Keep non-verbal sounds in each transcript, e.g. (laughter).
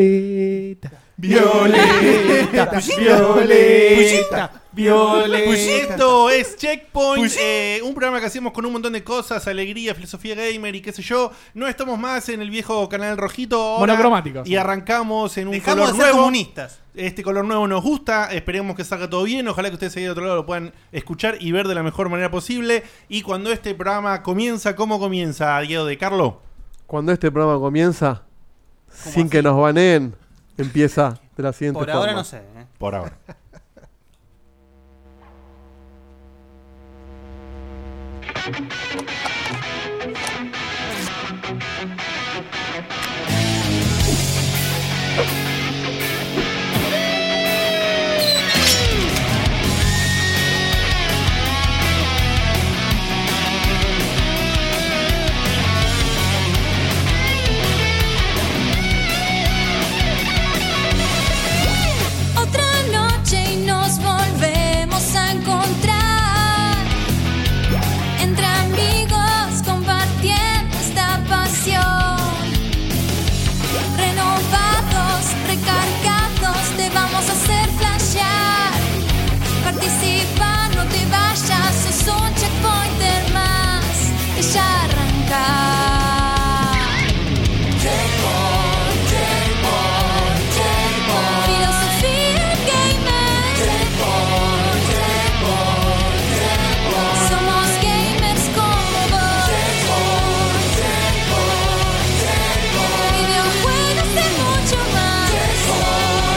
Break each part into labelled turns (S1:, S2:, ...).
S1: Violeta.
S2: Violeta, Violeta, Violeta.
S3: Pues esto es Checkpoint,
S2: Pues sí.
S3: eh, un programa que hacemos con un montón de cosas, alegría, filosofía gamer y qué sé yo. No estamos más en el viejo canal rojito. ahora,
S1: Monocromático.
S3: Y arrancamos en un
S2: Dejamos
S3: color
S2: de ser
S3: nuevo.
S2: comunistas.
S3: Este color nuevo nos gusta, esperemos que salga todo bien, ojalá que ustedes ahí del otro lado lo puedan escuchar y ver de la mejor manera posible. Y cuando este programa comienza, ¿cómo comienza, Diego de Carlo?
S4: Cuando este programa comienza, sin que nos baneen, empieza de la siguiente
S2: Por
S4: forma.
S2: ahora no sé. ¿eh?
S3: Por ahora.
S5: Otra noche y nos volvemos a encontrar entre amigos compartiendo esta pasión. Renovados, recargados, te vamos a hacer flashear. Participa, no te vayas, es un checkpointer más y ya arrancar. Filosofía gamer. Somos gamers como vos. Videojuegos y mucho más.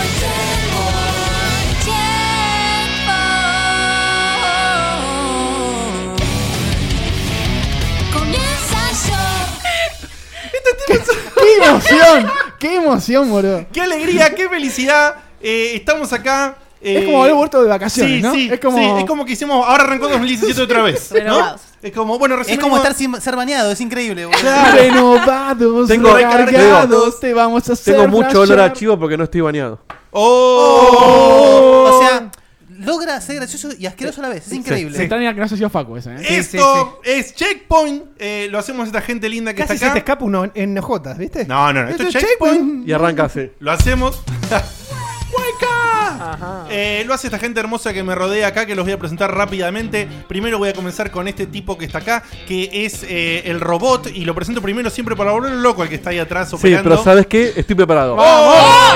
S5: Checkpoint. Comienza yo.
S1: ¡Qué emoción! ¡Qué emoción, boludo!
S3: ¡Qué alegría, qué felicidad! Eh, estamos acá. eh,
S1: Es como haber vuelto de vacaciones,
S3: sí,
S1: ¿no?
S3: sí, sí,
S1: es como...
S3: que hicimos. Ahora arrancó 2017 otra
S1: (laughs)
S3: vez. ¿no?
S6: Renovados.
S3: Es como, bueno, recién.
S2: Es como
S3: venimos-
S2: estar sin ser baneado, es increíble. boludo.
S1: (laughs) Renovados,
S4: Tengo-
S1: recargados, te vamos a hacer
S4: Tengo mucho olor a
S1: flashear.
S4: chivo porque no estoy bañado.
S3: ¡Oh!
S2: O sea, logra ser gracioso y asqueroso a la vez. Es increíble.
S1: Se extraña que no haya sido Facu esa, ¿eh?
S3: Esto es Checkpoint. Eh, lo hacemos esta gente linda que
S6: Casi se
S3: está acá.
S6: te escapa uno en- en Jotas, ¿viste?
S3: No, no, no. Esto es
S6: Esto es
S3: Checkpoint.
S4: Y arranca así.
S1: (laughs)
S3: Lo hacemos. Wake up. Eh, lo hace esta gente hermosa que me rodea acá, que los voy a presentar rápidamente. Primero voy a comenzar con este tipo que está acá, que es eh, el robot, y lo presento primero siempre para volver loco al que está ahí atrás
S4: Sí,
S3: operando. ¡Oh!
S4: pero ¿sabes qué? Estoy preparado.
S6: ¡Oh!
S4: Ah,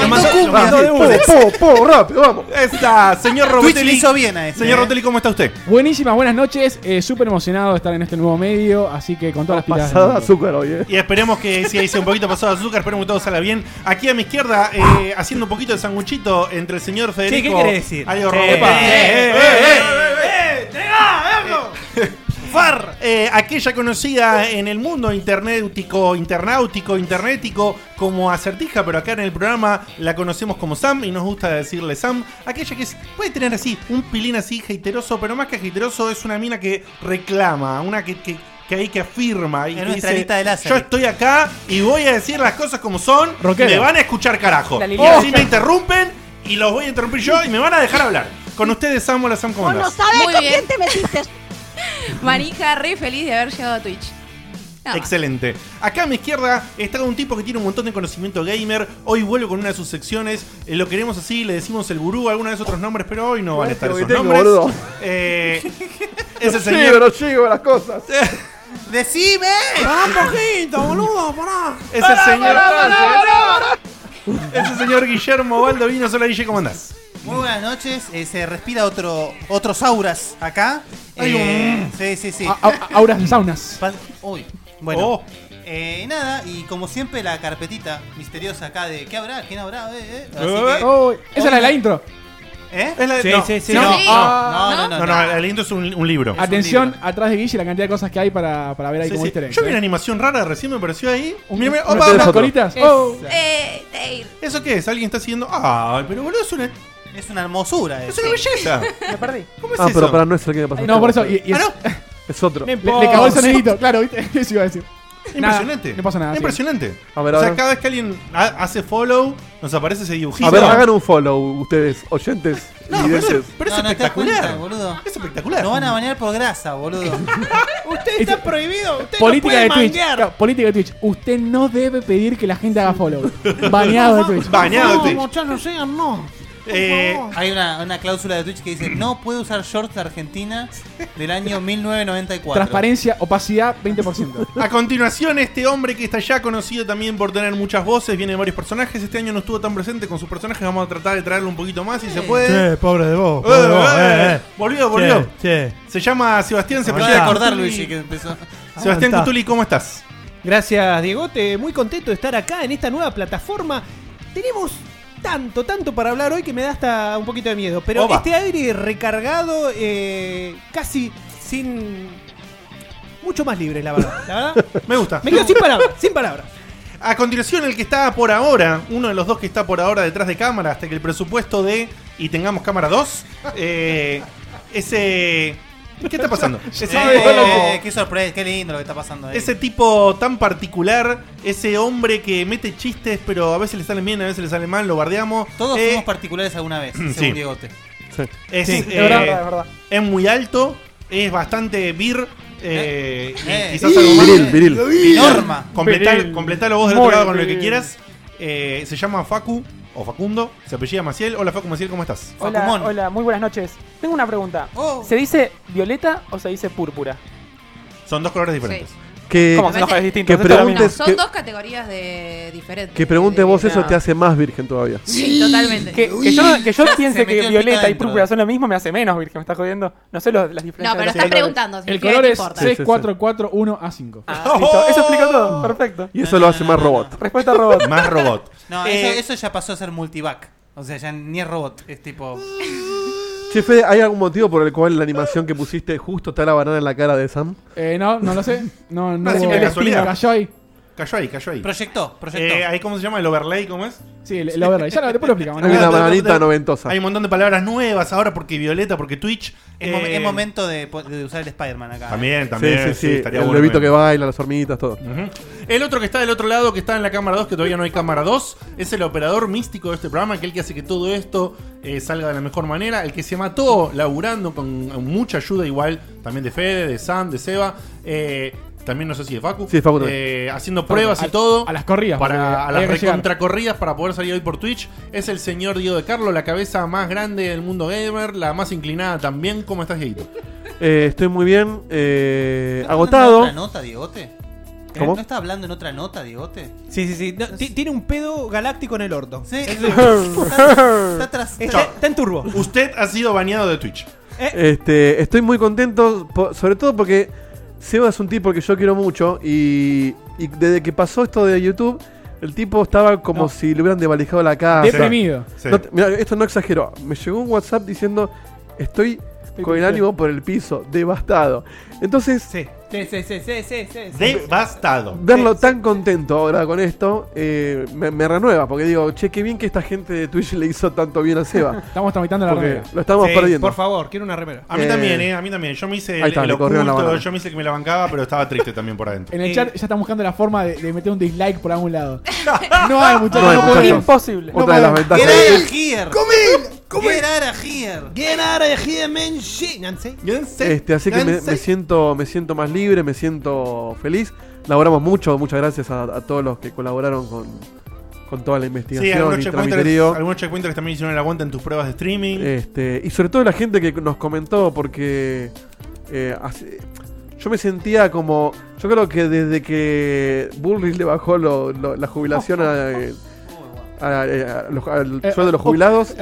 S2: Le mandó cumbia.
S4: Vamos, po, po, rápido, vamos.
S3: Está, señor
S2: Twitch
S3: Robotelli.
S2: le hizo bien a ese.
S3: Señor
S2: ¿eh?
S3: Rotelli, ¿cómo está usted?
S1: Buenísimas, buenas noches. Eh, Súper emocionado de estar en este nuevo medio, así que con todas las pilas.
S4: Pasada
S1: del mundo.
S4: azúcar hoy, eh.
S3: Y esperemos que si hice un poquito pasado de azúcar, esperemos que todo salga bien. Aquí a mi izquierda, eh, haciendo un poquito de sanguchito entre el señor Federico.
S6: ¿qué quiere decir?
S3: Alio
S6: Sí.
S3: Robotelli.
S6: Epa.
S3: Eh, eh, eh, eh, eh. (laughs)
S2: Far.
S3: Eh, aquella conocida en el mundo internéutico, internautico, internético como acertija, pero acá en el programa la conocemos como Sam y nos gusta decirle Sam. Aquella que es- puede tener así un pilín así heiteroso, pero más que heiteroso es una mina que reclama, una que, que, que ahí que afirma. Y
S2: Es
S3: que
S2: nuestra lista de Lázaro.
S3: Yo estoy acá y voy a decir las cosas como son.
S1: Rockera.
S3: Me van a escuchar carajo.
S6: La
S3: Y
S6: Liliana.
S3: así me interrumpen y los voy a interrumpir yo y me van a dejar hablar. Con ustedes, Sam, hola Sam, ¿cómo
S7: Vos no
S3: andás?
S7: sabés
S6: Muy
S7: con
S6: bien.
S7: quién te metiste.
S6: (laughs) Marija, re feliz de haber llegado a Twitch.
S7: Nada más.
S3: Excelente. Acá a mi izquierda está un tipo que tiene un montón de conocimiento gamer. Hoy vuelvo con una de sus secciones. Eh, lo queremos así, le decimos el gurú, alguna vez otros nombres, pero hoy no van a estar
S4: Lástima
S3: esos
S4: que tengo,
S3: nombres.
S4: boludo.
S6: (laughs)
S3: Eh, es el
S4: Sigo,
S3: señor.
S4: no sigo las cosas.
S2: ¡Decime!
S3: Es el señor. Es el señor Guillermo Baldovino. Hola, Guille, ¿cómo andás?
S2: Muy buenas noches. eh, se respira otro, otros auras acá. Eh, sí, sí, sí.
S1: A- a- auras de saunas.
S2: Pa- Uy, bueno.
S3: Oh.
S2: Eh, nada, y como siempre la carpetita misteriosa acá de ¿qué habrá? ¿Quién habrá? Eh, eh, así
S3: Eh,
S2: que-
S1: Oh, esa es la de la intro.
S2: ¿Eh?
S3: Es la de- no,
S2: No,
S3: No,
S7: Sí.
S3: no,
S2: Ah, no, no,
S3: no, no, el intro es un, un libro.
S2: Ah,
S1: Atención,
S2: libro.
S1: atrás de Guille, la cantidad de cosas que hay para, para ver ahí
S3: Sí,
S1: como
S3: sí.
S1: easter eggs,
S3: Yo vi
S1: ¿eh?
S3: una animación rara recién, me pareció ahí.
S1: Un-
S3: Mira, mira,
S1: unas
S3: opa,
S4: tenés
S3: opa.
S4: otro.
S1: colitas. Oh.
S7: Eh, Tail.
S3: ¿Eso qué es? ¿Alguien está haciendo? Ah, pero boludo, es una,
S2: Es una hermosura
S3: es
S2: eso.
S3: una belleza.
S6: Me perdí.
S3: ¿Cómo es
S4: Ah,
S3: eso?
S4: pero para no es el que me pasó.
S1: No, por eso. y- y
S3: Ah,
S1: es-
S3: no.
S4: (laughs) Es otro.
S1: le, le cagó el sonidito, claro, ¿viste? (laughs) Eso iba a decir.
S3: (laughs) Impresionante.
S1: no pasa nada, sí.
S3: Impresionante.
S4: A ver,
S3: o
S4: a
S3: sea,
S4: ver.
S3: cada vez que alguien ha- hace follow, nos aparece ese dibujito.
S4: A ver, hagan un follow ustedes, oyentes,
S3: No, pero
S4: videntes.
S3: es, pero es
S2: No, no te das
S3: espectacular.
S2: cuenta, boludo.
S3: Es espectacular.
S2: Lo van a bañar por grasa, boludo.
S8: (laughs) Usted está prohibido. Usted
S1: Política de
S8: no puede
S1: Twitch.
S8: manguear.
S1: Claro, política de Twitch. Usted no debe pedir que la gente haga
S3: (laughs)
S1: follow. Baneado de Twitch.
S3: Bañado,
S8: No,
S3: Twitch.
S8: muchachos, sigan, no.
S3: Eh,
S8: favor.
S2: Hay una, una cláusula de Twitch que dice no puede usar shorts de Argentina del año 1994. (laughs)
S1: Transparencia, opacidad, 20%.
S3: A continuación, este hombre que está ya conocido también por tener muchas voces, viene de varios personajes. Este año no estuvo tan presente con sus personajes, vamos a tratar de traerlo un poquito más si se puede. Eh,
S9: Che, pobre de vos. pobre de vos, eh,
S3: eh,
S9: eh.
S3: Volvió, volvió.
S9: Che, che.
S3: Se llama Sebastián, se
S2: Me voy
S3: apellida
S2: a acordar,
S3: Cutuli.
S2: Luigi, que empezó.
S3: Sebastián
S9: Aguantá.
S3: Cutuli, ¿cómo estás?
S8: Gracias, Diegote. Muy contento de estar acá en esta nueva plataforma. Tenemos tanto, tanto para hablar hoy que me da hasta un poquito de miedo. Pero
S3: Opa.
S8: este aire recargado, eh, casi sin. mucho más libre, la verdad. La verdad,
S3: (laughs) Me gusta.
S8: me quedo sin palabras, sin palabras.
S3: A continuación, el que está por ahora, uno de los dos que está por ahora detrás de cámara, hasta que el presupuesto de y tengamos cámara 2, eh, ese. ¿Qué
S2: (laughs)
S3: está pasando? Ese,
S2: Eh, qué sorpresa, eh. qué lindo lo que está pasando ahí.
S3: Ese tipo tan particular, ese hombre que mete chistes, pero a veces le salen bien, a veces le salen mal, lo bardeamos.
S2: Todos
S3: Eh,
S2: somos particulares alguna
S3: (clears throat)
S2: vez, (laughs) según
S3: sí.
S2: Diegote.
S3: es,
S9: Sí,
S3: eh,
S9: es verdad, es verdad,
S3: es muy alto, es bastante vir. eh, y
S2: Eh.
S3: quizás algo más.
S4: Viril, viril.
S2: Mi norma.
S3: Completar,
S9: Perel.
S3: completalo vos del otro
S9: Muy
S3: lado con lo que
S9: bien.
S3: quieras. Eh, se llama Facu o Facundo, se apellida Maciel. Hola Facu Maciel, ¿cómo estás?
S10: Hola,
S2: Facumón.
S10: hola, muy buenas noches. Tengo una pregunta.
S2: Oh.
S10: ¿Se dice violeta o se dice púrpura?
S3: Son dos colores diferentes.
S4: Que,
S10: ¿Cómo son los colores distintos?
S4: que
S10: Esto es lo
S4: pregunte-
S10: mismo.
S6: No, son
S4: que-
S6: dos categorías de diferentes.
S4: que pregunte
S6: De-
S4: vos
S6: de-
S4: eso
S10: no.
S4: te hace más virgen todavía.
S6: Sí, totalmente.
S10: Que, que yo,
S2: (laughs)
S10: que yo piense
S2: metió el
S10: que
S2: pito
S10: violeta y
S2: adentro.
S10: púrpura son lo mismo me hace menos, Virgen, me estás jodiendo. No sé los- las
S6: No,
S10: diferencias.
S6: pero
S10: de
S6: están
S10: los colores.
S6: preguntando. ¿qué
S1: El color
S6: te
S1: es
S6: importa?
S4: sí.
S1: 64441A5.
S10: Ah, listo. Eso explica todo, perfecto.
S4: Y eso lo hace más robot.
S10: Respuesta robot.
S3: (laughs) Más robot.
S2: No,
S3: Eh,
S2: eso, eso ya pasó a ser multivac. O sea, ya ni es robot, es
S3: (laughs)
S2: tipo.
S4: Che, Fede, ¿hay algún motivo por el cual la animación que pusiste justo está la banana en la cara de Sam?
S1: Eh, no, no lo sé. No, no.
S3: Ah, sí,
S1: hubo-
S3: de casualidad.
S1: Cayó ahí.
S3: Cayó ahí, cayó ahí.
S2: Proyectó, proyectó.
S3: Eh, ahí, ¿Cómo se llama? ¿El overlay? ¿Cómo es?
S1: Sí, el, el overlay. Ya lo, después lo explicamos.
S4: Hay
S1: ¿no?
S4: una
S3: Ah,
S4: bananita
S3: te- te-
S4: noventosa.
S3: Hay un montón de palabras nuevas ahora porque Violeta, porque Twitch.
S2: es, mom-
S3: eh,
S2: es momento de, po- de usar el Spider-Man acá.
S3: También, también.
S4: sí, sí, sí.
S3: estaría
S4: el
S3: bueno
S4: bebito que
S3: también.
S4: baila, las hormiguitas, todo.
S3: El otro que está del otro lado, que está en la cámara 2, que todavía no hay cámara 2, es el operador místico de este programa, aquel que hace que todo esto eh, salga de la mejor manera, el que se mató laburando con mucha ayuda igual, también de Fede, de Sam, de Seba, eh, también no sé si de Facu,
S4: Sí, Facu también.
S3: eh, haciendo pruebas y
S1: a-
S3: todo.
S1: a las corridas,
S3: Para,
S1: porque
S3: a las
S1: había que llegar.
S3: recontracorridas para poder salir hoy por Twitch. Es el señor Diego de Carlo, la cabeza más grande del mundo gamer, la más inclinada también. ¿Cómo estás, Dieguito?
S4: Eh, estoy muy bien. eh,
S2: ¿Está hablando en
S4: agotado. (laughs)
S2: otra nota, Diegote? ¿Eh?
S4: ¿Cómo?
S2: ¿No está hablando en otra nota, Diegote?
S8: Sí, sí, sí. No, ti- tiene un pedo galáctico en el orto.
S2: Sí. (laughs) está, está tras.
S8: Está, está en turbo. Eh.
S3: Usted ha sido baneado de Twitch.
S4: Este, estoy muy contento, po- sobre todo porque Seba es un tipo que yo quiero mucho y, y desde que pasó esto de YouTube, el tipo estaba como
S1: No.
S4: si le hubieran desvalijado la casa.
S1: Ah, Deprimido.
S4: No te- mirá, esto no exagero. Me llegó un WhatsApp diciendo, estoy con el ánimo por el piso, devastado. Entonces,
S8: Sí. Sí, sí, sí, sí, sí, sí.
S3: Devastado.
S4: verlo tan contento ahora con esto eh, me, me renueva, porque digo, che, qué bien que esta gente de Twitch le hizo tanto bien a
S3: (laughs)
S4: Seba.
S1: Estamos tramitando la
S4: Porque
S1: regla.
S4: lo estamos
S8: Sí,
S4: perdiendo.
S8: Por favor, quiero una remera.
S3: A mí
S4: Eh,
S3: también, eh, a mí también. Yo me hice el,
S4: ahí está,
S3: el
S4: le corrieron la
S3: oculto,
S4: banana.
S3: yo me hice el que me la bancaba, pero estaba triste también por adentro.
S1: En el
S8: Eh.
S1: chat ya están buscando la forma de, de meter un dislike por algún lado.
S3: (laughs)
S1: No hay,
S4: No hay,
S1: muchachos. No,
S4: muchachos.
S1: podemos.
S10: Imposible.
S4: Otra de las ventajas.
S2: Get
S4: de
S2: out
S4: Twitch.
S2: of here. Get out of here.
S8: Get out of here, man. Shit, Nancy.
S4: Este, así que me, me siento, me siento más libre, me siento feliz. Laboramos mucho, muchas gracias a, a todos los que colaboraron con, con toda la
S3: Sí,
S4: investigación
S3: algunos
S4: y
S3: checkpointers,
S4: tramiterío.
S3: algunos checkpointers también hicieron el aguante en tus pruebas de streaming.
S4: Este, y sobre todo la gente que nos comentó, porque eh, hace- yo me sentía como. Yo creo que desde que Burris le bajó lo- lo- la jubilación a, eh, a- eh, a los- al sueldo de los jubilados,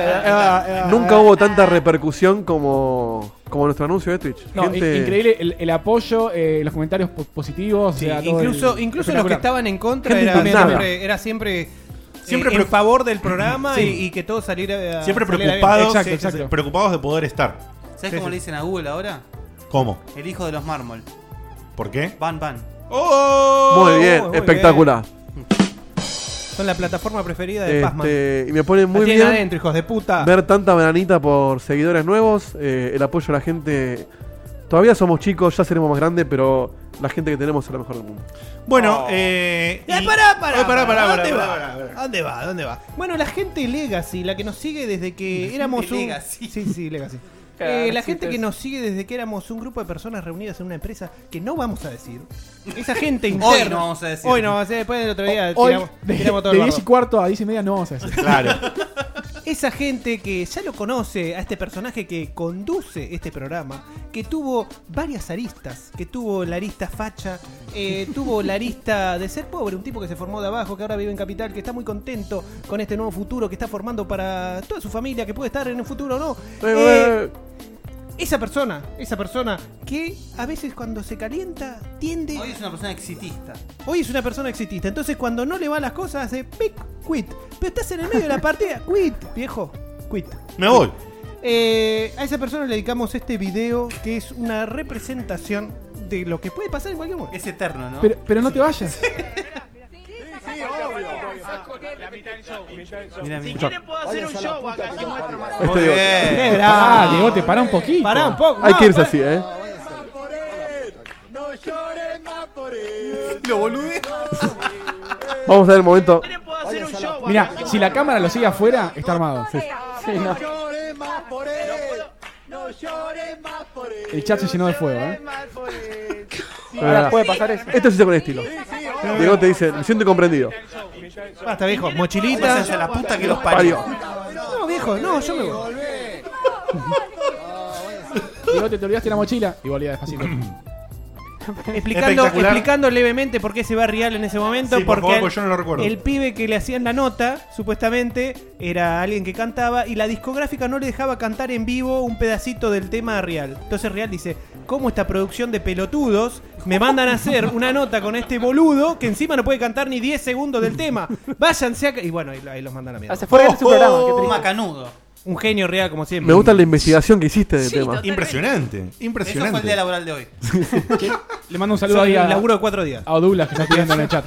S4: nunca hubo tanta repercusión como, como nuestro anuncio de Twitch.
S1: No, in-
S4: Gente-
S1: increíble el, el apoyo, eh, los comentarios po- positivos.
S8: Sí,
S1: o sea, todo
S8: incluso
S1: el-
S8: incluso los que
S1: espectacular.
S8: estaban en contra
S4: Gente
S8: era
S4: indignada.
S8: siempre, era siempre,
S3: Siempre
S8: eh, en
S3: preocup-
S8: favor del programa y, y que todo saliera
S3: Siempre
S8: saliera bien.
S3: preocupados,
S1: Exacto,
S3: sí, sí, sí,
S1: exacto.
S3: preocupados de poder estar.
S2: ¿Sabes cómo le dicen a Google ahora?
S3: ¿Cómo?
S2: El hijo de los mármol.
S3: ¿Por qué?
S2: Van, van.
S3: ¡Oh!
S4: Muy bien,
S8: muy
S4: espectacular.
S8: Son la plataforma preferida de Pazman.
S4: Este, y me pone
S8: La
S4: muy
S8: tienen
S4: bien
S8: adentro, hijos de puta.
S4: ver tanta bananita por seguidores nuevos, eh, el apoyo a la gente. Todavía somos chicos, ya seremos más grandes, pero la gente que tenemos es la mejor del mundo.
S3: Bueno, eh.
S8: Eh,
S3: y-
S8: pará, pará,
S3: Eh, pará, pará,
S8: pará, ¿dónde
S3: pará,
S8: va?
S3: pará, pará.
S8: ¿Dónde va? ¿Dónde va? Bueno, la gente Legacy, la que nos sigue desde que éramos un...
S2: Legacy.
S8: Sí, sí, Legacy.
S10: Claro,
S8: Eh, la
S10: sí,
S8: gente
S10: es.
S8: que nos sigue desde que éramos un grupo de personas reunidas en una empresa que no vamos a decir. Esa gente interna.
S2: no vamos a decir.
S8: Hoy no vamos a decir, después del otro día
S1: Hoy,
S8: tiramos,
S1: de,
S8: tiramos todo
S1: de
S8: el
S1: 10 y
S8: bardo.
S1: cuarto a 10 y media no vamos a hacer.
S3: Claro.
S8: Esa gente que ya lo conoce, a este personaje que conduce este programa, que tuvo varias aristas, que tuvo la arista facha, eh, tuvo la arista de ser pobre, un tipo que se formó de abajo, que ahora vive en Capital, que está muy contento con este nuevo futuro que está formando para toda su familia, que puede estar en un futuro o no. Eh,
S4: Eh, eh,
S8: esa persona, esa persona que a veces cuando se calienta tiende...
S2: Hoy es una persona exitista.
S8: Hoy es una persona exitista, entonces cuando no le van las cosas hace pic, quit. Pero estás en el medio de
S3: (laughs)
S8: la partida, quit, viejo, quit.
S3: Me voy.
S8: Eh, a esa persona le dedicamos este video que es una representación de lo que puede pasar en cualquier momento.
S2: Es eterno, ¿no?
S1: Pero, pero no te vayas.
S2: Mira, mira.
S4: este digo,
S2: Bien.
S1: Ah, Diego, te para un poquito.
S8: Eh, Pará un poco.
S4: hay
S8: no,
S4: que irse
S8: pará.
S4: así, ¿eh?
S2: Lo bolude.
S4: Vamos a ver el momento.
S1: Mira, si la cámara lo sigue afuera, está armado.
S10: Sí, no.
S1: El chat se llenó de fuego, ¿eh?
S10: Ahora puede pasar eso.
S4: Esto se hizo con estilo. Diego te dice, me siento comprendido.
S8: Basta, viejo.
S2: Váyanse
S8: Mochilita.
S2: a la puta que los parió.
S4: Parió.
S8: No, viejo, no, yo me voy.
S1: Diego, te, te olvidaste la mochila. Y volvía despacito.
S8: Explicando,
S3: Espectacular.
S8: explicando levemente por qué se va Rial en ese momento.
S3: Sí, por
S8: porque
S3: favor,
S8: el-
S3: porque yo no lo recuerdo.
S8: el pibe que le hacían la nota, supuestamente, era alguien que cantaba y la discográfica no le dejaba cantar en vivo un pedacito del tema a Rial. Entonces Rial dice, ¿cómo esta producción de pelotudos me mandan a hacer una nota con este boludo que encima no puede cantar ni 10 segundos del tema? Váyanse acá. Y bueno, ahí, ahí los mandan a la
S10: Ah, Se
S8: mierda.
S10: fue de su programa. qué
S2: Un
S10: triste.
S2: macanudo.
S8: Un genio Rial, como siempre.
S4: Me gusta la investigación que hiciste del tema.
S3: Impresionante.
S2: Eso fue el
S3: Impresionante.
S2: día laboral de hoy.
S1: Le mando un saludo
S8: Saludos
S1: ahí a,
S8: laburo de cuatro días.
S1: a Douglas que está escribiendo en el chat.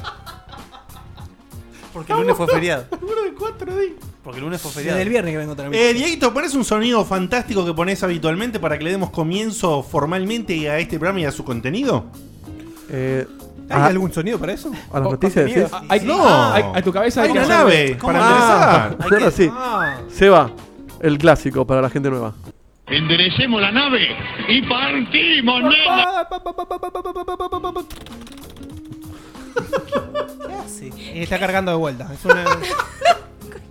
S2: Porque el lunes fue
S3: (laughs)
S2: feriado. Porque el lunes fue feriado.
S8: Desde el viernes que vengo otra vez.
S3: Eh, Dieguito, pones un sonido fantástico que pones habitualmente para que le demos comienzo formalmente a este programa y a su contenido.
S4: Eh,
S8: ¿Hay
S4: a,
S8: algún sonido para eso?
S4: a las noticias decís.
S1: A- Oh, Ah, hay-
S3: No.
S1: a- a tu cabeza
S3: Ah. Hay
S1: que
S3: una
S1: hacer-
S3: nave
S2: ¿Cómo?
S3: para
S4: Ah,
S3: empezar.
S4: ahora sí.
S3: ah.
S1: Ah.
S4: Seba, el clásico para la gente nueva.
S9: Enderecemos la nave y partimos, nena.
S8: Eh, Está cargando de vuelta. Es, una-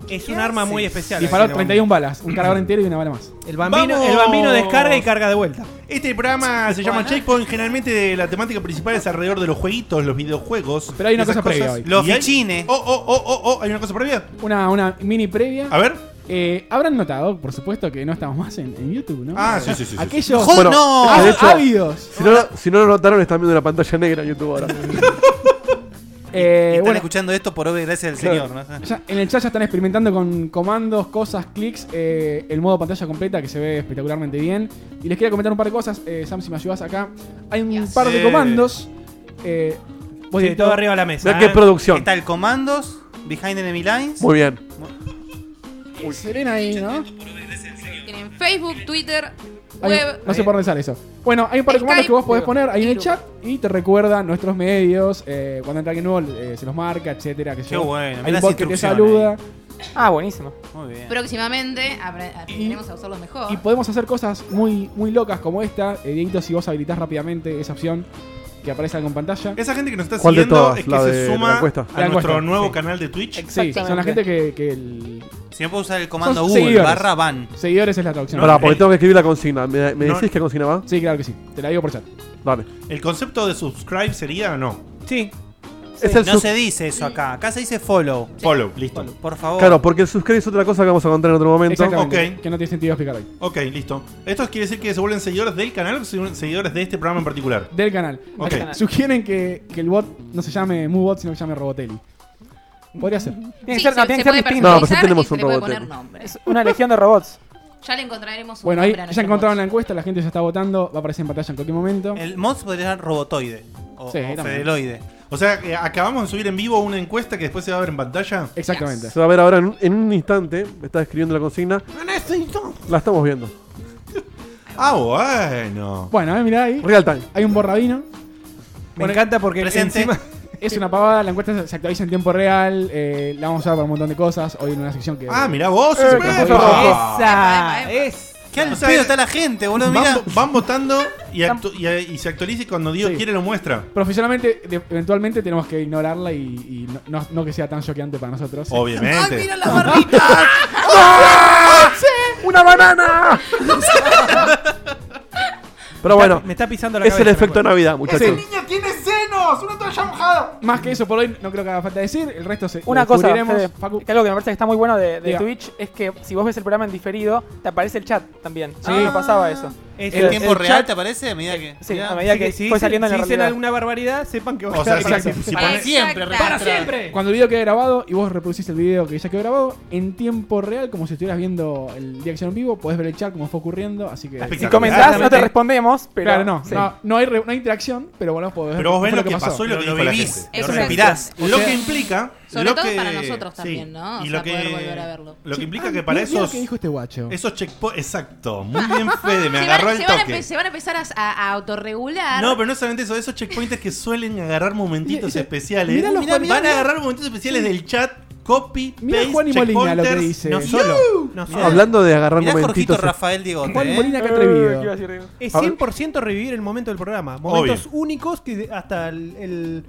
S8: es un arma muy especial.
S1: Disparó
S8: Ese, el
S1: 31 balas, un cargador entero y una bala más.
S8: bambino. El bambino,
S3: ¡Vamos!
S8: el bambino descarga y carga de vuelta.
S3: Este programa se llama Checkpoint. Generalmente la temática principal es alrededor de los jueguitos, los videojuegos.
S1: Pero hay una
S3: esas
S1: cosa previa
S3: cosas.
S1: hoy.
S2: Los
S3: Y hay-
S2: fichines.
S3: Oh, oh, oh, oh, oh, hay una cosa previa.
S1: Una, una mini previa.
S3: A ver.
S1: Eh, Habrán notado, por supuesto, que no estamos más en, en YouTube, ¿no?
S3: Ah, sí, sí, sí, sí.
S1: Aquellos
S2: Joder,
S4: Bueno,
S2: no.
S4: de hecho-
S1: ávidos.
S4: Si no, lo- si no lo notaron, están viendo una pantalla negra en YouTube
S1: (laughs)
S4: ahora.
S1: Eh,
S2: Están
S1: bueno,
S2: escuchando esto por obra y gracia del Señor, ¿no?
S1: ya- en el chat ya están experimentando con comandos, cosas, clics, eh, el modo pantalla completa que se ve espectacularmente bien. Y les quería comentar un par de cosas. Eh, Sam, si me ayudas acá. Hay un
S6: Yes.
S1: par de
S3: Sí.
S1: comandos. Eh, vos
S8: Sí,
S1: director.
S8: todo arriba de la mesa.
S4: Mirá qué
S8: ¿eh?
S4: producción.
S2: Está el Comandos, Behind Enemy Lines.
S4: Muy bien.
S1: Serena ahí, ¿no?
S6: Tienen Facebook, Twitter,
S1: Hay-
S6: web.
S1: no sé por dónde sale eso. Bueno, hay un par de comandos
S6: Skype.
S1: que vos podés poner ahí en el chat y te recuerda nuestros medios. eh, cuando entra alguien nuevo eh, se los marca, etcétera. Que
S2: Qué bueno,
S1: Hay
S2: mirá
S1: un
S2: las
S1: bot que te
S2: instrucciones
S1: saluda.
S10: Ah, buenísimo.
S2: Muy bien.
S6: Próximamente apre- aprenderemos a usarlo mejor.
S1: Y podemos hacer cosas muy, muy locas como esta. Eh, Dieguito, si vos habilitás rápidamente esa opción que aparece algo en pantalla.
S3: Esa gente que nos está
S4: ¿Cuál de
S3: siguiendo
S4: todas?
S3: es que
S4: La
S3: se
S4: de-
S3: suma
S4: la encuesta.
S3: a
S1: La encuesta,
S3: nuestro nuevo
S1: sí.
S3: canal de Twitch.
S1: Sí, son la gente que, que el-
S2: Si no puedo usar el comando
S1: Son
S2: Google
S1: seguidores.
S2: barra van.
S1: Seguidores es la traducción.
S4: Pará, porque
S3: el-
S4: tengo que escribir la consigna. ¿Me, me
S3: No.
S4: decís qué consigna va?
S1: eh. Sí, claro que sí. Te la digo por chat.
S4: Dale.
S3: El concepto de subscribe sería no.
S8: Sí.
S4: Es el
S2: No
S4: sub-
S2: se dice eso acá. Acá se dice follow.
S3: Follow, listo.
S2: Por favor.
S4: Claro, porque el subscribe es otra cosa que vamos a contar en otro momento.
S1: Exactamente.
S3: Oh. ok.
S1: Que no tiene sentido explicar hoy.
S3: Ok, listo. ¿Esto quiere decir que se vuelven seguidores del canal o se vuelven seguidores de este programa en particular?
S1: Del canal.
S3: Ok.
S1: Acá Sugieren que, que el bot no se llame MuBot, sino que se llame Robotelli. Podría ser.
S10: Tiene que
S6: Sí,
S10: ser, no,
S6: se- se
S10: tiene que ser
S6: puede
S10: distinto.
S4: No, pero ya
S6: personalizar
S4: tenemos
S6: y se
S4: un
S6: le puede
S4: robot,
S6: poner
S4: eh.
S6: nombre.
S10: Es una legión
S6: (laughs)
S10: de robots.
S6: Ya le encontraremos un
S1: Bueno, ahí
S6: nombre a
S1: ya
S6: nuestro
S1: encontraron la
S6: bot.
S1: encuesta, la gente ya está votando, va a aparecer en pantalla en cualquier momento.
S2: El mods podría ser robotoide. O,
S1: Sí,
S2: o
S1: también.
S2: fedeloide.
S3: O sea, eh, acabamos de subir en vivo una encuesta que después se va a ver en pantalla.
S1: Exactamente.
S4: Se va a ver ahora en un, en un instante. Me está escribiendo la consigna. La estamos viendo.
S3: este Ah, bueno.
S1: Bueno, eh, mirá ahí.
S4: Real time.
S1: Hay un borradino.
S8: encanta porque encima-
S1: (laughs) Es una pavada, la encuesta se actualiza en tiempo real, eh, la vamos a usar para un montón de cosas. Hoy en una sección que. Eh,
S3: Ah, mirá vos,
S1: que
S3: eso.
S1: transforma-
S8: Esa es.
S2: ¿Qué al
S3: Ah. O sea,
S2: pedo está la gente, boludo?
S3: van,
S2: Mirá.
S3: vo- van votando y, actu- y, eh, y se actualiza y cuando Dios quiere lo muestra.
S1: Profesionalmente, de- eventualmente tenemos que ignorarla y, y no, no- no que sea tan choqueante para nosotros.
S3: Obviamente. ¡Ay, mira
S1: las barritas!
S4: ¡Ah! ¡Una
S8: (laughs)
S4: banana! Pero bueno,
S8: Me está pisando la
S4: es el
S8: cabeza,
S4: efecto
S8: no puedo.
S4: Navidad, muchachos.
S1: niño tiene senos! ¡Una toalla mojada! Más que (laughs) eso por hoy no creo que haga falta decir. El resto se
S10: Una
S1: lo
S10: cosa,
S1: descubriremos.
S10: Fede, que algo que me parece que está muy bueno de, de
S1: Diga.
S10: Twitch es que si vos ves el programa en diferido, te aparece el chat también. Sí.
S1: Ah.
S10: no pasaba eso.
S8: Es
S2: ¿En
S10: El-
S2: tiempo
S10: el
S2: real
S10: chat-
S2: te aparece? A medida que.
S10: Sí,
S2: mirá.
S10: a medida
S8: Así
S10: que,
S8: si
S10: fue
S8: dicen-
S10: saliendo en
S8: si
S10: la
S8: dicen
S10: realidad.
S8: alguna barbaridad, sepan que va
S3: O sea, si- si- si
S2: Para
S3: pones-
S2: siempre,
S8: ¡Para
S2: registra.
S8: siempre!
S1: Cuando el video quede grabado y vos reproducís el video que ya quedó grabado, en tiempo real, como si estuvieras viendo el día que hicieron vivo, podés ver el chat como fue ocurriendo, así que...
S10: Si comentás, no te respondemos, pero.
S1: Claro, no,
S10: sí.
S1: no, no hay, re- no hay interacción, pero bueno, podés ver
S3: Pero vos ves
S1: fue
S3: lo que pasó y lo, que
S2: Lo
S3: dijo la
S2: vivís,
S3: gente.
S6: lo
S3: Lo
S2: respirás.
S3: Lo
S2: O sea-
S3: que implica.
S6: Sobre
S3: lo
S6: todo
S3: que-
S6: para nosotros también,
S3: sí.
S6: ¿no? O
S3: Y
S6: sea,
S3: lo que,
S6: poder volver a verlo.
S3: Lo que implica
S1: Ah,
S3: que para
S1: mirá lo
S3: esos.
S1: que dijo este guacho.
S3: Esos checkpoints. Exacto. Muy bien, Fede. Me
S6: (laughs) se,
S3: agarró
S6: van,
S3: el
S6: se van a empe-
S3: toque.
S6: se van a empezar a, a- a autorregular.
S3: No, pero no solamente eso, esos checkpoints que suelen agarrar momentitos especiales.
S1: mirá los
S3: Mirá,
S1: Juan-
S3: van a
S1: mirá.
S3: agarrar momentos especiales del chat, copy,
S1: Mirá
S3: paste,
S1: Juan y Molina lo que
S3: checkpointers,
S1: dice.
S3: No solo. No solo.
S4: Hablando de agarrar
S2: Mirá Jorgito
S4: momentitos.
S2: Rafael Digote.
S1: Juan
S2: eh.
S1: Molina, qué
S10: Eh,
S1: atrevido.
S10: ¿qué iba a decir, Diego?
S8: Es
S4: A ver.
S8: 100% revivir el momento del programa. Momentos únicos que de- hasta el, el-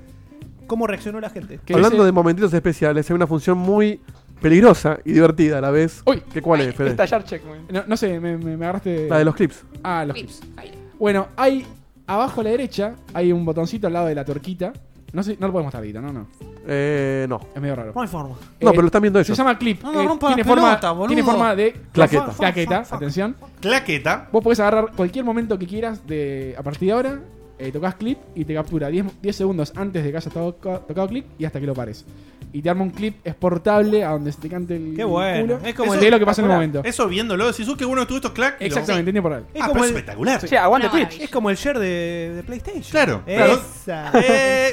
S8: cómo reaccionó la gente.
S1: Que
S4: Hablando
S1: dice-
S4: de momentitos especiales, hay una función muy peligrosa y divertida a la vez.
S1: Uy.
S4: ¿Qué cuál es, Fede?
S10: Estallar checkpoint.
S1: No, no sé, me, me- me agarraste...
S4: La de los clips.
S1: Ah, los clips.
S6: Pips, Jairo.
S1: Bueno, hay... Abajo a la derecha hay un botoncito al lado de la torquita. No sé, no lo podemos mostrar ahorita, no, no.
S4: Eh, no.
S1: Es medio raro.
S8: No hay forma.
S4: No,
S1: Eh,
S4: pero lo están viendo
S1: Se
S4: ellos.
S1: llama clip.
S2: No me
S1: Eh,
S2: rompa
S1: tiene,
S2: las
S1: forma,
S2: pelotas, boludo.
S1: tiene forma de
S4: Claqueta.
S1: claqueta. Atención.
S3: Claqueta.
S1: Vos podés agarrar cualquier momento que quieras de, a partir de ahora. Eh, tocas clip y te captura 10, 10 segundos antes de que hayas to- tocado clip y hasta que lo pares. Y te arma un clip exportable a donde se te cante el
S8: Qué bueno.
S1: culo.
S8: Es como
S1: Eso
S8: el-
S1: es lo que pasa en el momento.
S3: Eso viéndolo, decís, uh, qué bueno estuvo estos clac. y lo-
S1: Exactamente, en tiempo real.
S8: Es
S3: Ah,
S8: como
S3: pero es
S8: el-
S3: espectacular.
S10: Che, aguante
S6: Una
S10: Twitch.
S6: maravilla.
S8: Es como el share de, de PlayStation.
S3: Claro,
S4: (laughs)
S3: claro.
S8: Esa. Eh,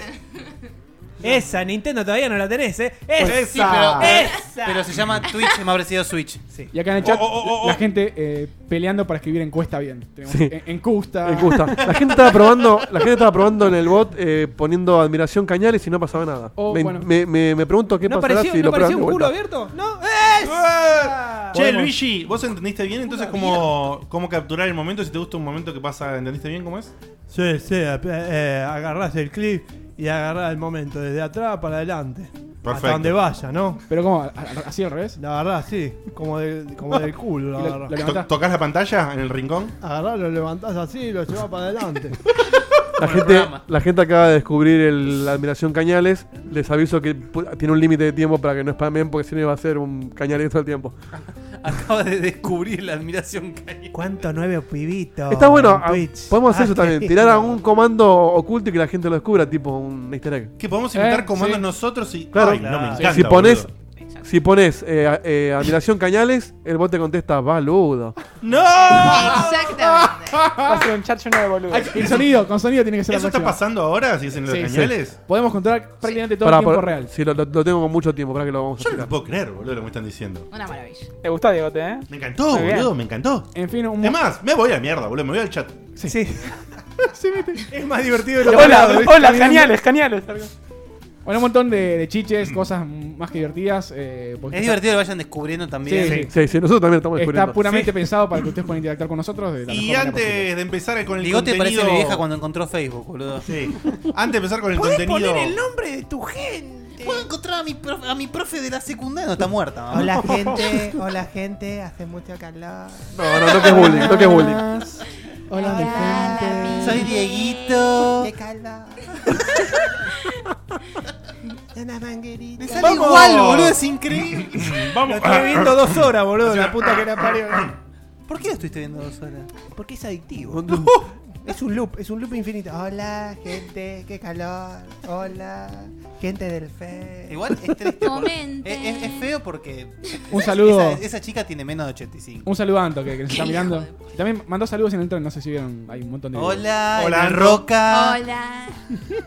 S8: Esa, Nintendo todavía no la tenés, ¿eh? Esa.
S2: Pues Sí, pero, eh,
S8: Esa.
S2: pero se llama Twitch, (laughs) me ha parecido Switch.
S1: Y acá en el chat,
S3: Oh, oh, oh, oh.
S1: la gente eh, peleando para escribir encuesta bien. Tenemos
S4: Sí.
S1: en- encuesta.
S4: Me
S1: (laughs)
S4: gusta. La gente estaba probando, la gente estaba probando en el bot eh, poniendo admiración cañales y no pasaba nada.
S1: Oh,
S4: me,
S1: bueno.
S4: me- me- me pregunto qué
S8: ¿No
S4: pasará
S8: apareció,
S4: si
S8: ¿no
S4: lo prueban
S8: apareció
S4: de
S8: un culo
S4: vuelta.
S8: abierto? No.
S2: Eh.
S8: ¡Esa!
S3: Che, Luigi, ¿vos entendiste bien entonces cómo, cómo capturar el momento? Si te gusta un momento que pasa, ¿entendiste bien cómo es?
S11: Sí, sí, eh, eh, agarrás el clip y agarrás el momento desde atrás para adelante.
S3: Perfecto.
S11: Hasta donde vaya, ¿no?
S1: Pero como, así al revés.
S11: La agarrás sí, como, de- como del culo.
S1: (laughs) Y
S11: La
S1: lo- lo
S11: agarrás.
S1: levantás.
S3: To- ¿Tocás la pantalla en el rincón?
S11: Agarrás, lo levantás así y lo llevás para
S2: (laughs)
S11: adelante.
S4: La
S2: Como el
S4: gente,
S2: programa.
S4: la gente acaba de descubrir el- la admiración cañales. Les aviso que pu- tiene un límite de tiempo para que no spameen porque si no iba a ser un cañales todo el tiempo.
S2: Acaba de descubrir la admiración que hay.
S8: ¿Cuánto nueve pibitos?
S4: Está bueno,
S8: en
S4: ah,
S8: Twitch?
S4: podemos hacer
S8: Ah,
S4: eso
S8: qué
S4: también.
S8: lindo. (laughs)
S4: Tirar a un comando oculto y que la gente lo descubra, tipo un easter egg.
S3: Que podemos inventar
S1: Eh,
S3: comandos
S1: sí.
S3: nosotros y.
S4: Claro.
S3: Ay, no me
S8: Sí.
S3: encanta.
S4: si pones,
S3: boludo.
S4: si pones eh, a- eh, admiración cañales, el bot te contesta, baludo.
S3: ¡No!
S1: (laughs)
S6: Exactamente.
S10: Va a ser un chat lleno de boludo.
S1: Hay- el sonido, con sonido tiene que ser la
S3: ¿Eso está
S1: próxima.
S3: pasando ahora? Si es en los
S1: Sí, sí.
S3: cañales.
S1: Podemos controlar prácticamente todo
S4: Pará,
S1: en tiempo
S4: por-
S1: real.
S4: Sí, lo, lo- lo tengo con mucho tiempo, para que lo vamos a
S3: Yo no
S4: explicar.
S3: lo puedo creer, boludo, lo que me están diciendo.
S6: Una maravilla.
S10: Te gustó, Diego, ¿eh?
S3: Me encantó,
S10: Muy bien.
S3: boludo, me encantó.
S1: En fin, un
S3: Es más, me voy a la mierda, boludo, me voy al chat.
S8: Sí.
S3: Es más divertido
S10: Hola, hola, geniales, geniales.
S1: Bueno, un montón de, de chiches, cosas más que divertidas. eh, porque
S2: Es
S1: está-
S2: divertido que vayan descubriendo también.
S1: Sí,
S4: Sí, sí, nosotros también lo estamos
S1: Está,
S4: descubriendo.
S1: puramente pensado para que ustedes puedan interactuar con nosotros de la
S3: Y
S1: mejor manera
S3: antes
S1: posible.
S3: de empezar con el
S2: Bigote
S3: contenido.
S2: parece mi vieja cuando encontró Facebook, boludo.
S3: Sí. Antes de empezar con el contenido.
S2: nombre de tu gente. Puedo encontrar a mi profe, a mi profe de la secundaria. No, está muerta. mamá.
S8: Hola gente, hola gente, hace mucho calor.
S4: No, no, no que es bullying, no que es bullying.
S1: Hola, mi gente.
S2: Soy Dieguito.
S8: Qué calor. Una manguerita.
S2: Me sale igual, boludo. Es increíble.
S8: Lo estuve viendo dos horas, boludo. La puta que la parió.
S2: ¿Por qué lo estuviste viendo dos horas?
S8: Porque es adictivo. Es un loop, es un loop infinito. Hola, gente, qué calor. Hola, gente del fe.
S2: Igual es
S8: Este
S2: triste. porque-
S6: Comenten.
S2: Es, es- es feo porque.
S1: Un saludo.
S2: Esa, esa chica tiene menos de 85.
S1: Un saludo a Anto, que, que nos está
S6: Qué
S1: mirando.
S6: hijo
S1: Y también mandó saludos en el tren, no sé si vieron, hay un montón de...
S2: Hola,
S3: Hola,
S2: Roca.
S6: Hola.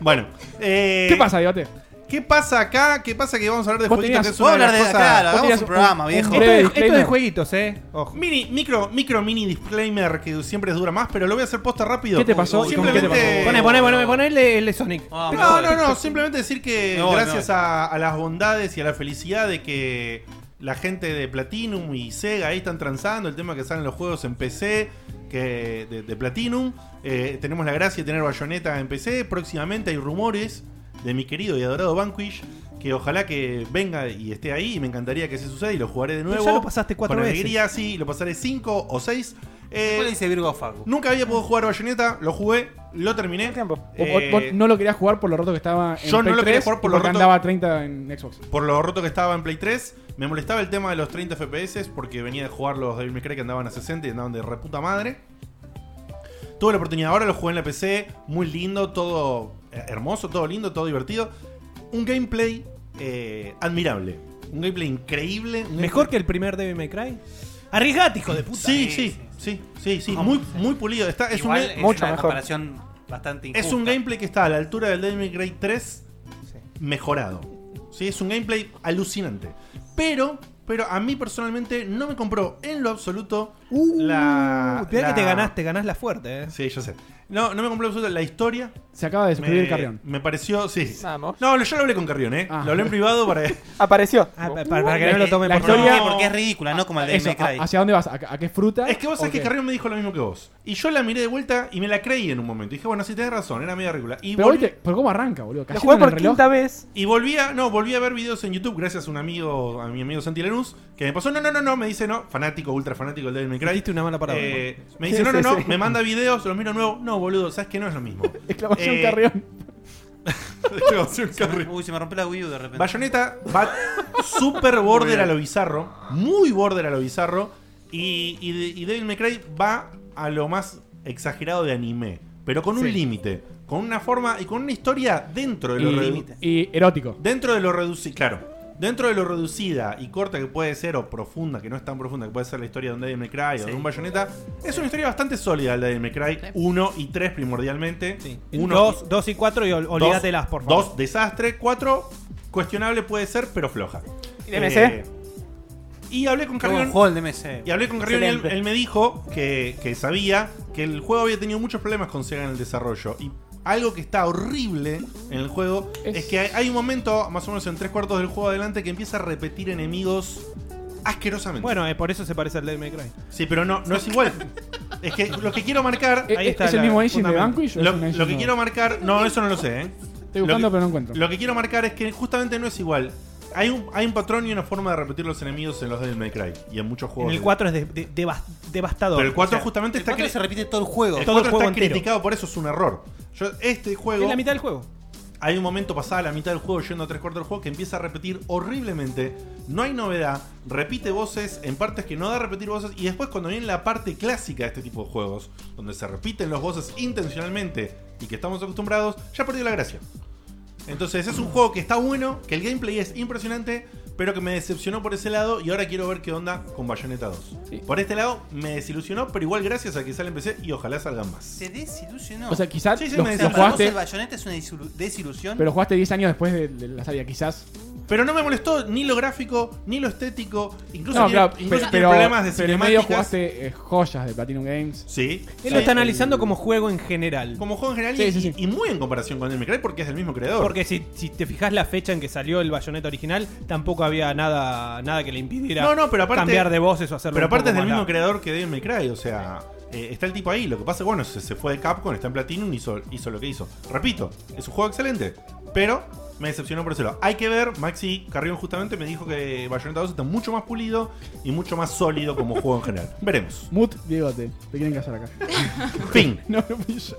S3: Bueno, eh,
S1: ¿Qué pasa, debate?
S3: ¿qué ¿Qué pasa acá? ¿Qué pasa que vamos a hablar de
S8: Vos
S3: jueguitos?
S8: tenías-
S3: que es una
S8: vos
S3: las
S8: tenías-
S3: cosas-
S8: claro, vos hagamos tenías un programa, un- viejo. un breve
S3: Esto es- esto es
S8: disclaimer.
S3: de jueguitos, eh.
S8: Ojo.
S3: Mini, micro, micro, mini disclaimer que siempre dura más, pero lo voy a hacer posta rápido.
S8: ¿Qué te pasó? ¿Y cómo- qué te
S3: Simplemente. Ah,
S8: pasó? Poné, poné, poné, poné el, de- el de Sonic.
S3: No, no, no, simplemente decir que
S8: Me voy,
S3: Eh, gracias
S8: me voy.
S3: A, a las bondades y a la felicidad de que la gente de Platinum y Sega ahí están transando el tema que salen los juegos en PC que de, de Platinum. Eh, tenemos la gracia de tener Bayonetta en PC. Próximamente hay rumores de mi querido y adorado Vanquish que ojalá que venga y esté ahí y me encantaría que se suceda y lo jugaré de
S8: Pero
S3: nuevo.
S8: ya lo pasaste cuatro
S3: Con
S8: veces.
S3: alegría, sí, lo pasaré cinco o seis. Eh,
S2: ¿Cuál dice Virgo Fago?
S3: Nunca había podido jugar Bayonetta, lo jugué, lo terminé.
S1: Vos- vos-
S3: Eh,
S1: vos no lo querías jugar por lo roto que estaba en
S3: yo no
S1: Play
S3: lo quería
S1: 3
S3: jugar por
S1: y
S3: lo
S1: porque
S3: roto-
S1: andaba a 30 en Xbox.
S3: por lo roto que estaba en Play 3. Me molestaba el tema de los 30 FPS porque venía de jugar los Devil May Cry que andaban a 60 y andaban de reputa madre. Tuve la oportunidad, ahora lo jugué en la PC, muy lindo, todo eh, hermoso, todo lindo, todo divertido. Un gameplay eh, admirable, un gameplay increíble.
S8: ¿Mejor que el primer Devil May Cry? Arriesgate, hijo de puta.
S3: Sí, sí, sí, sí, sí, muy, muy pulido. Está, es
S2: Igual
S3: un,
S2: es Mucho una mejor. comparación bastante
S3: Es un
S2: injusta.
S3: gameplay que está a la altura del Devil May Cry 3 mejorado. Sí, es un gameplay alucinante. Pero, pero a mí personalmente no me compró en lo absoluto
S1: Uh,
S3: la.
S8: Cuidado
S3: la-
S8: que te ganaste, ganás la fuerte, eh.
S3: Sí, yo sé. No, no me compró en lo absoluto la historia.
S1: Se acaba de suscribir
S3: me,
S1: Carrión. Ah.
S3: Me pareció, sí. No, lo- yo lo hablé con Carrión, ¿eh? Lo hablé en privado para.
S1: (laughs)
S10: Apareció.
S8: para,
S1: que no lo tomen La por historia- favor.
S2: Porque es ridícula, no como el de
S1: Eso,
S2: Devil May Cry.
S1: ¿a- ¿Hacia dónde vas? ¿A, a qué fruta?
S3: Es que vos sabés que Carrión me dijo lo mismo que vos. Y yo la miré de vuelta y me la creí en un momento. Y dije, bueno, sí, tenés razón, era media ridícula. Y
S1: Pero,
S3: volví-
S1: oye, pero ¿cómo arranca, boludo?
S3: Lo
S1: Cayendo en el reloj.
S10: vez.
S3: Y volví a, no, volví a ver videos en YouTube gracias a un amigo, a mi amigo Santi Lanús, que me pasó, no, no, no, no, me dice, no, fanático, ultra fanático del Devil May Cry.
S8: Dijiste una mala palabra,
S3: Eh,
S8: ¿no?
S3: me
S8: Sí,
S3: dice, no, no,
S8: sí,
S3: no,
S8: sí.
S3: me manda videos, los miro nuevo. No, boludo, sabes que no es lo mismo.
S1: Exclamación
S3: Eh, (laughs)
S1: Carrión.
S3: exclamación Carrión.
S2: Uy, se me rompió la Wii U de repente.
S3: Bayonetta va
S8: (laughs)
S3: super
S2: Muy
S3: border
S2: bien.
S3: a lo bizarro, muy border a lo bizarro, y, y, y Devil May Cry va a lo más exagerado de anime, pero con un
S1: Sí.
S3: límite, con una forma y con una historia dentro de lo
S1: Y-
S3: redu-
S1: Y erótico.
S3: Dentro de lo reducido, claro. Dentro de lo reducida y corta que puede ser, o profunda, que no es tan profunda, que puede ser la historia de un Devil May Cry o de un Bayonetta, es una historia bastante sólida la de Devil May Cry 1 y 3 primordialmente. 1
S8: Dos- dos y cuatro y ol- olvídatelas, por favor.
S3: 2 desastre, 4 cuestionable puede ser, pero floja.
S8: ¿Y DMC?
S3: Eh, y hablé con
S2: Qué buen
S3: Carrión.
S2: juego el DMC.
S3: Y hablé con Carrión y él,
S2: Excelente.
S3: él me dijo que, que sabía que el juego había tenido muchos problemas con Sega en el desarrollo. Y algo que está horrible en el juego es, que hay, hay un momento, más o menos en tres cuartos del juego adelante, que empieza a repetir enemigos asquerosamente.
S8: Bueno, eh, por eso se parece al Devil May Cry.
S3: Sí, pero no, no es igual. es que lo que quiero marcar.
S8: ¿Es-
S3: ahí
S8: Eh, es
S3: está
S8: el
S3: la-
S8: mismo engine de
S3: fundamento.
S8: Vanquish o
S3: Lo,
S8: es un engine
S3: lo que
S8: nuevo?
S3: quiero marcar. No, eso no lo sé, ¿eh?
S1: Estoy
S3: Lo
S1: buscando,
S3: que-
S1: pero no encuentro.
S3: Lo que quiero marcar es que justamente no es igual. Hay un, hay un patrón y una forma de repetir los enemigos en los Devil May Cry y en muchos
S8: En
S3: juegos.
S8: el
S3: de-
S8: 4 es de- de- devas- devastador.
S3: Pero el 4
S8: O sea,
S3: justamente está
S2: cuatro
S3: cri-
S2: se repite todo el juego.
S3: El
S8: Todo el
S3: 4
S8: juego
S3: está
S8: entero.
S3: criticado por eso, es un error. Yo, este juego.
S8: Es la mitad del juego.
S3: Hay un momento pasada la mitad del juego, yendo a tres cuartos del juego, que empieza a repetir horriblemente. No hay novedad, repite voces en partes que no da a repetir voces. Y después, cuando viene la parte clásica de este tipo de juegos, donde se repiten los voces intencionalmente y que estamos acostumbrados, ya perdió la gracia. Entonces, es un juego que está bueno, que el gameplay es impresionante, pero que me decepcionó por ese lado. Y ahora quiero ver qué onda con Bayonetta 2. Por este lado, me desilusionó, pero igual gracias a que sale en PC y ojalá salgan más.
S2: Se desilusionó.
S1: O sea, quizás
S2: Sí, sí,
S1: lo-
S2: me
S1: lo
S2: desilusionó.
S1: jugaste-
S2: El Bayonetta es una desilu- desilusión.
S1: Pero jugaste 10 años después de, de la salida, quizás.
S3: Pero no me molestó ni lo gráfico, ni lo estético, incluso,
S1: no,
S3: tiene,
S1: claro,
S3: incluso
S1: pero,
S3: tiene
S1: pero-
S3: problemas de
S1: pero en medio
S3: cinemáticas.
S1: jugaste eh, joyas de Platinum Games.
S3: Sí.
S8: Él lo está analizando como juego en general.
S3: Como juego en general
S8: Sí,
S3: y,
S8: sí, sí.
S3: y muy en comparación con el May Cry porque es del mismo creador.
S8: Porque si, si te fijas la fecha en que salió el bayoneta original, tampoco había nada, nada que le impidiera
S3: no, no, pero aparte,
S8: cambiar de voces o hacerlo.
S3: Pero
S8: un
S3: aparte es
S8: poco
S3: del
S8: más
S3: mismo creador que Devil May Cry, o sea, eh, está el tipo ahí. Lo que pasa es que, bueno, se, se fue de Capcom, está en Platinum, hizo, hizo lo que hizo. Repito, es un juego excelente, pero me decepcionó por eso. lado. Hay que ver, Maxi Carrión justamente me dijo que Bayonetta 2 está mucho más pulido y mucho más sólido como juego en general. Veremos.
S1: Mut, Diegote, te quieren casar
S8: (laughs)
S1: acá.
S3: Fin.
S1: (laughs) no lo fui yo.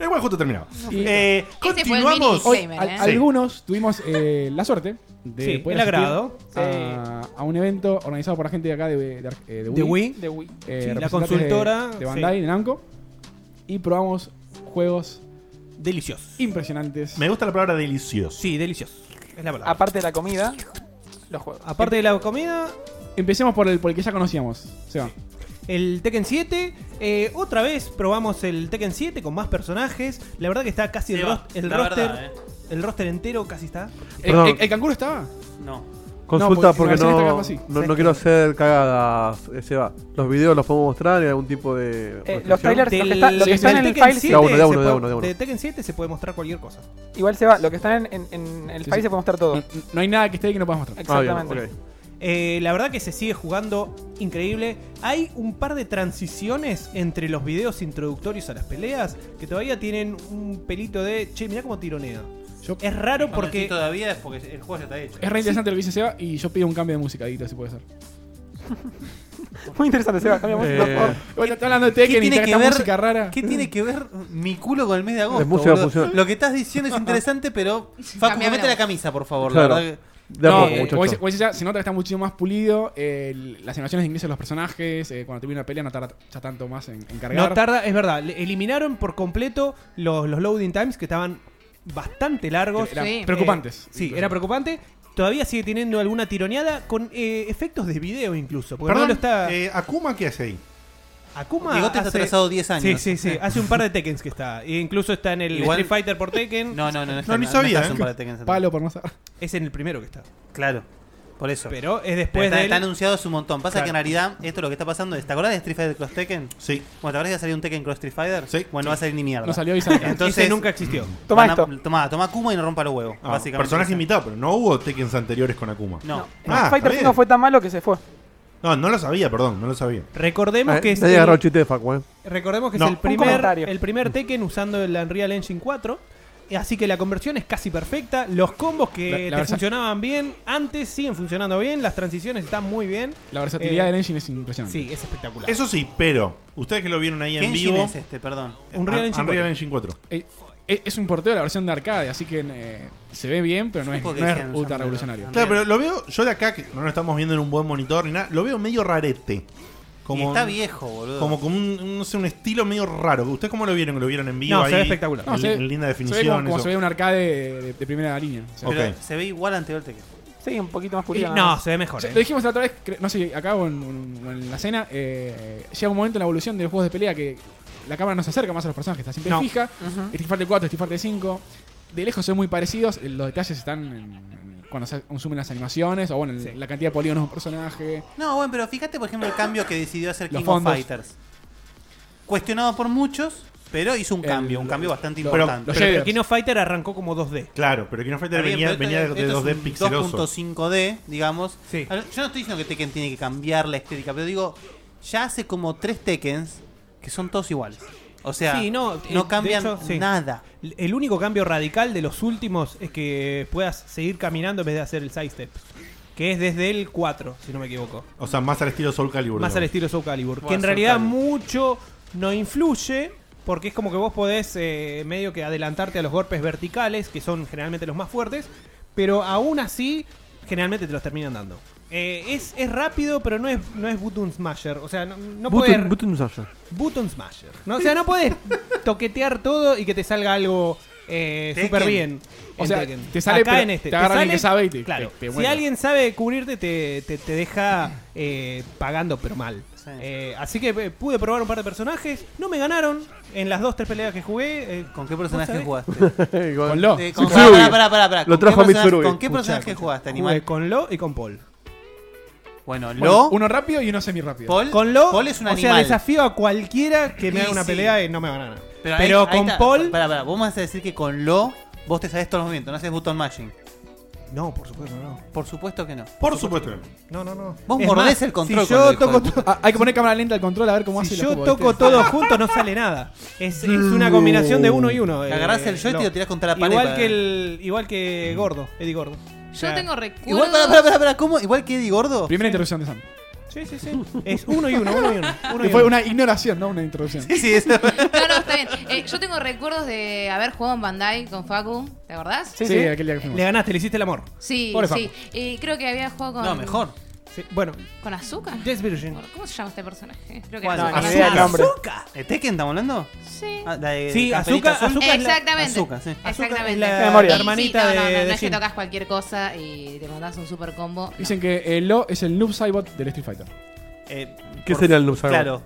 S8: Eh,
S3: Igual justo terminado.
S1: Y-
S3: Eh,
S1: Ese
S6: fue el
S3: continuamos.
S1: Hoy, al-
S3: Sí.
S1: Algunos tuvimos eh, la suerte de
S8: Sí,
S1: poder
S8: el agrado.
S1: asistir A, a un evento organizado por la gente de acá de, de, Ar- eh, de
S8: De
S1: Wii.
S8: Wii.
S1: De Wii. Eh,
S8: Sí, la
S1: representantes de-
S8: consultora,
S1: De, Bandai,
S8: sí.
S1: de Namco. Y probamos juegos.
S8: Deliciosos.
S1: Impresionantes.
S3: Me gusta la palabra delicioso.
S8: Sí, delicioso. Es la palabra.
S10: Aparte de la comida, los juegos.
S8: Aparte de la comida.
S1: Empecemos por el, por el que ya conocíamos. Se va.
S8: El Tekken 7, eh, otra vez probamos el Tekken 7 con más personajes. La verdad que está casi el,
S2: Seba,
S8: ros- el
S2: la
S8: roster
S2: verdad, eh.
S8: El roster entero casi está.
S4: ¿El- el- el
S1: canguro estaba?
S8: No.
S4: Eh, Consulta porque,
S8: la versión está
S4: no,
S8: acá así.
S4: no, no quiero hacer cagadas, eh, Seba. Los videos los podemos mostrar en algún tipo
S1: Eh,
S4: de. restricción?
S10: Eh, los trailers, los que están- los que están en el
S8: Tekken
S10: file
S8: 7
S4: Da uno, da
S8: se
S4: uno, da
S8: puede-
S4: uno, da uno.
S8: De Tekken 7 se puede mostrar cualquier cosa.
S10: Igual se va, lo que está en, en- en el
S8: Sí,
S10: país
S8: sí.
S10: se puede mostrar todo.
S1: No hay nada Ah, que esté ahí que no podamos mostrar.
S10: Exactamente.
S8: Eh, la verdad que se sigue jugando increíble. Hay un par de transiciones entre los videos introductorios a las peleas que todavía tienen un pelito de, che, mirá cómo tironea. es raro
S2: Cuando
S8: porque...
S2: estoy todavía es porque el juego ya está hecho.
S1: Es re interesante lo que dice Seba y yo pido un cambio de música, Dito, si puede ser.
S10: Muy interesante, Seba, cambia música,
S2: Eh,
S10: por
S4: Eh,
S10: favor.
S1: Bueno, está hablando de Tekken y está esta música rara.
S2: ¿Qué tiene que ver mi culo con el mes de agosto?
S4: Es música
S2: boludo?
S4: funcional.
S2: Lo que estás
S1: (laughs)
S2: diciendo es interesante, pero. Facu,
S1: Cambiame la
S2: mete la
S1: voz.
S2: camisa, por favor.
S4: Claro.
S2: La verdad que-
S4: De a
S1: No,
S4: poco,
S1: eh,
S4: muchacho.
S1: como dice- como dice ya, se nota que está muchísimo más pulido. eh, el- las animaciones de ingreso de los personajes. eh, cuando termina una pelea, no tarda ya tanto más en, en cargar.
S8: No tarda, es verdad. le- Eliminaron por completo los, los loading times que estaban bastante largos.
S1: Eran Sí. preocupantes.
S8: Eh, sí, era preocupante. Todavía sigue teniendo alguna tironeada con eh, efectos de video incluso. Porque
S3: Perdón,
S8: no lo está...
S3: eh, ¿Akuma qué hace ahí?
S8: Akuma
S2: Bigote está
S8: hace-
S2: atrasado 10 años.
S8: Sí, sí, sí. Hace un
S2: (laughs)
S8: par de Tekkens que está. E incluso está en el
S2: Igual-
S8: Street Fighter por Tekken.
S2: No, no, no, no está- No, ni no está sabía, hace un ¿eh? par de Tekkens atrás.
S1: Palo por no saber.
S8: Es en el primero que está.
S2: Claro, por eso.
S8: Pero es después
S2: está,
S8: del-
S2: está anunciado hace un montón. Pasa
S8: Claro.
S2: que en realidad, esto lo que está pasando es. ¿Te acordás de Street Fighter Cross Tekken? Sí. Bueno, ¿te acordás que iba a salir un Tekken Cross Street Fighter? Sí. Bueno, no va a salir ni mierda.
S1: No salió y salió.
S2: (laughs) Entonces.
S8: Ese nunca existió.
S2: Toma
S8: Tomá
S2: esto. Toma, toma Kuma y no rompa los huevos.
S3: Ah,
S2: básicamente.
S3: personaje invitado, pero no hubo Tekkens anteriores con Akuma.
S2: No.
S3: Ah,
S10: Street Fighter
S3: está
S10: 5
S3: bien.
S10: fue tan malo que se fue.
S3: No, no lo sabía, perdón, no lo sabía.
S8: Recordemos
S4: Eh,
S8: que este es
S4: nadie
S8: el-
S4: agarró el chiste de Facu, eh.
S8: Recordemos que
S3: No.
S8: es el
S3: Un
S8: primer,
S10: comentario.
S8: el primer Tekken usando el Unreal Engine 4. eh, Así que la conversión es casi perfecta. Los combos
S1: La- la
S8: que te
S1: versa-
S8: funcionaban bien antes siguen funcionando bien. Las transiciones están muy bien.
S1: La versatilidad
S8: Eh,
S1: del engine es impresionante.
S8: Sí, es espectacular.
S3: Eso sí, pero ustedes que lo vieron ahí
S1: ¿Qué
S3: en
S1: engine
S3: vivo.
S1: es este? Perdón.
S3: Unreal Engine 4.
S1: Eh, eh, es un porteo de la versión de arcade, así que eh, se ve bien, pero no es, no es ultra revolucionario.
S3: Claro, pero lo veo yo de acá, que no lo estamos viendo en un buen monitor ni nada, lo veo medio rarete. Como,
S2: Y está viejo, boludo.
S3: Como con un, un- no sé, un estilo medio raro. ¿Ustedes cómo lo vieron? ¿Que lo vieron en vivo? ahí?
S1: No,
S3: En,
S1: se ve-
S3: en linda
S1: se ve
S3: definición.
S1: como, como
S3: eso.
S1: se ve un arcade de, de primera línea. O sea,
S2: Pero se ve igual anterior al Tekken.
S10: Sí, un poquito más
S1: Y-
S10: pulido.
S2: eh.
S1: Sí, Lo dijimos la otra vez, cre- no sé, acá o en, o en la cena, eh, llega un momento en la evolución de los juegos de pelea que la cámara no se acerca más a los personajes, está siempre
S10: No.
S1: fija.
S10: Ujú.
S1: Street Fighter 4, Street Fighter 5, de lejos son muy parecidos, eh, los detalles están en- en- cuando se consumen las animaciones, o bueno, en la cantidad de polígonos de un personaje.
S2: No, bueno, pero fíjate, por ejemplo, el cambio que decidió hacer
S1: Los
S2: King of
S1: fondos.
S2: Fighters. Cuestionado por muchos, pero hizo un cambio, un cambio bastante importante.
S8: Pero, pero Kino Fighter arrancó como 2D.
S3: Claro, pero Kino Fighter
S2: Está bien, pero
S3: venía, venía
S2: esto-
S3: de
S2: esto es
S3: 2D
S2: un
S3: pixeloso.
S2: 2.5D, digamos. A ver, Yo no estoy diciendo que Tekken tiene que cambiar la estética, pero digo, ya hace como tres Tekkens que son todos iguales. O sea,
S8: Sí,
S2: no,
S8: no, eh, de
S2: cambian
S8: hecho, sí.
S2: nada.
S8: El único cambio radical de los últimos es que puedas seguir caminando en vez de hacer el sidestep. Que es desde el 4, si no me equivoco.
S3: O sea, más al estilo Soul Calibur.
S8: Más
S3: digamos.
S8: al estilo Soul Calibur.
S3: Bueno,
S8: que en
S3: Soul
S8: realidad
S3: Calibur.
S8: mucho no influye. Porque es como que vos podés eh, medio que adelantarte a los golpes verticales, que son generalmente los más fuertes. Pero aún así, generalmente te los terminan dando. Eh, es, es rápido, pero no es, no es Button Smasher. O sea, no, no
S4: Button-
S8: podés-
S4: Button Sasha.
S8: Button Smasher. ¿no? O sea, no puedes toquetear todo y que te salga algo eh,
S1: Tekken.
S8: súper bien.
S1: O
S8: en
S1: sea,
S8: Tekken.
S1: te sale,
S8: Acá
S1: pero
S8: en este.
S1: te agarra alguien que sabe y te-
S8: Claro,
S1: te- te
S8: si
S1: vuela.
S8: alguien sabe cubrirte, te, te, te deja eh, pagando, pero mal. Eh, así que eh, pude probar un par de personajes. No me ganaron en las dos, tres peleas que jugué. eh,
S2: ¿Con qué personaje jugaste?
S1: (laughs)
S4: con
S1: Lo.
S2: Eh, con-
S4: Mitsurugi.
S2: pará, pará, pará, pará.
S4: Lo
S2: ¿Con
S4: trajo
S2: qué
S4: a
S2: personaje-
S4: Mitsurugi.
S2: con qué personaje jugaste, animal?
S8: Jugué con Lo y con Paul.
S2: Bueno,
S1: Bueno,
S2: Lo.
S1: Uno rápido y uno semi rápido.
S2: Paul-
S8: Con Lo,
S2: Paul es un
S8: o sea,
S2: animal.
S8: desafío a cualquiera que me
S2: Y
S8: haga una
S2: sí.
S8: pelea y no me va a ganar. Pero,
S2: ahí- ahí
S8: con
S2: está.
S8: Paul,
S2: Pará, pará, vos me vas a decir que con Lo vos te sabés todos los movimientos, no haces button mashing.
S8: No, por supuesto que no.
S2: Por supuesto que no.
S3: Por supuesto que no.
S8: No, no, no.
S2: Vos
S8: Es
S2: mordés
S8: más,
S2: el control.
S8: si yo
S2: con lo, hijo de
S8: toco
S2: puta.
S1: Ah, hay que poner cámara lenta al control a ver cómo hace
S8: si
S1: el
S8: yo
S1: juego,
S8: toco
S1: ¿viste?
S8: todo junto no sale nada. Es, es una combinación de uno y uno. eh,
S2: Te agarrás el joystick y lo tirás contra la pared
S8: Igual
S2: para-
S8: que el, igual que Gordo, Eddie Gordo.
S2: Yo
S12: tengo recuerdos.
S2: Igual, pará, pará, pará, pará, ¿cómo? Igual que Eddie Gordo.
S1: Primera interrupción de Sam.
S8: Sí, sí, sí. Es uno y uno, uno y uno. uno y
S1: Que Fue
S8: uno.
S1: una ignoración, no una introducción.
S2: Sí, sí, eso.
S12: No, no, está bien. Eh, yo tengo recuerdos de haber jugado en Bandai con Facu, ¿te acordás?
S1: Sí, sí, aquel día que fuimos.
S8: Le ganaste, le hiciste el amor.
S12: Sí,
S8: Pobre
S12: sí. Y creo que había jugado con.
S8: No, mejor. Sí, Bueno,
S12: ¿Con Azúcar?
S8: Death Virgin.
S12: ¿Cómo se llama este personaje? Creo que
S2: ¿Cuál?
S12: Azúcar.
S2: ¿Azúca? ¿De Tekken ¿Este estamos hablando?
S12: Sí.
S2: Ah, la de
S8: Sí,
S2: Camperita
S8: Azúcar-
S2: Azul.
S8: Azúcar es la-
S12: Exactamente.
S2: Azúcar, sí.
S12: Exactamente.
S8: es la
S12: Sí,
S8: memoria.
S12: sí,
S8: hermanita
S12: no, no, no,
S8: de- de
S12: no es que
S8: Jin.
S12: tocas cualquier cosa y te mandás un super combo.
S1: Dicen eh, que el Lo es el noob cybot del Street Fighter.
S2: Eh,
S4: ¿Qué
S2: por-
S4: sería el Noob Saibot?
S2: Claro.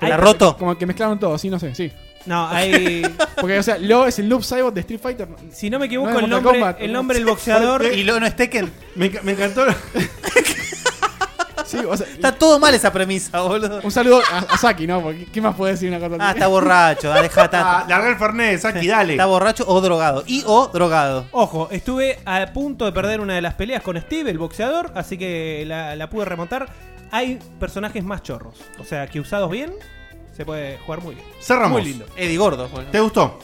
S1: Pero
S2: ¿La
S1: que-
S2: roto?
S1: Como que mezclaron todo, sí, no sé, sí.
S8: No,
S1: (laughs)
S8: hay.
S1: Porque, o sea, Lo es el Loop Cyborg de Street Fighter.
S8: Si no me
S1: equivoco,
S8: el nombre- el nombre del boxeador- Y
S2: Lo no es Tekken.
S3: Me, encantó.
S1: (laughs)
S2: Está todo mal esa premisa, boludo.
S1: Un saludo a, a Saki, ¿no? Porque, ¿Qué más puede decir una cosa así?
S2: Ah, está borracho, alejate.
S1: Ah,
S3: larga el Fernet, Saki, dale.
S2: Está borracho o drogado. Y o drogado.
S8: Ojo, estuve a punto de perder una de las peleas con Steve, el boxeador, así que la, la pude remontar. Hay personajes más chorros, o sea, que usados bien, se puede jugar muy bien.
S3: Cerramos.
S8: Muy lindo.
S2: Eddie Gordo.
S3: ¿Te gustó?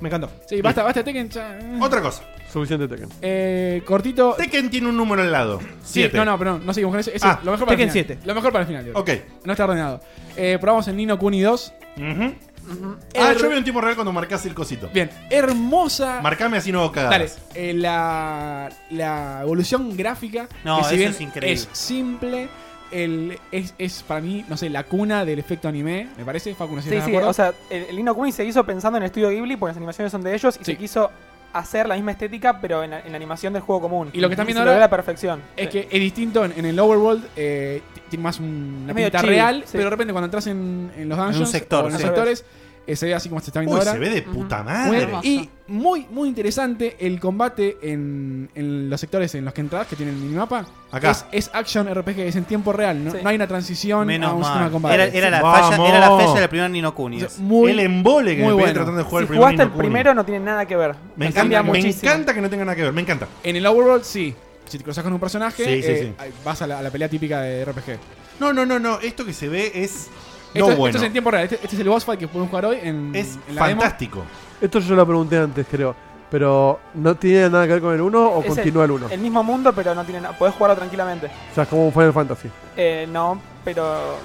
S8: Me encantó.
S1: (laughs) Sí, basta, basta, Tekken. ya.
S3: Otra cosa.
S4: Suficiente Tekken.
S1: Eh, cortito.
S3: Tekken tiene un número al lado.
S1: Sí,
S3: Siete.
S1: no, no, pero no, no seguimos con eso. Eso
S3: Ah,
S1: es lo mejor para
S3: Tekken
S1: el final.
S3: 7.
S1: Lo mejor para el final. digo.
S3: Ok.
S1: No está ordenado. Eh, probamos el Nino Kuni 2.
S3: Ah,
S1: Er-
S3: yo veo un tiempo real cuando marcas el cosito.
S1: Bien, hermosa.
S3: Marcame así no cagadas.
S1: Dale, eh, la, la evolución gráfica.
S2: No,
S1: que si
S2: eso
S1: bien
S2: es increíble.
S1: Es simple. el- es, es para mí, no sé, la cuna del efecto anime, me parece. Facu, no sé si
S10: Sí,
S1: estás
S10: sí,
S1: de acuerdo.
S10: o sea, el, el Nino Kuni se hizo pensando en el estudio Ghibli porque las animaciones son de ellos y se quiso hacer la misma estética pero en, la- en la animación del juego común.
S1: Y lo que están
S10: se
S1: viendo
S10: logró
S1: ahora
S10: a la perfección.
S1: Es
S10: Sí.
S1: que es distinto en, en el Overworld, eh, ti- tiene más un- una
S10: medio
S1: pinta
S10: chibi,
S1: real,
S10: sí.
S1: pero de repente cuando entras en, en los dungeons
S2: En un sector,
S1: o en los
S2: sí.
S1: sectores, eh, se ve así como se está viendo
S3: Uy,
S1: ahora.
S3: se ve de puta
S1: Muy-
S3: madre.
S1: y muy, muy interesante el combate en, en los sectores en los que entras, que tienen el minimapa.
S3: Acá.
S1: Es, es action RPG, es en tiempo real, no,
S2: Sí.
S1: no hay una transición a
S2: Menos
S1: un sistema de
S2: mal.
S1: combate.
S2: Era, era la
S1: Vamos.
S2: falla, era la falla del primer Nino Kuni. ese.
S1: muy-
S3: el embole que
S1: muy
S3: me pegué
S1: bueno.
S3: tratando de jugar
S10: si
S3: el primer
S10: jugaste el
S3: Nino Kuni.
S10: primero no tiene nada que ver.
S3: Me
S10: Te
S3: encanta,
S10: cambia
S3: me
S10: muchísimo.
S3: encanta que no tenga nada que ver, me encanta.
S1: En el Overworld, sí. Si te cruzas con un personaje,
S3: Sí, sí,
S1: eh, vas a la, a la pelea típica de RPG.
S3: No, no, no, no. Esto que se ve es. No
S1: Esto,
S3: bueno.
S1: esto es en tiempo real. Este, este es el boss fight que podemos jugar hoy en,
S3: Es
S1: en la demo.
S3: fantástico.
S4: Esto yo lo pregunté antes, creo. Pero, ¿no tiene nada que ver con el 1 o
S10: Es
S4: continúa el
S10: el,
S4: 1?
S10: el mismo mundo, pero no tiene nada. Podés jugarlo tranquilamente.
S4: O sea, es como un Final Fantasy.
S10: Eh, no, pero.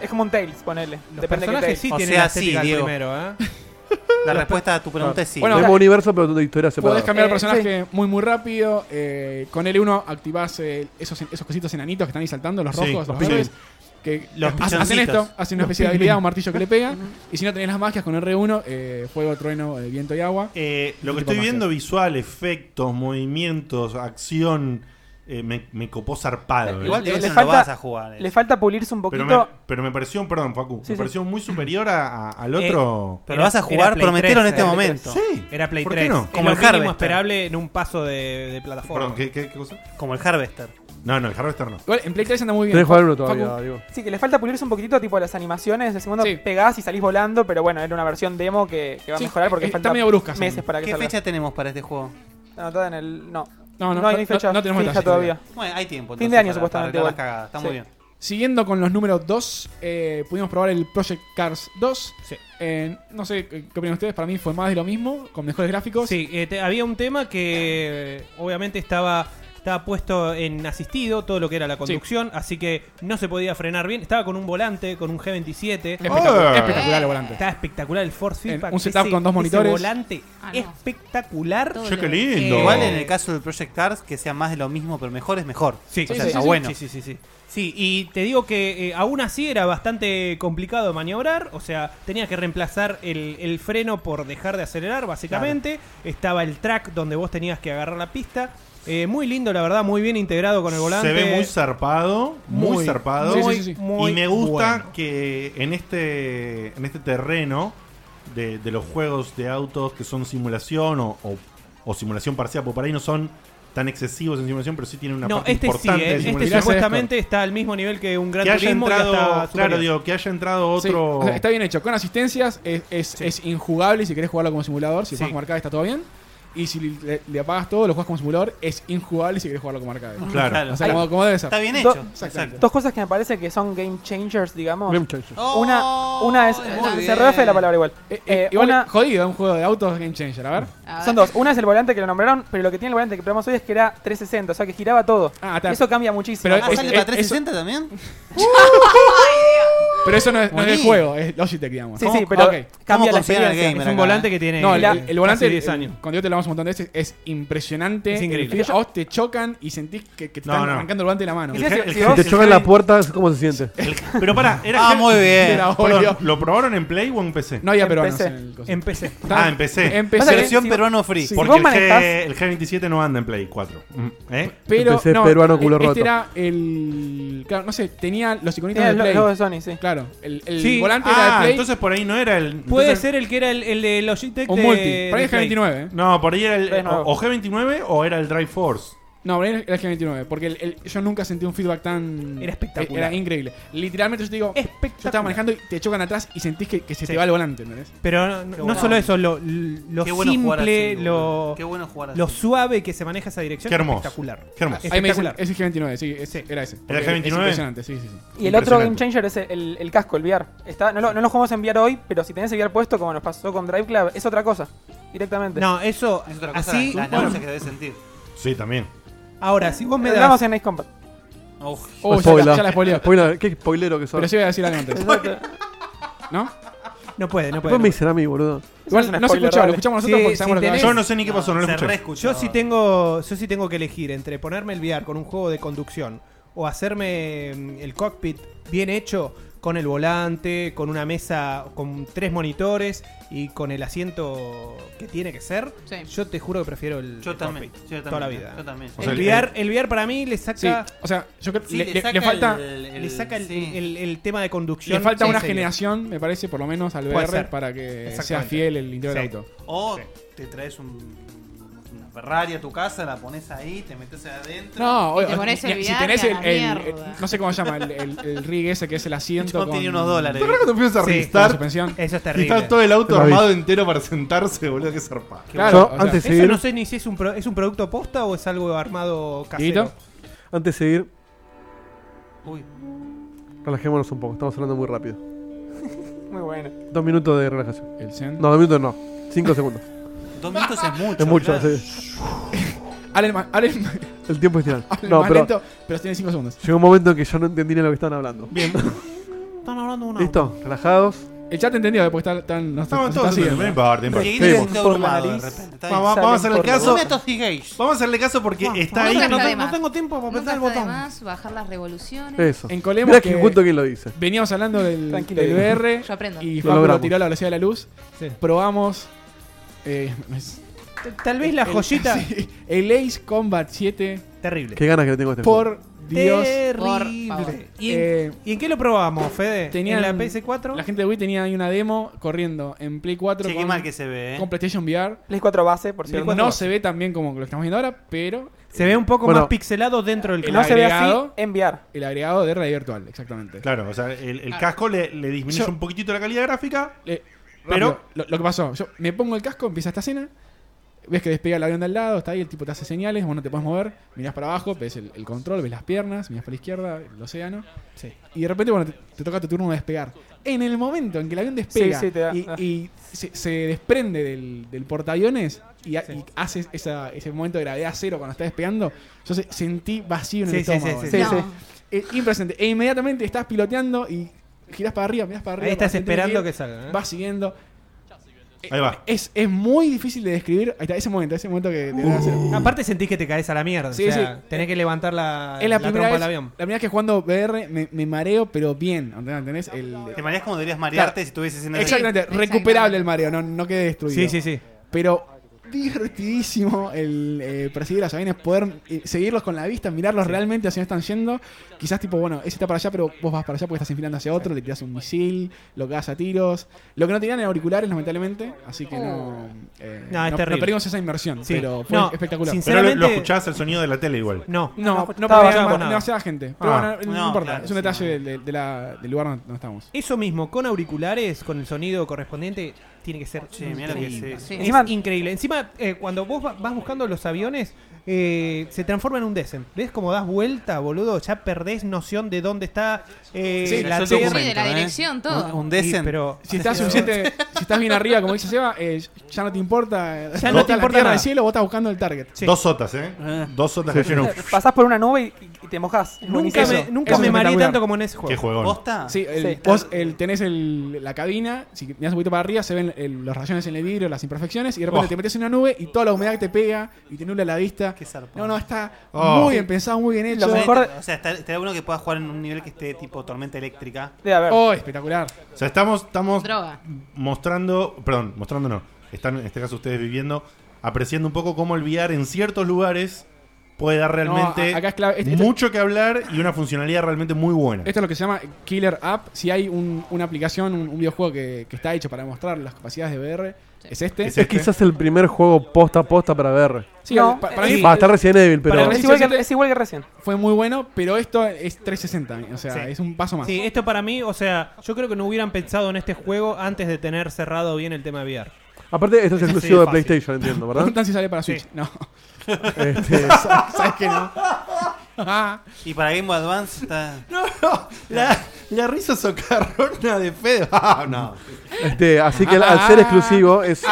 S10: Es como un Tails, ponele. Los
S8: personajes sí
S2: O
S8: tienen
S2: sea,
S8: la
S2: sí,
S8: estética del
S2: Diego.
S8: primero, ¿eh?
S2: (laughs) La respuesta a tu pregunta es sí.
S4: Bueno, mismo universo, pero de historia separada.
S1: Podés cambiar
S10: Eh,
S1: el personaje muy muy rápido. eh, con L1 activás eh, esos, esos cositos enanitos que están ahí saltando, los
S4: Sí,
S1: rojos,
S4: los
S1: los
S4: pigmen.
S1: verdes. Que
S4: Los
S1: ha- hacen
S4: pichoncitos.
S1: esto, hacen una
S4: Los
S1: especie de
S4: pigmen.
S1: habilidad, un martillo que le pega. y si no tenés las magias con R1, eh, fuego, trueno, eh, viento y agua.
S3: Lo que
S1: Tipo
S3: estoy
S1: magia.
S3: viendo visual, efectos, movimientos, acción, eh, me, me copó zarpado. eh.
S2: eh.
S10: le falta pulirse un
S3: Pero
S10: poquito.
S3: me, pero me pareció, perdón, Facu,
S10: Sí,
S3: me
S10: sí.
S3: pareció muy superior a- a- al
S8: Eh,
S3: otro.
S2: Eh, pero vas a jugar, prometieron en este momento.
S3: Sí.
S8: Era Play
S3: ¿Por
S8: 3.
S3: qué no?
S8: Como
S2: Como
S8: el
S2: el
S8: mínimo
S2: Harvester.
S8: esperable en un paso de, de plataforma.
S3: Perdón, ¿qué, qué, qué cosa?
S2: Como el Harvester.
S3: No, no, el Harvester no.
S1: Igual en Play 3 anda muy bien.
S4: Tenés que jugar
S1: Facu-
S4: uno todavía,
S1: Facu,
S4: digo.
S10: Sí, que le falta pulirse un poquitito, tipo las animaciones. El segundo pegás y salís volando, pero bueno, era una versión demo que, que va a
S1: Sí, eh,
S10: mejorar porque
S1: está
S10: falta
S1: medio brusca, sí.
S10: meses para que
S2: ¿Qué
S10: salga.
S2: fecha tenemos para este juego?
S10: Anotada en el. No.
S1: No, no,
S10: hay
S1: no,
S10: fecha.
S1: no tenemos
S10: fija
S1: detalles
S10: todavía.
S1: todavía.
S2: Bueno, hay tiempo,
S10: Fin de
S2: entonces,
S10: año,
S2: para-
S10: supuestamente.
S2: para
S10: igual.
S2: arreglar las cagadas. Está muy bien.
S1: Siguiendo con los números 2, eh, pudimos probar el Project Cars 2. Eh, no sé qué qué opinan ustedes, para mí fue más de lo mismo, con mejores gráficos.
S8: Sí, eh, te- había un tema que eh, obviamente estaba, estaba puesto en asistido, todo lo que era la conducción, así que no se podía frenar bien. Estaba con un volante, con un G27.
S1: Espectacular, ¡Eh! espectacular el volante.
S8: Estaba espectacular el force
S1: En
S8: feedback.
S1: un setup
S8: ese-
S1: con dos
S8: ese
S1: monitores.
S8: volante espectacular.
S2: Todo
S3: Che, qué
S2: lo-
S3: lindo.
S2: Eh, Igual en el caso del Project Cars, que sea más de lo mismo, pero mejor es mejor.
S8: Sí,
S2: o sea,
S8: sí,
S2: está
S8: sí,
S2: bueno.
S8: Sí, sí, sí, sí. Sí, y te digo que eh, aún así era bastante complicado maniobrar, o sea, tenías que reemplazar el, el freno por dejar de acelerar, básicamente. Estaba el track donde vos tenías que agarrar la pista. Eh, muy lindo, la verdad, muy bien integrado con el volante.
S3: Se ve muy zarpado, muy,
S8: Muy,
S3: zarpado.
S8: sí, sí, sí, sí. Muy
S3: y me gusta
S8: bueno.
S3: que en este, en este terreno de, de los juegos de autos que son simulación o, o- o simulación parcial, porque por ahí no son tan excesivos en simulación, pero sí tienen una
S8: no,
S3: parte
S8: este sí,
S3: importante
S8: eh,
S3: de
S8: este
S3: simulación.
S8: supuestamente está al mismo nivel que un gran
S3: que haya
S8: turismo y
S3: entrado,
S8: hasta
S3: claro,
S8: superior.
S3: digo, que haya entrado
S1: Sí,
S3: otro.
S1: o sea, está bien hecho. Con asistencias es, es, es injugable si querés jugarlo como simulador. Si
S3: Sí.
S1: juegas como arcade está todo bien. Y si le, le apagas todo, lo juegas como simulador, es injugable si querés jugarlo como arcade.
S3: Claro.
S1: O sea,
S10: Hay-
S1: como, como debe ser.
S10: Do-
S1: Exactamente.
S10: Dos cosas que me parece que son game changers, digamos.
S1: Game changers.
S10: Una, una es. eh,
S1: bien.
S10: Se refiere la palabra igual. Eh,
S1: Igual
S10: una-
S1: es jodido, un juego de autos Game Changer. A ver.
S10: Son dos. Una es el volante que lo nombraron, pero lo que tiene el volante que probamos hoy es que era 360, o sea que giraba todo.
S1: Ah, está.
S10: Eso cambia muchísimo. Uh.
S1: Pero Ah, es- ¿sale para es- 360
S10: (laughs)
S2: eso- también?
S1: Pero eso no es, no es del
S10: Morí.
S1: juego, es Logitech, digamos.
S10: Sí, sí, pero
S1: ok.
S10: cambia la experiencia.
S8: Es un volante que tiene
S1: No, el, el-
S8: casi
S1: el volante,
S8: 10
S1: el-
S8: años.
S1: cuando yo te lo hablamos un montón de veces, es impresionante.
S8: Es increíble.
S1: El- A vos te chocan y sentís que, que te
S4: No,
S1: están
S4: no.
S1: arrancando el volante de la mano.
S4: El gen- el gen- si te chocan la puerta, ¿cómo se siente?
S3: Pero para,
S1: Ah, muy bien. Era
S3: Perdón,
S1: obvio.
S3: ¿Lo probaron en Play o en PC?
S1: No había En peruanos PC. en el coso.
S8: En PC.
S3: Ah, en PC.
S1: En PC. Pasa que Versión si vos-
S2: peruano free.
S1: si
S3: Porque
S1: vos
S3: el,
S1: manejás-
S3: G, el G27 no anda en Play 4. Mm, ¿Eh?
S1: Pero
S4: Empecé
S1: no,
S4: peruano culo
S1: este
S4: roto.
S1: era el claro, no sé, tenía los iconitos
S10: Tenía
S1: de
S10: los
S1: Play.
S10: logos de Sony, sí.
S1: Claro, claro. El, el
S8: Sí.
S1: volante
S8: Ah,
S1: era de Play.
S8: entonces
S3: por ahí no era el.
S8: Puede ser el que era el, el de Logitech.
S1: Un
S8: de-
S1: multi.
S8: de
S1: Por ahí es
S8: Play.
S1: G29, ¿eh?
S3: No, por ahí era el.
S1: Es
S3: O,
S1: nuevo.
S3: o G29 o era el Drive Force.
S1: No, para mí era el G29, porque el- el- yo nunca sentí un feedback tan. Era
S8: espectacular.
S1: Era increíble. Literalmente yo te digo, yo estaba manejando y te chocan atrás y sentís que, que se
S8: Sí.
S1: te va el volante, ¿entendés?
S8: Pero no, no
S1: bueno.
S8: solo eso, lo, lo
S1: Qué bueno jugar
S8: simple,
S1: así, boludo.
S8: lo,
S1: Qué bueno jugar así.
S8: lo suave que se maneja esa dirección.
S1: Qué hermoso.
S8: Espectacular.
S1: Qué hermoso.
S8: Ah,
S1: Ahí me dicen,
S8: Espectacular.
S1: ese es G29, sí, ese, era ese. Porque es
S3: G29?
S1: Impresionante, sí, sí. sí.
S10: Y el otro game changer es el, el- el casco, el VR. Está, no, lo, no lo jugamos en VR hoy, pero si tenés el VR puesto, como nos pasó con Drive Club, es otra cosa. Directamente.
S8: No, eso.
S10: Es
S2: otra cosa,
S8: así,
S2: la
S8: bueno.
S2: náusea que debes sentir.
S3: Sí, también.
S8: Ahora, si vos me das.
S10: Hablamos en Ace Combat.
S1: Oh, ya
S4: Spoiler.
S1: la- ya la spoileó.
S4: Spoiler, Qué spoilero que sos.
S1: Pero sí voy a decir algo antes. (laughs) ¿No?
S8: No puede, no
S4: Después
S8: puede.
S4: me dicen a mí, boludo.
S1: Igual no se escuchaba, lo escuchamos nosotros porque sabemos lo que va a decir.
S8: Yo sí tengo, yo sí tengo que elegir entre ponerme el VR con un juego de conducción o hacerme mm, el cockpit bien hecho con el volante, con una mesa con tres monitores y con el asiento que tiene que ser. Yo te juro que prefiero el,
S2: Yo
S8: el
S2: también,
S8: cockpit
S2: yo también,
S8: toda la vida.
S2: yo también.
S8: El,
S2: O sea, el-
S8: VR, el VR para mí le saca
S1: Sí, o sea, yo creo que
S8: Sí,
S1: le,
S8: le
S1: le- le
S8: saca
S1: falta
S8: el- el- le saca el- el- el tema de conducción.
S1: Le falta
S8: Sí,
S1: una
S8: sí.
S1: generación, me parece, por lo menos al
S8: Puede
S1: VR
S8: ser.
S1: para que sea
S8: Exactamente.
S1: fiel el interior
S8: Sí.
S1: del auto.
S2: O te traes un, una Ferrari a tu casa, la pones ahí, te metes adentro.
S1: No,
S2: Y
S1: o-
S2: te pones
S1: ni-
S2: el
S1: si
S2: VR
S1: tenés
S2: y
S1: el,
S2: a la
S1: el-
S2: mierda.
S1: no sé cómo se llama, el, el, el rig ese que es el asiento.
S2: Yo
S1: con,
S2: tenía unos dólares.
S1: ¿Te acuerdas cuando empiezas a
S2: Sí.
S1: registrar? suspensión.
S8: Eso es
S3: Y
S8: terrible.
S3: está todo el auto
S4: Lo vi.
S3: armado entero para sentarse, boludo, que zarpado.
S4: Claro, Yo, o sea, antes de
S8: Eso
S4: seguir-
S8: no sé ni si es un, pro- es un producto posta o es algo armado casero.
S4: Dieguito, Antes de seguir,
S2: Uy.
S4: relajémonos un poco. Estamos hablando muy rápido.
S10: Muy bueno.
S4: Dos minutos de relajación.
S1: El zen.
S4: No, dos minutos no. Cinco segundos.
S2: Dos minutos es mucho.
S4: Es mucho,
S2: claro.
S4: sí.
S1: Hablen ma- hablen-
S4: El tiempo es tirano.
S1: hablen
S4: No,
S1: más
S4: pero
S1: lento, pero tiene 5 segundos.
S4: llegó un momento en que yo no entendí ni lo que estaban hablando. (laughs)
S3: Bien.
S2: Están hablando una.
S4: ¿Listo? ¿Relajados?
S1: El chat entendió, eh, después están. están nos,
S3: Estamos
S1: nos
S3: todos
S1: están siguiendo.
S3: entendiendo, no importa, no importa.
S1: Sí,
S3: Seguimos.
S1: está
S3: Por la
S1: abrumado de
S3: nariz.
S1: repente, está
S3: Vamos,
S1: bien.
S3: vamos a
S1: Salen
S3: hacerle
S1: por
S3: caso.
S1: los
S3: Vamos a hacerle caso porque está ahí.
S12: está de
S1: no
S12: más.
S1: tengo tiempo para apretar el
S12: Nunca está de
S1: botón.
S12: más bajar las revoluciones.
S4: Eso.
S1: En Colemo.
S4: Mirá que justo que lo dice.
S1: Veníamos hablando del,
S4: Tranquilo,
S1: del
S4: Diego.
S1: VR.
S12: Yo aprendo.
S1: Y
S4: Lo
S1: Fabio
S4: logramos.
S1: tiró a la velocidad de la luz.
S8: Sí.
S1: Probamos. eh, es-
S8: Tal
S12: (laughs)
S8: vez la
S1: el- (laughs)
S8: joyita.
S1: sí, El, Ace Combat 7.
S8: Terrible.
S4: Qué ganas que le tengo a este
S1: Por Dios.
S8: Terrible.
S1: Por favor.
S8: ¿Y en,
S1: Eh,
S8: y en qué lo probamos, Fede?
S1: tenían-
S8: ¿En la PS4?
S1: La gente de Wii tenía ahí una demo corriendo en Play 4.
S2: Che, qué mal que se ve, eh.
S1: Con PlayStation VR.
S10: Play 4 base, por
S1: No
S10: cierto.
S1: se ve tan bien como lo que estamos viendo ahora, pero.
S8: Se ve un poco
S1: Bueno,
S8: más pixelado dentro del
S1: el
S8: casco.
S1: agregado,
S10: enviar.
S1: El agregado de realidad virtual, exactamente.
S3: Claro, o sea, el, el casco le, le disminuye
S1: Yo-
S3: un poquitito la calidad gráfica.
S1: Pero lo, lo que pasó, yo me pongo el casco, empieza esta escena, ves que despega el avión de al lado, está ahí, el tipo te hace señales, vos no te puedes mover, mirás para abajo, ves el, el control, ves las piernas, mirás para la izquierda, el océano, y de repente, bueno, te, te toca tu turno de despegar. En el momento en que el avión despega
S10: Sí, sí, te da-
S1: y,
S10: ah.
S1: y se, se desprende del, del portaaviones y, ha- y haces esa- ese momento de gravedad cero cuando está despegando, yo se- sentí vacío en el
S8: Sí, sí,
S1: estómago.
S8: sí, sí,
S1: boludo.
S8: sí,
S1: Eh, impresionante. E inmediatamente estás piloteando y girás para arriba, mirás para arriba.
S8: Ahí estás
S1: para sentir
S8: esperando
S1: ir,
S8: que salga, ¿eh?
S1: Vas siguiendo. Eh,
S3: Ahí va.
S1: Es, es muy difícil de describir. Ahí está, ese momento, ese momento que te van a hacer.
S8: Uh. Aparte sentís que te caes a la mierda.
S1: Sí,
S8: o sea,
S1: sí.
S8: tenés que levantar la,
S1: Es la,
S8: la
S1: primera
S8: trompa
S1: vez,
S8: del avión.
S1: La primera vez que jugando VR me, me mareo, pero bien. ¿Entendés? El-
S2: Te mareas como deberías marearte si estuvieses en el-
S1: Exactamente,
S2: Sí, exactamente.
S1: recuperable el mareo, no, no quede destruido.
S8: Sí, sí, sí.
S1: Pero divertidísimo el eh, perseguir a los aviones, poder eh, seguirlos con la vista, mirarlos realmente hacia dónde están yendo. Quizás tipo, bueno, ese está para allá, pero vos vas para allá porque estás enfilando hacia otro, le tirás un misil, lo cagás a tiros. Lo que no tenían era auriculares, lamentablemente, así que no... eh,
S8: No, es terrible.
S1: perdimos esa inmersión,
S8: Sí.
S1: pero fue
S8: No,
S1: espectacular.
S3: Pero lo, lo escuchás el sonido de la tele igual.
S8: No,
S1: No, no,
S8: estaba
S1: porque
S8: bailando
S1: además
S8: nada.
S1: demasiada gente. Pero
S8: Ah.
S1: bueno, no,
S8: No,
S1: importa,
S8: claro,
S1: es un
S8: sí,
S1: detalle de- de- de la- del lugar donde donde estamos.
S8: Eso mismo, con auriculares, con el sonido correspondiente, tiene que ser
S2: mirá lo que
S8: increíble.
S2: es eso.
S8: Es
S2: Encima-
S8: increíble. Encima, eh, cuando vos va- vas buscando los aviones, eh, se transforma en un descent. ¿Ves cómo das vuelta, boludo? Ya perdés noción de dónde está eh,
S1: Sí,
S8: la
S1: yo
S8: tierra.
S1: te- Sí, de la
S12: dirección, todo. Un- un
S8: Y, pero
S1: si
S8: (laughs)
S1: estás suficiente, si estás bien arriba, como dice Seba, eh, ya no te importa.
S8: Ya no te importa
S1: en
S8: nada.
S1: el cielo, vos estás buscando eh, el target. Ah.
S3: Dos sotas, ¿eh? Dos sotas que cayeron.
S10: Pasás por una nube y, y te mojás. Es
S8: Nunca
S10: buenísimo.
S8: me- nunca me mareé tanto como en ese juego.
S3: Qué juegón.
S2: ¿Posta?
S1: Sí, el-
S10: Sí.
S1: vos el- tenés el- la cabina, si mirás un poquito para arriba, se ven el- los rayones en el vidrio, las imperfecciones, y de repente
S3: Oh.
S1: te metes en una nube y toda la humedad que te pega y te nubla la vista. No, no, está
S2: Oh.
S1: muy bien pensado, muy bien hecho.
S2: O sea, está- estaría bueno que puedas jugar en un nivel que esté tipo tormenta eléctrica.
S1: Oh, espectacular.
S3: O sea, estamos, estamos
S12: Droga.
S3: mostrando, perdón, mostrando no, están en este caso ustedes viviendo, apreciando un poco cómo olvidar en ciertos lugares puede dar realmente
S1: No, a- acá es clave. Este- este-
S3: mucho que hablar y una funcionalidad realmente muy buena.
S1: Esto es lo que se llama Killer App. Si hay un- una aplicación, un, un videojuego que, que está hecho para mostrar las capacidades de VR, es este.
S4: Es quizás el primer juego posta a posta para ver.
S1: Sí, No, pa- para mí- este.
S4: Va, está recién débil, pero.
S1: Para mí-
S10: Es igual, que,
S1: Siete-
S10: es igual que recién.
S1: Fue muy bueno, pero esto es 360. O sea,
S10: Sí.
S1: es un paso más.
S8: Sí, esto para mí, o sea, yo creo que no hubieran pensado en este juego antes de tener cerrado bien el tema de VR.
S4: Aparte, esto es
S8: Eso
S4: exclusivo de
S8: sería fácil.
S4: PlayStation, entiendo, ¿verdad?
S1: Preguntan si sale para Switch. No.
S4: Este-
S1: (laughs) ¿Sabes que no?
S2: y para Game Boy Advance
S8: (laughs)
S2: está.
S3: No, no, la, la risa socarrona de Fede. (laughs) Ah, no.
S4: Este, así que al-
S3: Ah,
S4: al ser exclusivo es,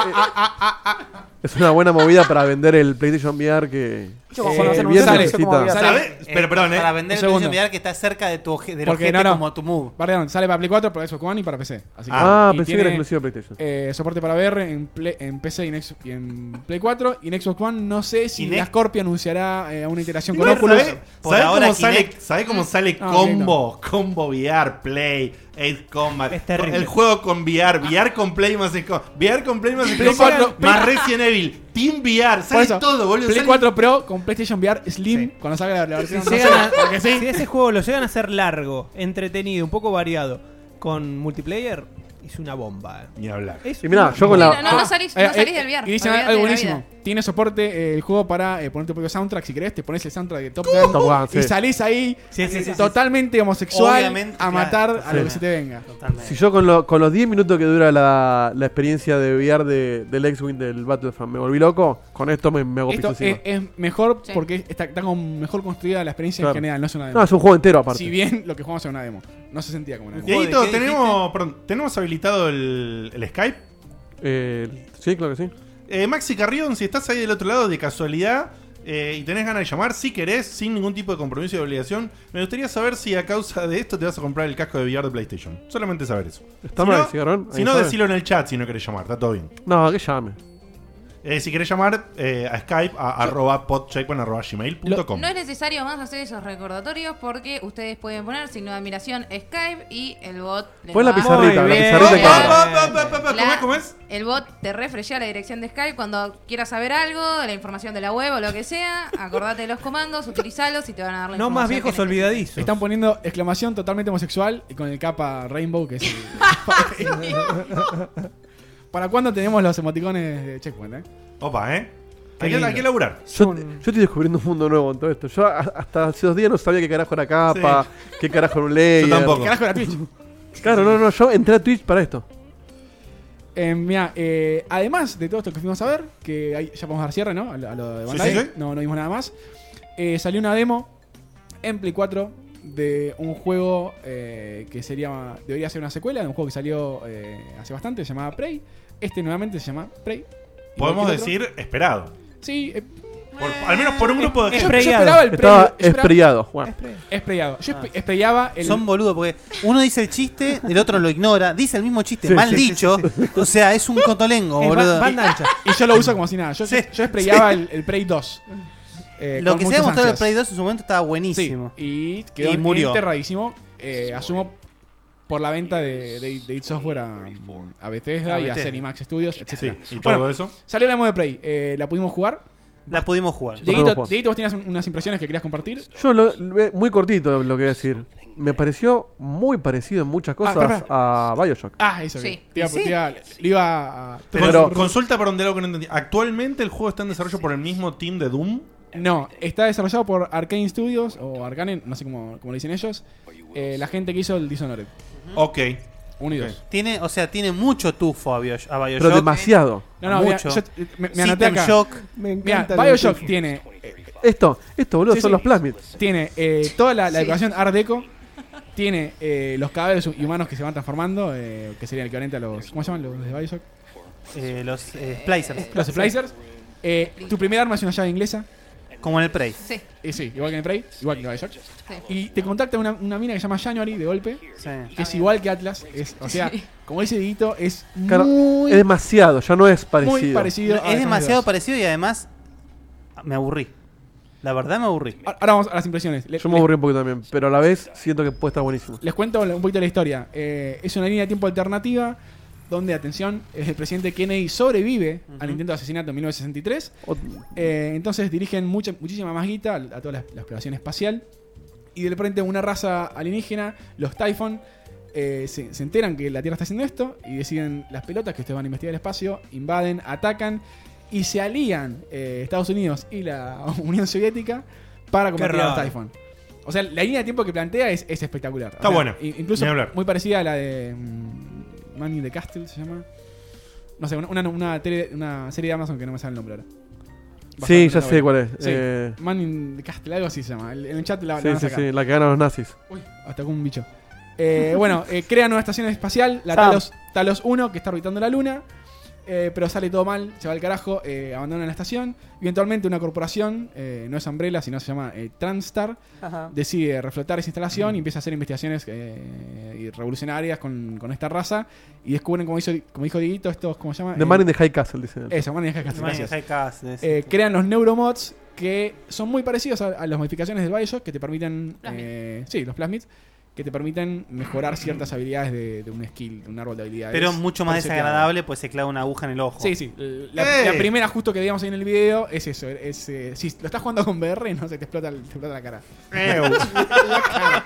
S4: es una buena movida para vender el PlayStation VR que
S2: Eh,
S4: que
S2: sale,
S4: bien
S2: sale,
S4: necesita.
S2: sale, eh, Para vender
S1: Un
S2: el
S1: segundo.
S2: PlayStation VR que está cerca de tu oje- del
S1: Porque
S2: ojete
S1: no, no.
S2: como tu Move.
S1: Perdón, sale para Play 4, para Xbox One y para PC. Así que-
S4: Ah,
S1: y
S4: pensé que era exclusivo de PlayStation.
S1: eh, soporte para VR en, Play- en PC y en, X- y en Play 4. Y en Xbox One no sé si
S3: Y ne-
S1: la Scorpio anunciará eh, una integración con
S3: ¿Sabes
S1: Oculus.
S3: cómo, sale, sabe cómo sale
S1: Ah,
S3: combo? Combo VR Play, 8 Combat.
S1: terrible.
S3: El juego con VR, VR con Play más 8 VR con Play más 8
S1: Play cuatro,
S3: más
S1: Play-
S3: Resident Evil, Team VR,
S1: Por
S3: sale
S1: eso,
S3: todo, boludo.
S1: Play
S3: sale-
S1: 4 Pro con PlayStation VR Slim. Cuando salga la, la
S8: Si,
S1: versión. no
S8: llegan
S1: sé,
S8: a-
S1: porque sí.
S8: si ese juego lo llegan a hacer largo, entretenido, un poco variado, con multiplayer, es una bomba. eh.
S3: Ni hablar.
S8: Es
S4: Y mirá,
S8: una
S4: yo con la-
S8: bomba.
S12: No, no salís- no
S1: Eh,
S12: salís
S1: eh,
S12: del VR,
S1: Y dicen
S12: olvídate
S1: algo
S12: de la
S1: buenísimo. Tiene soporte eh, el juego para eh, poner tu propio soundtrack. Si querés, te pones el soundtrack de Top Gun.
S4: Top Gun, sí.
S1: Y salís ahí
S8: Sí, sí, sí, sí.
S1: totalmente homosexual
S2: Obviamente,
S1: a matar
S2: claro.
S1: a lo que
S4: Sí.
S1: se te venga.
S4: Si yo con, lo- con los 10 minutos que dura la, la experiencia de VR de, del X-Wing del Battlefront me volví loco, con esto me, me hago
S1: Esto
S4: piso
S1: es,
S3: eh,
S4: encima.
S1: es mejor porque está, está como mejor construida la experiencia
S4: Claro.
S1: en general, no es una demo.
S4: No, es un juego entero, aparte.
S1: Si bien lo que jugamos es una demo, no se sentía como una demo.
S3: Dieguito, ¿tenemos, perdón, ¿tenemos habilitado el, el Skype?
S4: Eh,
S3: Eh,
S4: sí, claro que sí.
S3: Maxi Carrión, si estás ahí del otro lado de casualidad eh, y tenés ganas de llamar, si querés, sin ningún tipo de compromiso y obligación, me gustaría saber si a causa de esto te vas a comprar el casco de VR de PlayStation. Solamente saber eso.
S4: Está
S3: Si
S4: mal,
S3: no-
S4: Maxi Carrión, ahí
S3: Si no,
S4: sabe.
S3: decilo en el chat si no querés llamar, está todo bien.
S4: No, que llame.
S3: Eh, si querés llamar eh, a Skype a arroba podcheckpoint arroba gmail punto com.
S12: No es necesario más hacer esos recordatorios porque ustedes pueden poner signo de admiración Skype y el bot. les
S4: Pon la
S12: va-
S4: pizarrita,
S3: Muy
S4: la
S3: bien.
S4: pizarrita que
S3: Pa,
S4: habla.
S3: pa, pa, pa, pa, pa, ¿cómo
S12: La-
S3: es, cómo es?
S12: El bot te refresca la dirección de Skype cuando quieras saber algo, de la información de la web o lo que sea. Acordate de los comandos, utilizalos y te van a dar la información. que necesitas.
S8: olvidadizos.
S1: Están poniendo exclamación totalmente homosexual y con el capa
S12: (laughs)
S1: Rainbow, que es. el- (laughs) ¿Para cuándo tenemos los emoticones de Checkpoint, eh?
S3: Opa, eh.
S1: Qué lindo.
S4: Yo, yo estoy descubriendo un mundo nuevo en todo esto. Yo a- hasta hace dos días no sabía qué carajo era capa, qué carajo era un layer.
S1: tampoco. ¿Qué carajo era Twitch?
S4: Claro, no, no, yo entré a Twitch para esto.
S1: Eh, mira, eh, además de todo esto que fuimos a ver, que ahí ya podemos dar cierre, ¿no? A lo, a lo de
S3: Sí,
S1: Bandai,
S3: sí, sí.
S1: No, no vimos nada más. Eh, salió una demo en Play 4 de un juego eh, que sería debería ser una secuela de un juego que salió eh, hace bastante, se llamaba Prey. Este nuevamente se llama Prey.
S3: Podemos
S1: Igual que el
S3: decir esperado.
S1: Sí, eh,
S3: Por- al menos por un grupo de
S1: Yo-
S3: gente.
S1: yo esperaba el Prey.
S4: Estaba
S1: yo esperaba-
S4: espreyado, bueno.
S1: Espreyado. Yo espe- espreyaba el.
S2: Son boludos porque uno dice el chiste, el otro lo ignora, dice el mismo chiste,
S1: Sí,
S2: mal
S1: sí, sí,
S2: dicho. O sea, es un cotolengo,
S1: Es ba-
S2: boludo.
S1: banda ancha. Y yo lo uso como si nada. Yo, yo espreyaba el, el Prey 2. eh,
S2: Lo
S1: con
S2: que se
S1: muchas
S2: ha mostrado el
S1: ansias.
S2: Play 2 en su momento estaba buenísimo.
S1: y quedó
S2: Y murió.
S1: enterradísimo. eh, asumo por la venta de, de, de id Software a, a Bethesda
S2: A
S1: y a
S2: Bethesda.
S1: Cenimax Studios, etc.
S2: Sí, y todo
S3: eso.
S1: Salió la demo de Prey. eh, ¿La pudimos jugar?
S2: La pudimos jugar.
S1: Dieguito, Dieguito, vos tenías un- unas impresiones que querías compartir.
S4: Yo lo, lo- muy cortito lo que voy a decir. Me pareció muy parecido en muchas cosas a Bioshock.
S1: Ah, eso.
S12: Sí.
S1: que Te iba,
S12: Sí.
S1: te iba- le iba a...
S3: Pero,
S4: Pero-
S3: consulta por donde algo que no entendí. ¿Actualmente el juego está en desarrollo por el mismo team de Doom?
S1: No, está desarrollado por Arcane Studios o Arcane, no sé cómo, cómo le dicen ellos. eh, la gente que hizo el Dishonored.
S3: Ok.
S1: Unidos.
S2: Tiene, o sea, tiene mucho tufo a Bioshock. a Bioshock.
S4: Pero demasiado.
S1: No, no,
S2: mucho.
S1: mira, yo- eh, me, me
S2: System
S1: anoté acá.
S2: Shock.
S1: Me
S2: encanta
S1: Mira,
S2: lo
S1: Bioshock
S2: que-
S1: tiene. eh,
S4: Esto, esto, boludo,
S1: Sí,
S4: son
S1: sí.
S4: los plasmids.
S1: Tiene eh, toda la, la
S4: Sí.
S1: decoración Art Deco. Tiene eh, los cadáveres hu- humanos que se van transformando, eh, que serían el equivalente a los. ¿Cómo se llaman los de Bioshock?
S2: Eh, los eh, Splicers.
S1: Los Splicers. Eh, tu primer arma es una llave inglesa.
S2: Como en el Prey.
S12: Sí.
S1: Eh, sí, igual que en el Prey, igual que en Bioshock. Y te contacta una, una mina que se llama January de golpe, que es igual que Atlas. Es, o sea,
S2: Sí.
S1: como dice Dito, es
S4: Claro,
S1: muy.
S4: es demasiado, ya no es parecido.
S1: Muy parecido.
S2: es demasiado parecido y además me aburrí. La verdad me aburrí.
S1: Ahora vamos a las impresiones. Le-
S4: Yo me aburrí un poquito también, pero a la vez siento que puede estar buenísimo.
S1: Les cuento un poquito la historia. Eh, es una línea de tiempo alternativa donde, atención, el presidente Kennedy sobrevive al intento de asesinato en 1963. Eh, entonces dirigen mucha, muchísima más guita a, a toda la, la exploración espacial. Y de repente una raza alienígena, los Typhon, eh, se, se enteran que la Tierra está haciendo esto y deciden las pelotas que ustedes van a investigar el espacio, invaden, atacan y se alían eh, Estados Unidos y la (laughs) Unión Soviética para combatir a los
S3: raro.
S1: Typhon. O sea, la línea de tiempo que plantea es, es espectacular.
S3: Está
S1: O sea,
S3: buena.
S1: i- Incluso
S3: Ni hablar.
S1: muy parecida a la de mm, Man in the Castle, se llama. No sé, una, una, una tele- una serie de Amazon que no me sale el nombre ahora.
S4: Sí,
S1: Bastante
S4: ya sé
S1: novela.
S4: cuál es.
S1: Sí,
S4: Eh,
S1: Man in the Castle, algo así se llama. El- En el chat Ah, la, la
S4: sí,
S1: van a
S4: sí,
S1: sacar.
S4: sí, la que ganan los nazis.
S1: Uy, hasta un bicho. Eh,
S4: (laughs)
S1: bueno, eh, crea nueva estación espacial, la
S4: Sam.
S1: Talos, Talos 1, que está orbitando la Luna. eh, pero sale todo mal, se va al carajo, eh, abandona la estación. Y eventualmente una corporación, eh, no es Umbrella, sino se llama eh, Transstar,
S10: Ajá.
S1: decide reflotar esa instalación
S2: Mm.
S1: y empieza a hacer investigaciones eh, y revolucionarias con, con esta raza. Y descubren, como, hizo, como dijo Dieguito, estos, ¿cómo se llama?
S4: The
S1: Eh,
S4: Man in the High Castle, dicen.
S1: eso, Man in the High Castle,
S2: Man in the
S1: gracias.
S2: High Castle, es
S1: Eh,
S2: esto.
S1: crean los neuromods que son muy parecidos a, a las modificaciones del Bioshock que te permiten. eh, sí, los plasmids. Que te permiten mejorar ciertas habilidades de, de un skill, de un árbol de habilidades.
S2: Pero mucho más
S1: Preseteado.
S2: desagradable, pues se clava una aguja en el ojo.
S1: Sí, sí. La, la primera justo que veíamos ahí en el video es eso. es, eh, si lo estás jugando con VR, no se te explota, el- te explota la cara. (laughs) La
S2: (laughs)
S1: cara.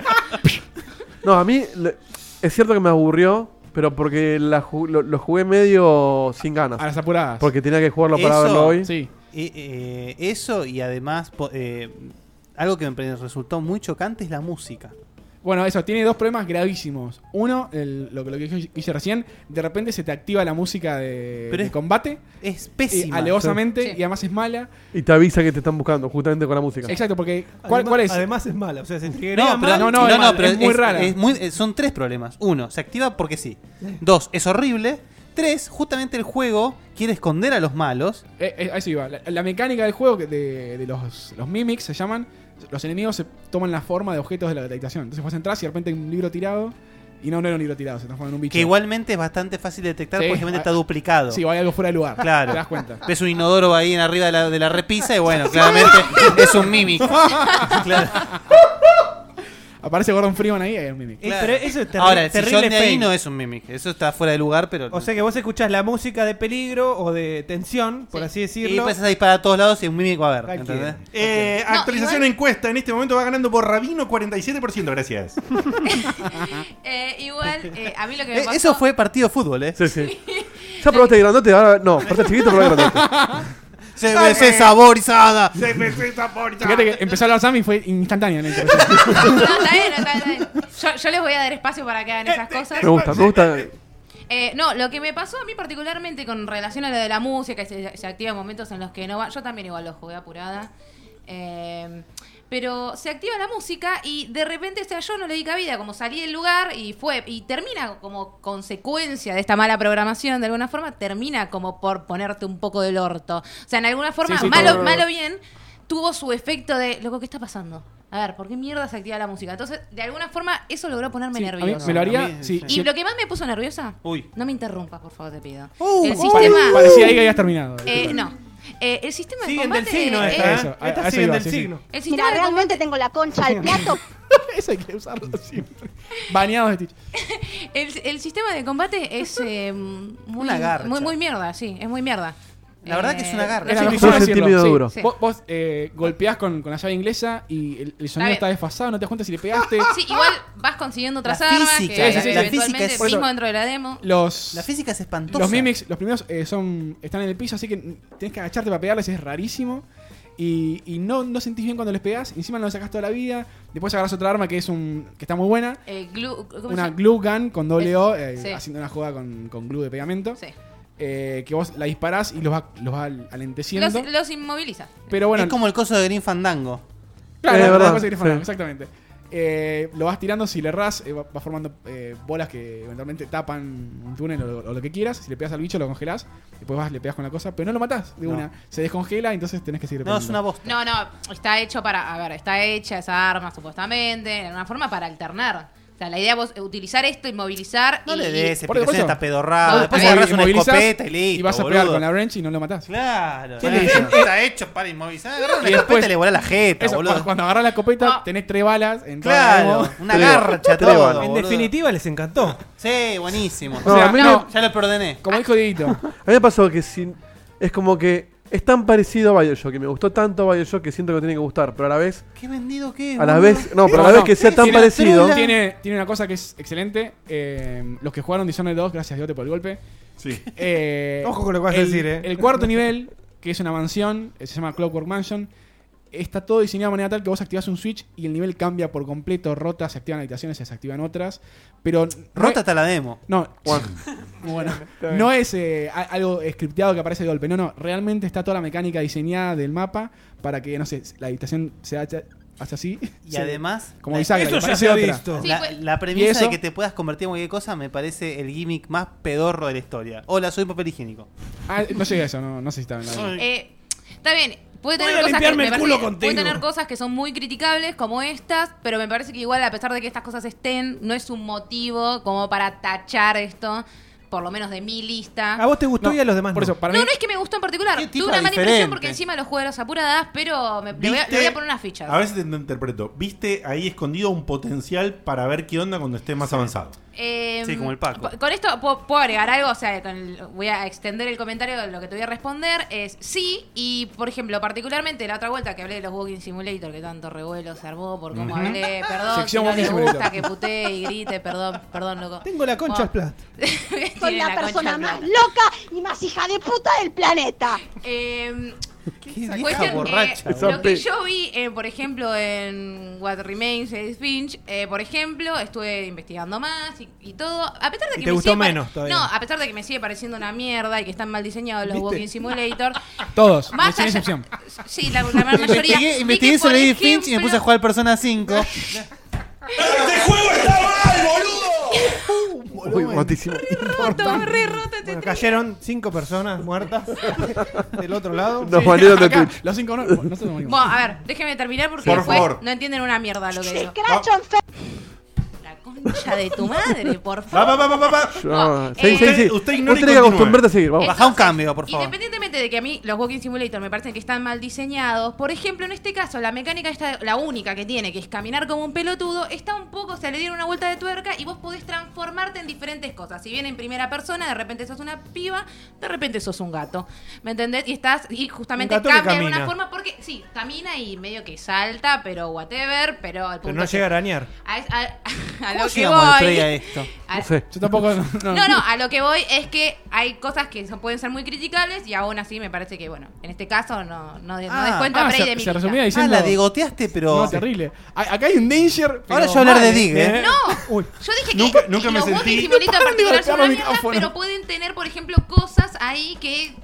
S4: No, a mí le- es cierto que me aburrió, pero porque la ju- lo, lo jugué medio sin ganas.
S1: A las apuradas.
S4: Porque tenía que jugarlo para verlo hoy.
S2: eh, eh, eso y además po- eh, algo que me resultó muy chocante es la música.
S1: Bueno, eso, tiene dos problemas gravísimos. Uno, el- lo, que- lo que dije- dije recién, de repente se te activa la música de,
S2: Pero
S1: de
S2: es-
S1: combate.
S2: Es
S1: pésima. alevosamente, y además es mala.
S4: Y te avisa que te están buscando, justamente con la música.
S1: Exacto, porque ¿cuál, cuál es?
S8: Además es mala, o sea, se
S2: No,
S8: entrega
S2: pero,
S8: mal.
S2: no, no, no, pero
S8: es muy rara.
S2: es muy- eh, son tres problemas. Uno, se activa porque sí. Dos, es horrible. Tres, justamente el juego quiere esconder a los malos.
S1: Eh, eh, a eso iba. La, la mecánica del juego que de, de los, los mimics se llaman. Los enemigos se toman la forma de objetos de la habitación. Entonces vos entras y de repente hay un libro tirado. Y no, no era un libro tirado, se transforma en un bicho.
S2: Que igualmente es bastante fácil de detectar
S1: Sí,
S2: porque obviamente
S1: ah,
S2: está duplicado.
S1: Sí, o hay algo fuera de lugar.
S2: Claro.
S1: Te das cuenta.
S2: Ves un inodoro ahí en arriba de la, de la repisa y bueno, claramente es un mimic. (laughs) Claro.
S1: Aparece Gordon Freeman ahí, hay un mimic.
S8: Eh, pero eso es terri-
S2: Ahora, el sillón
S8: terrible
S2: de ahí
S8: fail.
S2: no es un mimic. Eso está fuera de lugar, pero.
S8: O sea que vos escuchás la música de peligro o de tensión, por así
S2: y
S8: decirlo.
S2: empiezas a disparar a todos lados y un mimic va a ver.
S8: Cualquiera.
S2: ¿entendés?
S3: Eh, actualización encuesta. En este momento va ganando por Rabino 47%. Gracias.
S12: Eh, igual, eh, a mí lo que me
S2: Eh,
S12: pasó...
S2: eso fue partido de fútbol, ¿eh?
S4: Sí, sí. (laughs) Ya probaste el grandote, ahora no, probaste el chiquito, probaste el
S2: (laughs)
S4: grandote.
S2: CBC saborizada.
S3: CBC saborizada.
S1: Fíjate que empezó a hablar Sam y fue instantánea. ¿no?
S12: No, está bien, está bien, está bien. Yo, yo les voy a dar espacio para que hagan esas cosas.
S4: Me gusta, me gusta.
S12: Eh, no, lo que me pasó a mí particularmente con relación a lo de la música, que se, se activa en momentos en los que no va. Yo también igual lo jugué apurada. Eh, pero se activa la música y de repente, o sea, yo no le di cabida, como salí del lugar y fue. Y termina como consecuencia de esta mala programación, de alguna forma, termina como por ponerte un poco del orto. O sea, en alguna forma,
S7: Sí, sí,
S12: malo,
S7: todo.
S12: malo bien, tuvo su efecto de, loco, ¿qué está pasando? A ver, ¿por qué mierda se activa la música? Entonces, de alguna forma, eso logró ponerme
S1: Sí, a mí
S12: nerviosa.
S1: me lo haría,
S12: A mí-
S1: sí,
S12: y
S1: sí.
S12: lo que más me puso nerviosa,
S2: Uy.
S12: no me interrumpas, por favor, te pido.
S1: Uh,
S12: el
S1: uh,
S12: sistema.
S1: pare- parecía ahí que habías terminado.
S12: Eh, no. Eh, el sistema de
S8: Siguen
S12: combate.
S8: del signo esta, ¿eh?
S1: Eso, a-
S8: Esta
S1: a eso
S8: siguen
S1: iba,
S8: del
S1: sí, sí.
S8: signo.
S12: El sistema de
S7: realmente tengo la concha al plato.
S1: (laughs) Eso hay que usarlo siempre. Baneados de Stitch.
S12: El, el sistema de combate
S1: (laughs)
S12: es eh, muy,
S1: Una garcha.
S12: muy, muy mierda, sí, es muy mierda.
S2: La verdad que es una garra.
S12: no sé
S1: Era
S12: si-
S1: mejor
S4: Sos el
S1: decirlo,
S4: tímido
S1: sí.
S4: duro.
S1: Vos, vos, eh, golpeás con, con la llave inglesa y el, el sonido
S12: bien.
S1: está desfasado, no te das cuenta si le
S2: (laughs)
S1: pegaste.
S12: Sí, igual vas consiguiendo otras
S1: Ah, La
S12: armas
S1: física,
S12: que
S1: sí, sí, sí. La
S12: eventualmente
S1: física es-
S12: mismo dentro de la demo.
S1: Los,
S12: La física es espantosa.
S1: Los mimics, los primeros eh, son están en el piso, así que tenés que agacharte para pegarles, es rarísimo. Y, y no, no sentís bien cuando les pegás, encima no le sacás toda la vida. Después agarrás otra arma que es un que está muy buena,
S12: Eh, glue- ¿cómo se
S1: una
S12: llama?
S1: glue gun con doble O, eh,
S12: sí.
S1: haciendo una jugada con, con glue de pegamento. Eh, que vos la disparás y los va, los va al- alenteciendo.
S12: Los, los inmoviliza.
S1: Pero bueno,
S2: es como el coso de Green Fandango.
S1: Claro,
S2: Eh,
S1: la
S2: verdad,
S1: cosa que tiene Fandango,
S2: sí.
S1: exactamente. Eh, lo vas tirando, si le erras, eh, va, va formando eh, bolas que eventualmente tapan un túnel o, lo- o lo que quieras. Si le pegas al bicho, lo congelás. Después vas, le pegas con la cosa, pero no lo matás de
S2: No.
S1: una. Se descongela, entonces tenés que seguir
S2: No, es una voz.
S12: No, no, está hecho para. A ver, está hecha esa arma supuestamente, de alguna forma para alternar. sea, la idea es utilizar esto y movilizar.
S2: No
S12: y-
S2: le des
S12: y-
S1: Por eso.
S2: explicación esta pedorrada.
S1: No,
S2: después
S1: movi-
S2: agarras una
S1: movilizás
S2: escopeta y listo.
S1: Y vas a pegar
S2: boludo.
S1: con la wrench y no lo matás.
S2: Claro.
S1: ¿Qué le
S2: (laughs)
S1: dicen?
S2: Está hecho para inmovilizar. Agarra (laughs) una escopeta y le volá la jeta,
S1: Eso,
S2: boludo.
S1: cu- Cuando agarras la escopeta, tenés tres balas. en toda la
S2: Claro,
S1: mano.
S2: una garcha todo.
S1: En
S2: boludo.
S1: definitiva,
S8: les encantó.
S2: Sí, buenísimo.
S4: No, a mí no.
S2: Ya lo perdoné.
S1: Como dijo Dieguito.
S4: A mí me pasó que si, es como que es tan parecido a Bioshock, que me gustó tanto Bioshock que siento que me tiene que gustar, pero a la vez...
S2: ¿Qué vendido qué?
S4: A la
S2: boludo?
S4: vez, no,
S2: ¿Qué?
S4: pero a la vez que sea tan
S1: Tiene-
S4: parecido...
S1: Tiene, tiene una cosa que es excelente. eh, los que jugaron Dishonored 2, gracias Diote por el golpe.
S3: Sí.
S1: Eh,
S11: Ojo con lo que vas a
S1: el-
S11: decir, eh.
S1: El cuarto nivel, que es una mansión, eh, se llama Clockwork Mansion. Está todo diseñado de manera tal que vos activás un switch y el nivel cambia por completo, rota, se activan habitaciones, se desactivan otras. Pero.
S2: Rota hasta la demo.
S1: No.
S2: Juan.
S1: bueno.
S2: (laughs) Está bien.
S1: No es eh, a- algo scripteado que aparece de golpe. No, no. Realmente está toda la mecánica diseñada del mapa para que, no sé, la habitación se hacha- hace así.
S2: Ah, Y
S1: se-
S2: además,
S1: Como
S2: la-
S1: bisagra, que parece otra.
S2: La,
S12: pues.
S2: la
S1: ¿Y
S2: premisa
S1: eso?
S2: de que te puedas convertir en cualquier cosa me parece el gimmick más pedorro de la historia. Hola, soy papel higiénico.
S1: Ah, no llega a eso, no, no sé si está en la demo.
S12: Eh, está bien, puede
S1: Voy
S12: tener,
S1: a
S12: cosas que,
S1: limpiarme
S12: me
S1: el culo
S12: parece-
S1: contigo.
S12: puede tener cosas que son muy criticables como estas, pero me parece que igual a pesar de que estas cosas estén, no es un motivo como para tachar esto, por lo menos de mi lista.
S8: A vos te gustó y a los demás
S1: Por
S8: no.
S1: eso, para
S12: No,
S1: mí.
S12: no es que me gustó en particular. Tuve
S8: tipo
S12: una mala impresión
S8: diferente.
S12: porque encima lo jugué a las apuradas, pero me, le voy a, le voy a poner unas fichas.
S3: A ver si te interpreto. ¿Viste ahí escondido un potencial para ver qué onda cuando esté más avanzado?
S12: Eh,
S3: Sí, como el Paco.
S12: po- Con esto ¿puedo, puedo agregar algo, o sea, con el- voy a extender el comentario de lo que te voy a responder. Es sí, y por ejemplo, particularmente la otra vuelta que hablé de los Walking Simulator, que tanto revuelo se armó por cómo
S8: Ujú.
S12: hablé, perdón, si
S8: Sección
S12: no le
S8: Walking
S12: gusta
S8: Simulator.
S12: que putee y grite, perdón, perdón, loco.
S8: Tengo la concha al plato.
S7: Soy
S12: (laughs) Tiene
S7: la,
S12: concha
S7: persona
S12: al
S7: más
S12: plato.
S7: loca y más hija de puta del planeta.
S12: (laughs) Eh,
S7: vieja
S12: cuestión que
S7: borracha,
S12: lo que
S7: boludo.
S12: yo vi, eh, por ejemplo, en What Remains de Finch, eh, por ejemplo, estuve investigando más y, y todo. A pesar de
S8: Y
S12: que
S8: te
S12: me
S8: gustó
S12: sigue pare-
S8: menos todavía.
S12: No, a pesar de que me sigue pareciendo una mierda y que están mal diseñados los
S1: ¿Viste?
S12: Walking Simulator.
S1: Todos,
S12: Más
S1: sin
S12: allá-
S1: excepción.
S12: Sí, la, la gran mayoría. Vi
S2: Investigué,
S12: que,
S2: investigué
S12: por
S2: sobre Edith Finch y me
S12: ejemplo,
S2: puse a jugar al Persona 5.
S4: Uy, motísimo.
S8: Bueno, cayeron cinco personas
S1: (laughs)
S8: muertas del otro lado.
S4: Nos banearon de
S8: Acá,
S4: Twitch.
S1: Los cinco no. Bueno, nosotros no
S12: Bueno, a ver, déjeme terminar porque
S4: Por
S12: después
S4: favor.
S12: no entienden una mierda lo que digo. La concha de tu madre, por favor.
S3: Va, va, va, va, va, va.
S4: Ah,
S12: eh,
S4: sí, sí,
S12: Usted-
S4: sí. Vos
S12: usted
S4: tenés
S12: ignore y
S4: que
S12: continúe.
S4: acostumbrarte a seguir, vamos.
S12: Baja un cambio,
S2: por
S8: Oh.
S12: Independientemente de que a mí los Walking Simulator me parecen que están mal diseñados, por ejemplo, en este caso, la mecánica esta, la única que tiene, que es caminar como un pelotudo, está un poco, o sea, le dieron una vuelta de tuerca y vos podés transformarte en diferentes cosas. Si bien en primera persona, de repente sos una piba, de repente sos un gato. ¿Me entendés? Y estás, y justamente
S8: Un gato que
S12: cambia de alguna
S8: camina.
S12: forma porque, sí, camina y medio que salta, pero whatever, pero al punto
S8: Pero no
S12: es
S8: llega a
S12: que-
S8: arañar.
S12: a, (laughs) a- a lo que
S8: llegamos al
S12: voy.
S8: play a esto?
S12: a-
S8: No sé.
S1: Yo tampoco. No, no.
S12: No, no, a lo que voy es que hay cosas que son- pueden ser muy criticables y aún así me parece que, bueno, en este caso no, no, de- no descuento a
S1: Ah,
S12: Prey
S1: se,
S12: de mi
S1: se
S12: lista.
S1: resumía diciendo.
S2: la digoteaste, pero-
S1: No, terrible. A- acá hay un danger. pero
S2: Ahora yo hablar de
S1: mal,
S2: Dig,
S1: ¿eh?
S2: ¿eh?
S1: (laughs)
S12: No, yo dije que
S1: Nunca-
S12: este
S1: nunca
S12: y
S1: me
S12: los
S1: sentí- (laughs)
S12: Walking Simulator
S1: No
S12: en
S1: paran de
S12: particular son
S1: golpear
S12: una
S1: los
S12: mierda,
S1: micrófonos.
S12: pero pueden tener, por ejemplo, cosas ahí que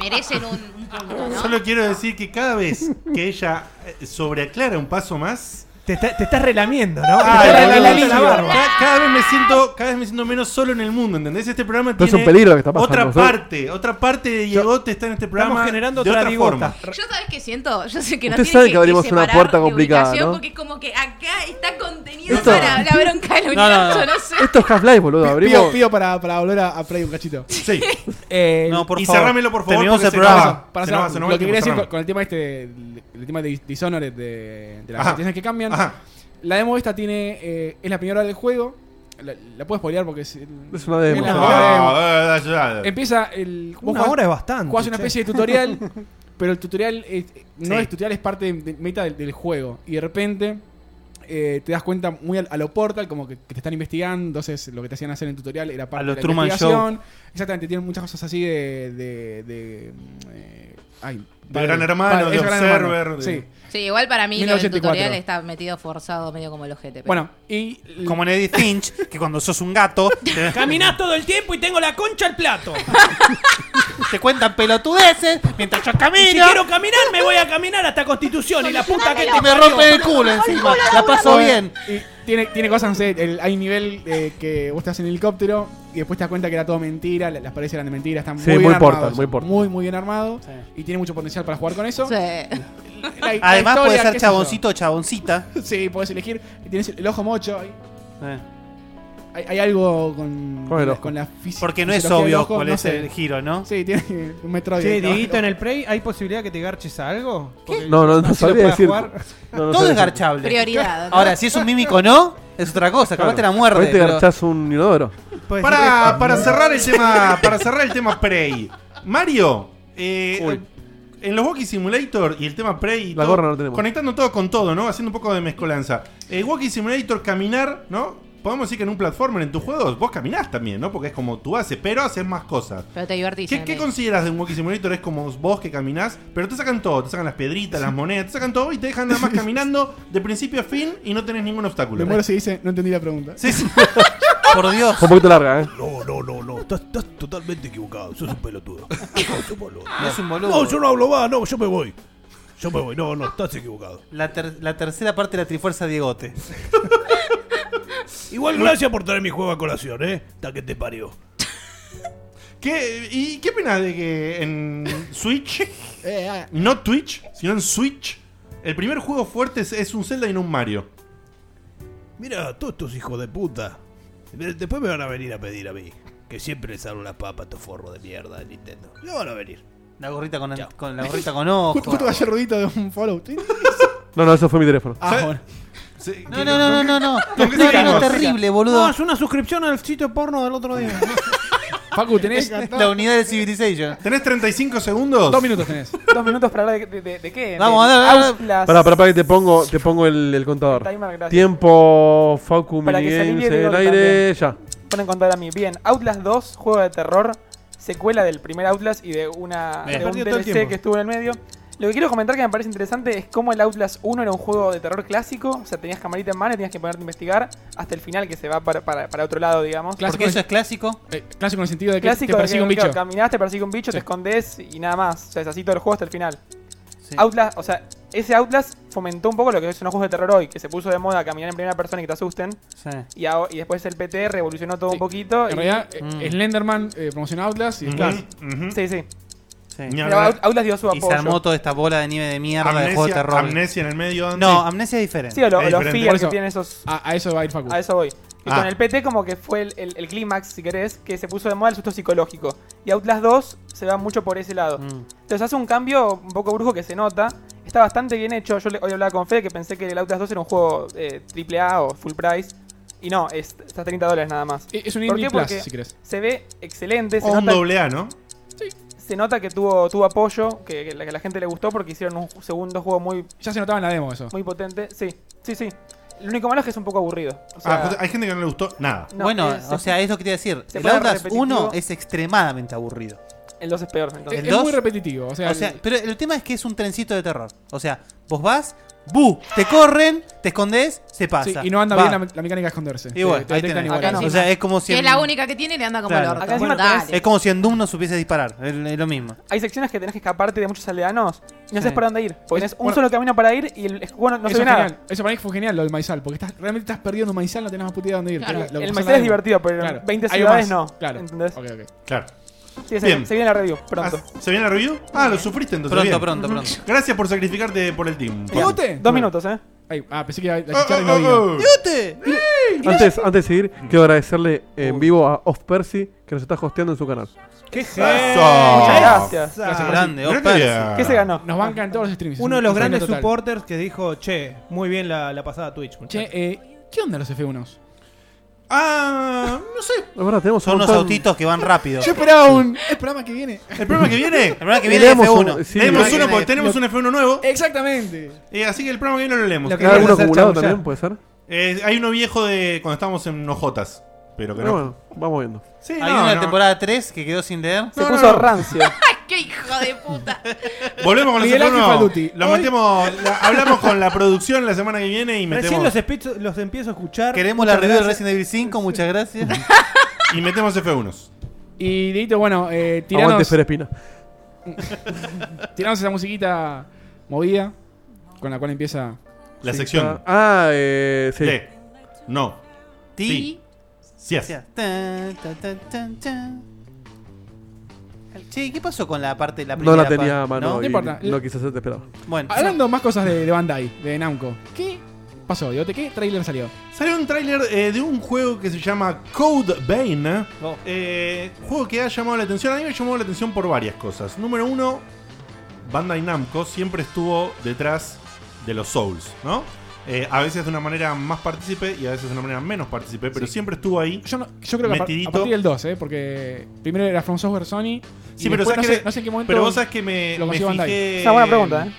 S12: merecen un, un punto, ¿no?
S3: Solo quiero decir que cada vez que ella eh, sobreaclara un paso más.
S8: Te, está- te estás relamiendo, ¿no?
S3: Ah,
S8: Te estás
S3: la- la- la-
S8: relamiendo
S3: la- barba. Cada, cada vez me siento, cada vez me siento menos solo en el mundo, ¿entendés? Este programa
S4: Pero es
S3: tiene
S4: un peligro lo que está pasando,
S3: otra
S4: ¿sabes?
S3: parte, otra parte de Diegote está en este programa.
S8: generando
S3: de
S8: otra Diegota.
S3: forma.
S12: Yo sabes que siento, yo sé que no
S4: Usted
S12: tiene
S4: sabe que
S12: que
S4: abrimos una
S12: separar
S4: puerta
S12: de
S4: complicada,
S12: ubicación
S4: ¿no?
S12: porque es como que acá está contenido para la bronca del
S4: No, no,
S12: universo, no,
S4: no.
S12: sé.
S4: Esto es Half-Life, boludo.
S1: Pido,
S4: Abrimos.
S1: pido para, para volver a, a Play un cachito.
S2: (laughs)
S3: Sí.
S2: No, por Eh, y favor. cerrámelo, por favor, Terminamos porque el se nos programa. va.
S1: Para
S2: Se nos
S1: cerrar,
S2: va, se nos va
S1: lo
S2: el
S1: que
S2: tiempo,
S1: quería decir
S2: cerramos.
S1: con, con el tema este de, el tema de Dishonored de, de las
S2: Ajá.
S1: sentencias que cambian.
S2: Ajá.
S1: La demo esta tiene. eh, es la primera hora del juego. La, la puedo spoilear porque es.
S4: Es una demo.
S1: es la
S4: No,
S1: primera demo.
S3: eh, ya, ya.
S1: Empieza el. vos
S8: Ah, Una
S1: jugás-
S8: hora es bastante,
S1: jugás una
S8: che.
S1: especie de
S8: (laughs)
S1: tutorial. Pero el tutorial es- no
S8: Sí.
S1: es tutorial, es parte de- de meta del, del juego. Y de repente eh, te das cuenta muy al- a, lo portal, como que, que te están investigando. Entonces, lo que te hacían hacer en el tutorial era parte
S2: lo
S1: de la
S2: Truman
S1: investigación. Exactamente, tienen muchas cosas así de. de, de, eh, ay, padre.
S3: Gran Hermano,
S1: Padre,
S3: de
S1: es Gran Hermano.
S3: Observer, de-
S1: Sí.
S12: Sí, igual para mí lo del
S1: 1984.
S12: tutorial está metido forzado, medio como el ojete. pero-
S1: Bueno, y.
S2: Como en Edith Finch, que cuando sos un (laughs) gato. te-
S8: Caminás todo el tiempo y tengo la concha al plato.
S2: Te cuentan pelotudeces mientras yo camino.
S8: Y si quiero caminar, me voy a caminar hasta Constitución y la puta que te
S2: Y me rompen el culo encima. La paso
S1: Bueno,
S2: bien.
S1: y tiene, tiene cosas, no sé, el- hay nivel eh, que vos estás en helicóptero y después te das cuenta que era todo mentira, la- las paredes eran de mentira, están
S4: Sí,
S1: muy,
S4: muy
S1: bien
S4: portal,
S1: armados,
S4: muy portal.
S1: Muy, muy bien armado y tiene mucho potencial para jugar con eso. La- la
S2: Además,
S1: historia, qué
S2: puede ser
S1: sé yo. (laughs)
S2: chaboncito o chaboncita.
S1: Sí, podés elegir. Tienes el ojo mocho ahí.
S2: Eh.
S1: Hay, hay algo con,
S4: Con el
S1: con la-
S4: ojo.
S1: con la física.
S2: Porque no es
S1: fisiología del
S2: obvio
S1: ojo,
S2: cuál
S1: no
S2: es
S1: sé.
S2: el giro, ¿no?
S1: Sí, tiene un metro
S8: Che, Dieguito, en el Play, ¿hay posibilidad que te garches a algo? Porque
S4: No, no, no
S8: así lo
S4: sabría
S8: puedas
S4: decir.
S8: jugar.
S4: No, no
S2: Todo
S4: sabría
S2: es
S4: decir.
S2: garchable.
S8: Prioridad, ¿no?
S2: Ahora, si es un mímico o no, es otra cosa.
S4: Claro.
S2: Capaz te la muerde.
S4: Por ahí te
S2: pero-
S4: garchás un inodoro.
S3: Para, para cerrar
S4: (laughs)
S3: el tema, para cerrar el tema Prey. Mario, eh, en los Walkie Simulator y el tema Prey, y
S4: La
S3: todo,
S4: gorra no la tenemos.
S3: conectando todo con todo, ¿no? Haciendo un poco de mezcolanza. Eh, Walkie Simulator, caminar, ¿no? Podemos decir que en un platformer, en tus juegos, vos caminás también, ¿no? Porque es como tú haces, pero haces más cosas.
S12: Pero te divertís. en
S3: ¿Qué,
S12: el
S3: qué
S12: medio.
S3: consideras de un Walkie Simulator? Es como vos que caminás, pero te sacan todo, te sacan las piedritas, las monedas, te sacan todo y te
S4: (laughs)
S3: dejan nada más caminando de principio a fin y no tenés ningún obstáculo. ¿Eh?
S1: Me muero
S3: (laughs)
S1: si dice, no entendí la pregunta.
S3: Sí, sí.
S2: Por Dios.
S4: Fue un poquito larga, ¿eh?
S13: No, no, no, no. Estás, estás totalmente equivocado. Sos un
S2: (laughs)
S13: pelotudo. No, sos un boludo.
S2: No, es un boludo.
S13: No, yo no hablo más. No, yo me voy. Yo me voy. No, no, estás equivocado.
S2: La, ter- la tercera parte de la Trifuerza Diegote.
S13: Igual gracias por traer mi juego a colación, ¿eh? Hasta que te parió.
S3: ¿Qué, ¿Y qué opinas de que en Switch, (laughs) no Twitch, sino en Switch, el primer juego fuerte es, es un Zelda y no un Mario?
S13: Mira, todos estos hijos de puta. De- Después me van a venir a pedir a mí. Que siempre les abro las papas a estos forros de mierda de Nintendo. Me van a venir.
S2: La gorrita con, con la gorrita con ojo.
S1: Justo, justo ayer Rudito de un follow.
S4: No, no, eso fue mi teléfono.
S1: Ah, bueno.
S2: No, no, no, no, no,
S13: (laughs)
S2: no.
S1: ¿Con qué seguimos?
S2: terrible, boludo.
S8: No, es una suscripción al sitio porno del otro día.
S1: Facu, tenés
S2: la unidad de Civilization.
S3: ¿Tenés 35 segundos?
S1: Dos minutos tenés.
S10: Dos minutos para hablar de, de- de- de qué.
S2: Vamos,
S10: Del
S2: dale, dale, dale.
S10: Outlast.
S4: Pará, pará, pará que te pongo, te pongo el, el contador.
S10: Timer, gracias.
S4: Tiempo, Facu,
S10: Para que se
S4: Minigames,
S10: alivie
S4: en el
S10: Diego
S4: aire, ya.
S10: Pueden contar a mí. Bien, Outlast 2, juego de terror, secuela del primer Outlast y de una
S8: Bien.
S10: de un
S8: Perdió todo el
S10: DLC
S8: tiempo.
S10: que estuvo en el medio. Lo que quiero comentar que me parece interesante es cómo el Outlast 1 era un juego de terror clásico. O sea, tenías camarita en mano y tenías que ponerte a investigar hasta el final que se va para, para, para otro lado, digamos.
S2: Porque eso es clásico.
S1: Eh, Clásico en el sentido de que
S10: clásico
S1: te
S10: de
S1: persigue
S10: que,
S1: un bicho.
S10: claro, Caminás, te persigue un bicho, te escondes y nada más. O sea, es así todo el juego hasta el final. Outlast, o sea, ese Outlast fomentó un poco lo que son los juegos de terror hoy, que se puso de moda caminar en primera persona y que te asusten.
S2: Sí.
S10: Y, ahora- y después el PT revolucionó todo un poquito.
S1: En
S10: y-
S1: realidad,
S3: Mm.
S1: eh, Slenderman eh, promociona Outlast y después.
S10: Sí, sí.
S2: Ni
S10: Pero
S2: hablar.
S10: Out- Outlast dio su
S2: Y
S10: apoyo.
S2: se armó toda esta bola de nieve de mierda de juego de terror. No, amnesia es diferente.
S10: Sí, o lo- o los
S1: diferente.
S10: fears
S1: Por
S10: que
S1: eso,
S10: tienen esos.
S1: A, a eso va a ir Facu.
S10: A eso voy. Y
S1: Ah.
S10: con el PT como que fue el, el, el clímax, si querés, que se puso de moda el susto psicológico. Y Outlast 2 se va mucho por ese lado.
S2: Mm.
S10: Entonces hace un cambio un poco brujo que se nota. Está bastante bien hecho. Yo le- hoy hablaba con Fede que pensé que el Outlast 2 era un juego eh, AAA o full price. Y no, es, está a 30 dólares nada más.
S1: E, Es- es un
S10: ¿Por
S1: indie
S10: qué?
S1: plus,
S10: Porque
S1: si querés.
S10: se ve excelente. se
S3: O un
S10: nota-
S3: doble A, ¿no?
S10: se nota que tuvo, tuvo apoyo, que, que la, que la gente le gustó porque hicieron un ju- segundo juego muy...
S1: Ya se notaba en la demo eso.
S10: Muy potente, sí, sí, sí. Lo único malo es que es un poco aburrido. O
S3: Ah,
S10: sea,
S3: justo- hay gente que no le gustó nada.
S10: No,
S2: bueno,
S10: es-
S2: o sea, es lo que te iba a decir.
S10: se
S2: El
S10: pone
S2: Outlast
S10: repetitivo.
S2: 1 es extremadamente aburrido.
S10: el 2 es peor, entonces.
S2: El 2,
S1: repetitivo. O sea, el-
S2: pero el tema es que es un trencito de terror. O sea, vos vas, ¡bu! Te corren, te escondes, se
S1: Sí,
S2: pasa.
S1: y no anda
S2: Va.
S1: bien la, la mecánica de esconderse.
S2: Y bueno,
S1: Te- te
S2: ahí
S1: detectan
S2: tenés.
S1: igual.
S2: Acá no. O sea, es como si.
S12: Que es
S2: en-
S12: la única que tiene, le anda como
S2: Claro.
S12: el orto.
S10: Acá encima
S12: Bueno, dale.
S2: Es como si en Doom no supieses disparar. Es, es lo mismo.
S10: Hay secciones que tenés que escaparte de muchos aldeanos y no
S1: Sí.
S10: sabes por dónde ir. Porque tenés
S1: Es-
S10: un
S1: bueno.
S10: solo camino para ir y el el juego no, no se
S1: eso,
S10: ve
S1: es
S10: nada.
S1: genial. eso para mí fue genial lo del maizal, porque estás, realmente estás perdiendo un maizal, no tenés más puta idea de dónde ir. que
S10: Claro,
S1: es lo que
S10: el
S1: pasó en
S10: maizal
S1: la
S10: es
S1: demo.
S10: divertido, pero en 20
S1: Hay algo
S10: ciudades
S1: más.
S10: no,
S1: Claro.
S10: ¿entendés?
S1: Ok, ok.
S3: Claro.
S10: Sí, se,
S3: Bien.
S10: se viene la review pronto.
S3: Ah, ¿Se viene la review? Ah, lo sufriste entonces.
S2: Pronto,
S3: bien.
S2: pronto,
S3: Ujú.
S2: pronto.
S3: Gracias por sacrificarte por el team.
S10: Bien. Dos minutos, ¿eh?
S1: Ay, ah, pensé que la
S3: Oh,
S1: chicharra
S3: oh,
S1: no vino.
S3: oh, oh.
S4: Antes, antes de seguir, quiero agradecerle en vivo a Off Percy que nos está hosteando en su canal.
S8: ¡Qué
S13: Eh,
S3: genio!
S8: Muchas
S2: este.
S8: gracias.
S1: Gracias,
S2: Grande,
S1: Percy.
S2: Off Percy.
S10: ¿Qué se ganó?
S1: Nos bancan todos los streams.
S8: Uno de los
S1: Un genio
S8: grandes
S1: total.
S8: supporters que dijo, che, muy bien la, la pasada Twitch.
S1: Che, eh, ¿qué onda los F1s?
S3: Ah, no sé.
S4: La verdad, tenemos
S2: Son
S4: un
S2: unos
S4: montón-
S2: autitos que van rápido.
S1: Yo esperaba un. El programa que viene.
S3: ¿El programa que viene? El
S2: programa que viene es
S4: Leamos
S2: F1.
S4: un- sí.
S3: Tenemos
S4: Lo-
S3: uno porque tenemos un F1 nuevo.
S1: Exactamente.
S3: Eh, así que el programa que viene lo leemos.
S4: Lo que ¿Hay alguno acumulado también, puede ser?
S3: Eh, hay uno viejo de cuando estábamos en Ojotas. Pero que
S4: Pero
S3: no.
S4: bueno, vamos viendo.
S3: Sí,
S2: Hay
S3: no,
S2: una
S3: no.
S2: temporada 3 que quedó sin leer.
S3: Se No, puso no, no.
S10: rancio.
S12: ¡Qué hijo de puta!
S3: (laughs) Volvemos con los
S1: Miguel Ángel
S3: F1.
S1: Falduti.
S3: Lo
S1: Hoy-
S3: metemos, la- hablamos con la producción la semana que viene y
S8: Recién
S3: metemos.
S8: los, espe- los empiezo a escuchar.
S2: Queremos la
S8: Muchas
S2: review del
S8: gracias.
S2: Resident Evil 5, muchas gracias.
S3: Y metemos F1s.
S1: Y Dieguito, bueno, eh,
S4: Aguante
S1: tiranos,
S4: Fer
S1: (laughs)
S4: Espina.
S1: tiranos esa musiquita movida con la cual empieza.
S3: La
S4: Sí,
S3: sección.
S4: está- Ah, eh, sí.
S3: Te. No.
S2: Ti.
S3: Ti. Sí. es.
S2: Tan, tan, tan, tan, tan. Che, ¿qué pasó con la parte la
S4: No
S2: primera
S4: la tenía a
S2: parte?
S4: mano.
S1: No
S4: y
S1: importa.
S4: No quise hacerte esperar.
S2: Bueno,
S1: Hablando más cosas de, de Bandai, de Namco. ¿Qué Pasó, Diote, ¿qué trailer salió?
S3: Salió un tráiler eh, de un juego que se llama Code Vein.
S1: Oh.
S3: Eh, juego que ha llamado la atención. A mí me llamó la atención por varias cosas. Número uno, Bandai Namco siempre estuvo detrás de los Souls, ¿no? Eh, a veces de una manera más partícipe y a veces de una manera menos partícipe, pero
S1: Sí.
S3: siempre estuvo ahí.
S1: Yo, Yo creo que a, par- a partir del 2, ¿eh? Porque primero era From Software Sony. y
S3: Sí, pero,
S1: después
S3: sabes
S1: no,
S3: que-
S1: sé, no sé en qué momento.
S3: pero vos sabés que me,
S1: lo
S3: me
S1: consiguió Bandai.
S3: fijé.
S1: ¿eh?
S3: eh.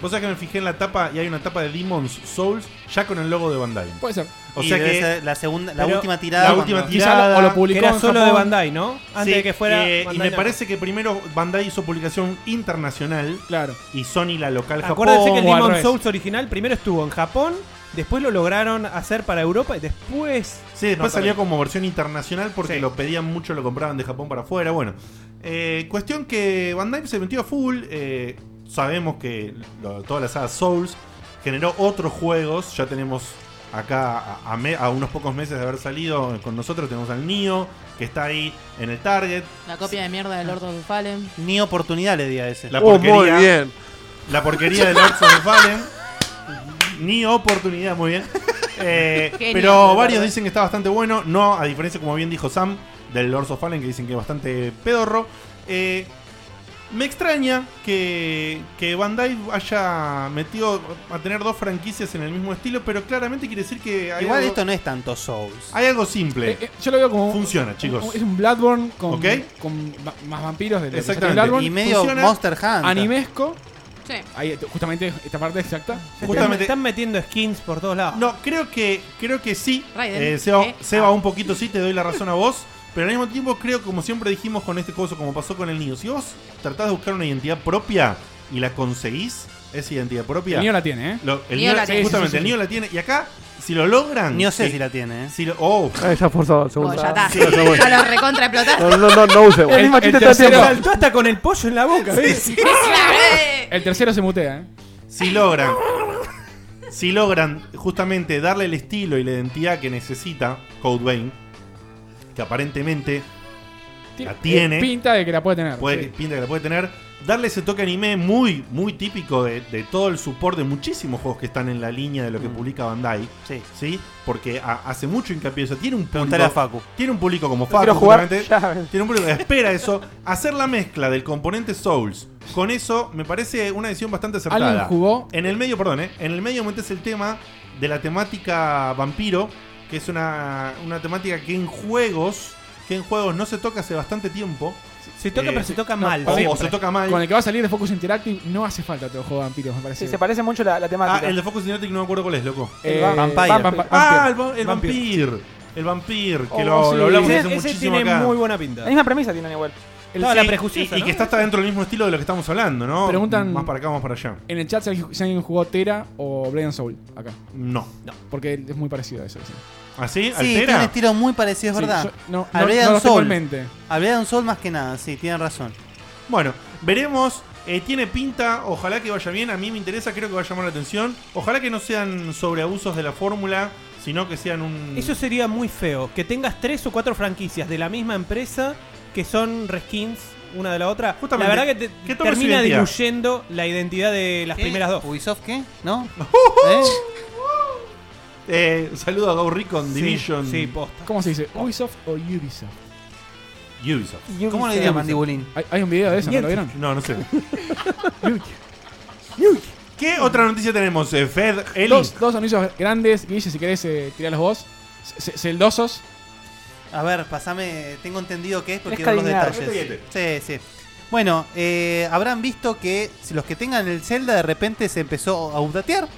S3: Vos sabés que me fijé en la tapa y hay una tapa de Demon's Souls ya con el logo de Bandai.
S1: Puede ser.
S3: O
S2: Y
S3: sea
S2: debe
S3: que
S2: ser la segunda- la
S3: Pero
S2: última tirada
S3: La
S2: cuando-
S3: última
S2: Quizá
S3: tirada.
S2: lo- o lo publicó Que era en solo Japón. de Bandai, ¿no? Antes
S3: Sí,
S2: de que fuera
S3: eh, y
S2: Bandai
S3: me
S2: Namco.
S3: parece que primero Bandai hizo publicación internacional.
S1: Claro.
S3: Y Sony la local
S8: Pues Acuérdense
S3: Japón.
S8: que el
S3: o al
S8: Demon
S3: revés.
S8: Souls original primero estuvo en Japón, después lo lograron hacer para Europa y después.
S3: Sí, después salió como versión internacional porque lo pedían mucho, lo compraban de Japón para afuera. Bueno, eh, cuestión que Bandai se metió a full. eh, sabemos que lo- toda la saga Souls generó otros juegos. Ya tenemos acá a, a me- a unos pocos meses de haber salido con nosotros. Tenemos al Nio que está ahí en el Target.
S12: La copia de mierda del Lord of Fallen.
S2: Ni oportunidad le di a ese.
S3: La
S4: Oh,
S3: porquería. La porquería de Lords of the Fallen. Ni oportunidad, muy bien. (laughs) Eh,
S2: Genio,
S3: pero
S2: de
S3: varios
S2: verdad.
S3: dicen que está bastante bueno. No, a diferencia, como bien dijo Sam, del Lords of Fallen, que dicen que es bastante pedorro. Eh, me extraña que, que Bandai haya metido a tener dos franquicias en el mismo estilo, pero claramente quiere decir que. hay
S2: Igual
S3: algo-
S2: esto no es tanto Souls.
S3: Hay algo simple.
S2: Eh, eh,
S1: yo lo veo como.
S3: Funciona, chicos.
S1: Es un Bloodborne con,
S3: ¿Ok?
S1: con va- más vampiros de lo que
S3: Exactamente.
S1: salió Bloodborne.
S3: Y medio
S1: Funciona.
S3: Monster Hunter.
S1: Animesco.
S12: Sí.
S1: Ahí, t- justamente esta parte exacta.
S3: Justamente-
S8: Están metiendo skins por todos lados.
S3: No, creo que creo que sí.
S8: Raiden.
S3: Eh, Seba,
S8: Eh,
S3: Seba, un poquito sí, te doy la razón a vos. Pero al mismo tiempo creo, como siempre dijimos con este coso, como pasó con el niño. Si vos tratás de buscar una identidad propia y la conseguís, esa identidad propia.
S1: El Neo la tiene, ¿eh?
S3: Lo- el
S1: Neo
S3: Neo-
S1: la tiene.
S3: Justamente,
S1: Sí, sí, sí,
S3: el
S1: sí.
S3: niño la tiene. Y acá, si lo logran.
S2: Neo sé
S3: si,
S2: si la tiene, ¿eh?
S3: Si lo- oh.
S4: Ah, está forzado el segundo.
S8: Oh,
S12: Bueno, ya está. (laughs)
S4: Sí,
S12: Ya
S4: está bueno.
S12: lo recontra explotaste.
S4: No, no, no, no use. El mismo chiste todo el tiempo.
S8: saltó hasta con el pollo en la boca. ¿ves?
S1: El tercero se mutea, ¿eh?
S3: Si logran. si logran justamente darle el estilo y la identidad que necesita Code Vein, que aparentemente la tiene.
S1: Eh, Pinta de que la puede tener.
S3: puede,
S1: sí.
S3: que- pinta que la puede tener. Darle ese toque anime muy, muy típico de, de todo el support de muchísimos juegos que están en la línea de lo que
S2: Mm.
S3: publica Bandai. Sí. Porque a- hace mucho hincapié. eso tiene un
S2: Preguntale
S3: público.
S2: a Facu.
S3: Tiene un público como
S2: Lo quiero
S3: Facu,
S2: jugar
S3: justamente. Tiene un público
S2: (laughs)
S3: que espera eso. Hacer la mezcla del componente Souls con eso me parece una decisión bastante acertada.
S1: ¿Alguien jugó?
S3: En el medio, perdón, ¿eh? En el medio metes el tema de la temática vampiro, que es una, una temática que en juegos. Que en juegos no se toca hace bastante tiempo.
S8: Se toca, pero se toca mal.
S3: Eh, O,
S8: Siempre.
S3: se toca mal.
S1: Con el que va a salir de Focus Interactive no hace falta todo juego de vampiros, me parece.
S3: Sí, se
S10: parece mucho la,
S3: Ah,
S10: temática.
S3: el de Focus Cinematic no me acuerdo cuál es, loco.
S1: El Eh, Vampire.
S3: Vampire.
S1: Vampa-
S3: ah,
S1: Vampire.
S3: el, va- el
S1: Vampire.
S3: Vampire. El Vampire, que
S1: Oh,
S3: lo,
S1: sí.
S3: lo hablamos
S1: Ese-
S3: hace
S1: ese
S3: muchísimo
S1: tiene
S3: acá.
S1: muy buena pinta.
S10: La misma premisa tienen igual.
S1: El- Toda la
S3: Sí,
S1: prejuiciosa,
S3: y, y
S1: ¿no?
S3: que está, está dentro del mismo estilo de lo que estamos hablando, ¿no?
S1: Preguntan-
S3: Más para acá, más para allá.
S1: En el chat si alguien- si alguien jugó Tera o Blade Soul acá.
S3: No.
S1: Porque es muy parecido a eso. Sí.
S3: ¿Así?
S2: Sí, tiene un estilo muy parecido, es
S1: Sí,
S2: verdad. Ah,
S1: yo- no,
S2: A
S1: no-
S2: Blade
S1: no
S2: and
S1: lo tengo
S2: Soul.
S1: en mente.
S2: A Blade and Soul más que nada, sí, tienen razón.
S3: Bueno, veremos. Eh, tiene pinta, ojalá que vaya bien. A mí me interesa, creo que va a llamar la atención. Ojalá que no sean sobreabusos de la fórmula, sino que sean un.
S8: Eso sería muy feo. Que tengas tres o cuatro franquicias de la misma empresa que son reskins una de la otra.
S3: Justamente.
S8: La verdad que te-
S3: Que tomen su
S8: termina
S3: identidad.
S8: diluyendo la identidad de las
S2: ¿Qué?
S8: primeras dos.
S2: ¿Ubisoft qué?
S8: (laughs)
S2: ¿No?
S3: (laughs) Eh, saludo a Gauri con
S8: Sí,
S3: Division.
S8: sí, posta.
S1: ¿Cómo se dice? ¿Ubisoft o Ubisoft?
S3: Ubisoft.
S2: ¿Cómo le diría Mandibulín?
S1: Hay, hay un video de eso, ¿no lo vieron?
S3: No, no sé. ¿Qué otra noticia tenemos? Eh, Fed, Eli.
S1: Dos, dos anuncios grandes. Guille, si querés, eh, tirá los vos. Ce- Celdosos.
S2: A ver, pasame, tengo entendido qué es porque
S1: Es
S2: quiero ver
S1: calinar.
S2: los detalles. Sí, sí. Bueno, eh, habrán visto que si los que tengan el Zelda de repente se empezó a updatear.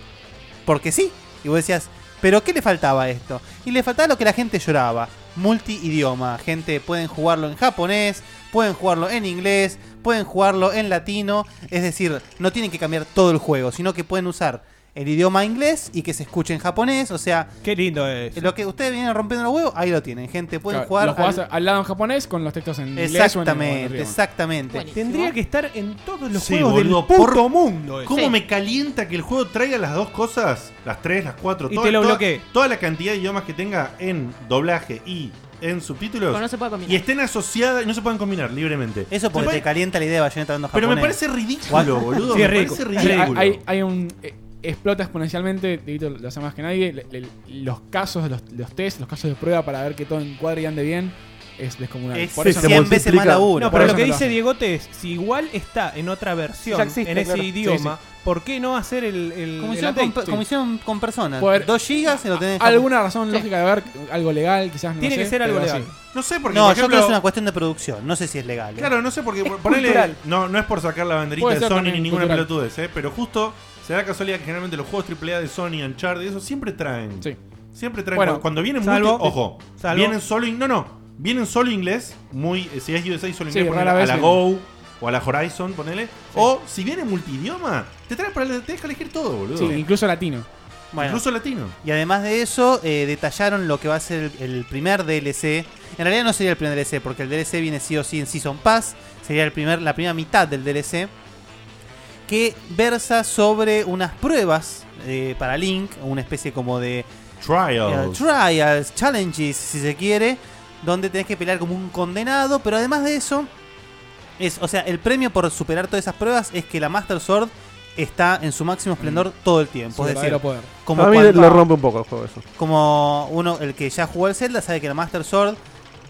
S2: Porque sí. Y vos decías, ¿pero qué le faltaba a esto? Y le faltaba lo que la gente lloraba. Multi-idioma. Gente, pueden jugarlo en japonés, pueden jugarlo en inglés, pueden jugarlo en latino. Es decir, no tienen que cambiar todo el juego, sino que pueden usar el idioma inglés y que se escuche en japonés. O sea...
S8: Qué lindo es.
S2: Lo que ustedes vienen rompiendo los huevos, ahí lo tienen, gente. Pueden
S1: Claro,
S2: jugar
S1: los jugás
S2: al-
S1: al... lado en japonés con los textos en inglés. o en- o en
S2: Exactamente,
S1: otro idioma.
S2: exactamente.
S8: Tendría que estar en todos los
S3: Sí,
S8: juegos
S3: boludo,
S8: del puto
S3: por-
S8: mundo. eso.
S3: ¿Cómo me calienta que el juego traiga las dos cosas? Las tres, las cuatro,
S8: Y te lo
S3: toda,
S8: bloquee.
S3: toda la cantidad de idiomas que tenga en doblaje y en subtítulos.
S2: Pero no se puede combinar.
S3: Y estén asociadas y no se puedan combinar libremente.
S2: Eso porque
S3: Me
S2: te
S3: pare-
S2: calienta la idea de Bayonetta hablando
S3: Pero me
S2: japonés.
S3: parece ridículo, boludo.
S1: Sí,
S3: me
S1: es
S3: parece
S1: ridículo.
S3: ridículo.
S1: Hay, hay un. eh, explota exponencialmente, Dieguito lo hace más que nadie, le- le- los casos, los, los test, los casos de prueba para ver que todo encuadre y ande bien, es descomunal.
S2: Es
S1: Por eso no-
S2: 100 veces más laburo.
S1: No,
S8: No,
S1: por
S8: pero
S1: eso
S8: lo que
S1: no
S8: dice
S1: hacen.
S8: Diegote es, si igual está en otra versión,
S2: Ya existe,
S8: en ese
S2: claro.
S8: idioma,
S2: Sí,
S8: ¿por qué no hacer el... el
S2: Como
S8: el
S2: hicieron
S8: update?
S2: con- como hicieron con personas.
S8: Poder-
S2: Dos gigas se lo tenés.
S1: Alguna razón lógica de ver, algo legal, quizás no
S2: Tiene
S1: sé,
S2: que ser algo
S1: pero
S2: legal.
S1: sí.
S3: No sé porque,
S2: No,
S3: por
S2: yo
S3: ejemplo-
S2: creo que es una cuestión de producción. No sé si es legal. ¿eh?
S3: Claro, no sé por qué. por- ponele-
S2: cultural.
S3: no, no es por sacar la banderita
S2: Puede
S3: de
S2: ser
S3: Sony ni
S2: también
S3: ninguna
S2: cultural.
S3: pelotudez, ¿eh? pero justo se da casualidad que generalmente los juegos AAA de Sony, Uncharted, y eso siempre traen. Siempre
S11: Bueno,
S3: traen. cuando, cuando vienen
S11: salvo-
S3: multi- ojo,
S11: salvo-
S3: vienen solo. in- No, no. Vienen solo inglés, muy. eh, Si es USA, solo
S11: Sí,
S3: inglés, ponele
S11: rara
S3: a
S11: vez
S3: la
S11: vienen.
S3: Go o a la Horizon, ponele. O si viene multidioma, te traen para te deja elegir todo, boludo.
S1: Sí, incluso latino.
S2: Bueno.
S3: Incluso latino.
S2: Y además de eso, eh, detallaron lo que va a ser el, el primer DLC. En realidad no sería el primer DLC, porque el DLC viene sí o sí en Season Pass. Sería el primer, la primera mitad del DLC. Que versa sobre unas pruebas eh, para Link, una especie como de.
S3: Trials.
S2: eh, trials, challenges, si se quiere. Donde tenés que pelear como un condenado. Pero además de eso. Es, o sea, el premio por superar todas esas pruebas es que la Master Sword está en su máximo esplendor todo el tiempo.
S4: Su
S2: es decir,
S4: verdadero poder.
S2: como
S4: A mí
S2: cuando-
S4: lo rompe un poco el juego eso.
S2: como uno, el que ya jugó al Zelda, sabe que la Master Sword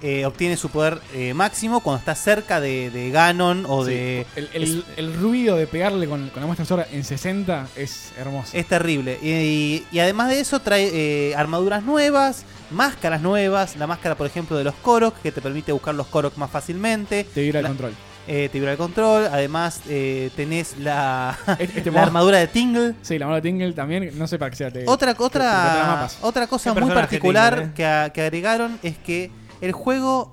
S2: eh, obtiene su poder eh, máximo cuando está cerca de, de Ganon o
S1: Sí,
S2: de.
S1: el, el- el ruido de pegarle con, con la muestra Sora en 60 es hermoso.
S2: Es terrible. Y, y además de eso, trae eh, armaduras nuevas, máscaras nuevas. La máscara, por ejemplo, de los Korok, que te permite buscar los Korok más fácilmente.
S1: Te vibra el
S2: La-
S1: control.
S2: eh, te vibra el control. Además, eh, tenés la,
S1: Este
S2: la
S1: modo-
S2: armadura de Tingle.
S1: Sí, la armadura de Tingle también, no sé para qué sea. te-
S2: Otra,
S1: te- te trae
S2: otra,
S1: mapas.
S2: otra cosa muy particular que, a- que agregaron es que el juego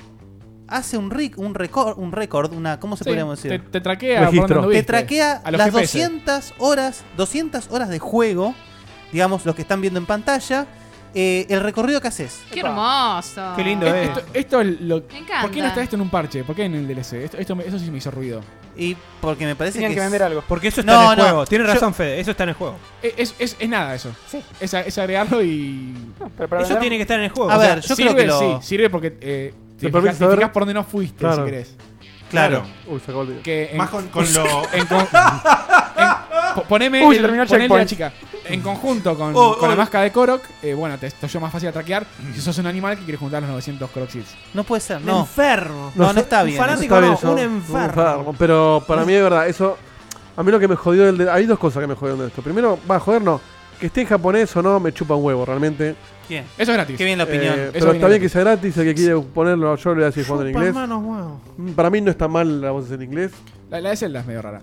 S2: hace un ric- un récord, un récord, una ¿cómo se
S1: Sí,
S2: podríamos decir?
S1: te- te traquea por Registro. donde
S2: Te
S1: anduviste.
S2: traquea
S1: A los
S2: las
S1: GPS.
S2: 200 horas, 200 horas de juego, digamos los que están viendo en pantalla, eh, el recorrido que haces.
S12: Qué hermoso.
S1: Eh, Esto, esto es lo,
S12: Me encanta.
S1: ¿Por qué no está esto en un parche? ¿Por qué en el DLC? Esto, esto me- eso sí me hizo ruido.
S2: Y porque me parece
S10: Tenían que
S2: es-
S10: vender algo.
S8: Porque eso está en el juego. Tiene razón, Fede. Eso está en el juego.
S1: Es, eh, es, es- es nada eso. Es, a- es agregarlo y.
S8: para Eso vender- tiene que estar en el juego.
S1: O
S8: A
S1: sea,
S8: ver, yo
S1: sirve,
S8: creo que lo-
S1: sí, sirve porque eh,
S8: Te
S1: te,
S8: permite
S1: fijas, te
S8: saber-
S1: fijas por dónde no fuiste,
S4: Claro.
S1: si querés.
S4: Claro. Uy, sacó el dedo.
S1: Que en-
S4: Más
S1: (laughs)
S4: con- con lo-
S1: en con- en- po- poneme
S4: Uy, se
S1: el-
S4: terminó el
S1: ponele la
S4: checkpoint.
S1: chica. En conjunto con,
S4: Oh,
S1: con
S4: oh.
S1: la máscara de Korok, eh, bueno, te estoy yo más fácil atraquear si sos un animal que quiere juntar los 900 Korok Seeds.
S2: No puede ser,
S8: no. enfermo. No, no está bien.
S4: está bien eso.
S8: un enfermo.
S4: Pero para mí, de verdad, eso. A mí lo que me jodió del. de- hay dos cosas que me jodieron de esto. Primero, va a joder, no. Que esté en japonés o no, me chupa un huevo, realmente.
S2: Bien.
S1: Eso es gratis.
S2: Qué bien la
S4: Eh,
S2: opinión.
S4: pero está bien que sea gratis, el que quiere ponerlo, yo le voy a decir jugando en inglés.
S1: manos, huevo.
S4: Mm, Para mí no está mal la voz en inglés.
S1: La, la de Zelda es medio rara.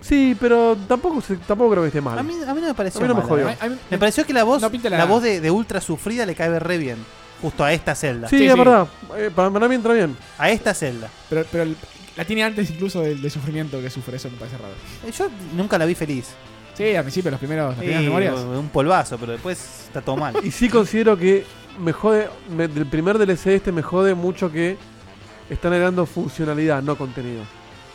S4: Sí, pero tampoco, se- tampoco creo que esté mal.
S2: A mí, a mí no me pareció.
S4: A mí no me
S2: mala.
S4: jodió.
S2: A mí- me pareció que la voz,
S1: no pinta
S2: la
S1: la-
S2: voz de, de ultra sufrida le cae re bien. Justo a esta celda.
S4: Sí, es verdad. Eh, para, para mí entra bien.
S2: A esta celda.
S1: Pero, pero el- la tiene antes incluso del, del sufrimiento que sufre, eso me parece raro.
S2: Eh, Yo nunca la vi feliz.
S1: Sí, al principio, los primeros, las primeras
S2: Sí,
S1: memorias.
S2: Un polvazo, pero después está todo mal.
S4: (laughs) Y sí considero que me jode, me- del primer DLC este me jode mucho que están agregando funcionalidad, no contenido.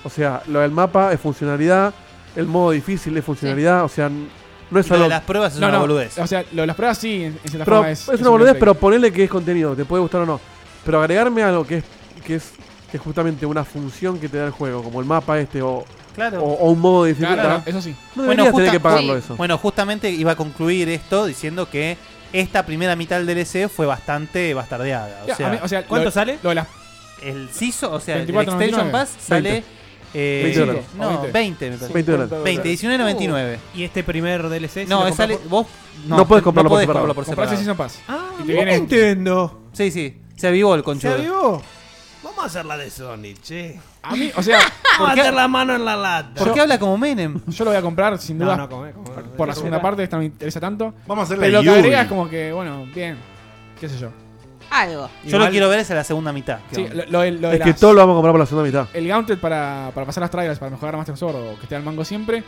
S4: O sea, lo del mapa es funcionalidad, el modo difícil es funcionalidad, o sea, n- no es
S2: Y lo
S4: algo...
S2: de las pruebas es No, una no, boludez.
S1: O sea, lo de las pruebas sí, en, en cierta
S4: Pero
S1: forma
S4: es,
S1: es.
S4: una
S1: un
S4: boludez,
S1: gameplay.
S4: pero ponele que es contenido, te puede gustar o no. Pero agregarme algo que es, que es, que es justamente una función que te da el juego, como el mapa este o,
S2: Claro.
S4: o, o un modo de dificultad. No deberías tener
S2: justa-
S4: que pagarlo
S2: sí.
S4: eso.
S2: Bueno, justamente iba a concluir esto diciendo que esta primera mitad del DLC fue bastante bastardeada. O
S1: Ya,
S2: sea,
S1: a mí- o sea, lo- Lo de las
S2: El CISO, o sea, el
S1: 24.99.
S2: Extension Pass sale.
S1: 20.
S2: eh,
S1: 20 dólares.
S2: No, 20,
S1: 20.
S2: me parece.
S4: 20 dólares.
S2: 20, 19.99.
S8: Uh, ¿Y este primer DLC? si
S2: No,
S8: lo
S2: es sale-
S8: compras-
S2: vos-
S4: No puedes comprarlo por
S2: podés
S4: separado.
S2: comprarlo por
S4: Comprás
S2: separado.
S4: el Season Pass.
S8: Ah,
S4: Y te viene-
S8: Nintendo.
S2: Sí, sí. Se avivó el
S13: ¿Se
S2: conchudo.
S13: avivó? Vamos a hacer la de Sony, che.
S1: A mí, o
S13: (laughs)
S1: sea,
S13: Vamos a
S1: ¿por qué-
S13: meter la mano en la lata.
S2: ¿Por qué habla como Menem?
S1: (laughs) Yo lo voy a comprar sin
S2: No,
S1: duda.
S2: no, come, come,
S1: por-
S2: come.
S1: por la
S2: Come.
S1: segunda parte, esta no me interesa tanto.
S2: Vamos a hacer la
S1: Pero lo que
S2: Yuri.
S1: agrega es como que, bueno, bien. ¿Qué sé yo?
S12: Algo.
S2: Yo lo quiero ver es a la segunda mitad.
S1: Sí, lo, lo de- lo de
S4: es que
S1: las-
S4: todo lo vamos a comprar por la segunda mitad.
S1: El Gauntlet para, para pasar las trailers, para mejorar a Master Sword o que esté al mango siempre.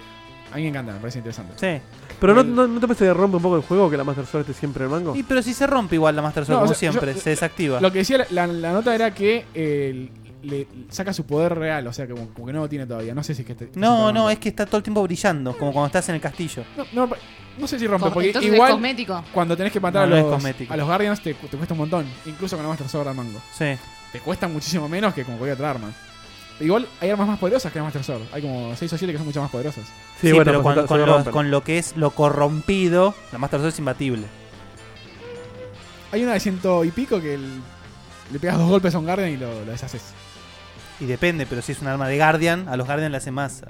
S1: A mí me encanta, me parece interesante.
S2: Sí.
S4: Pero no, no, ¿no te parece que rompe un poco el juego que la Master Sword esté siempre en el mango.
S2: Y pero si se rompe igual la Master Sword,
S1: No, o
S2: como
S1: sea,
S2: siempre,
S1: yo-
S2: se desactiva.
S1: Lo que decía la, la- la nota era que eh, le saca su poder real, o sea, que como, como que no lo tiene todavía. No sé si es que este-
S2: No, no, es que está todo el tiempo brillando, como cuando estás en el castillo.
S1: No, no, no sé si rompe,
S12: Co-
S1: porque
S12: entonces es
S1: igual
S12: cosmético.
S1: cuando tenés que matar
S2: No, no
S1: a,
S2: es
S1: los,
S2: cosmético.
S1: a los Guardians te, cu- te cuesta un montón, incluso con la Master Sword al mango.
S2: Sí.
S1: Te cuesta muchísimo menos que con cualquier otra arma. Igual hay armas más poderosas que el Master Sword. Hay como 6 o 7 que son mucho más poderosas.
S2: Sí,
S4: pues,
S2: pues pero con, con lo, con lo que es lo corrompido, la Master Sword es imbatible.
S1: Hay una de ciento y pico que el- le pegas dos golpes a un Guardian y lo, lo deshaces.
S2: Y depende, pero si es un arma de Guardian, a los Guardian le hace más,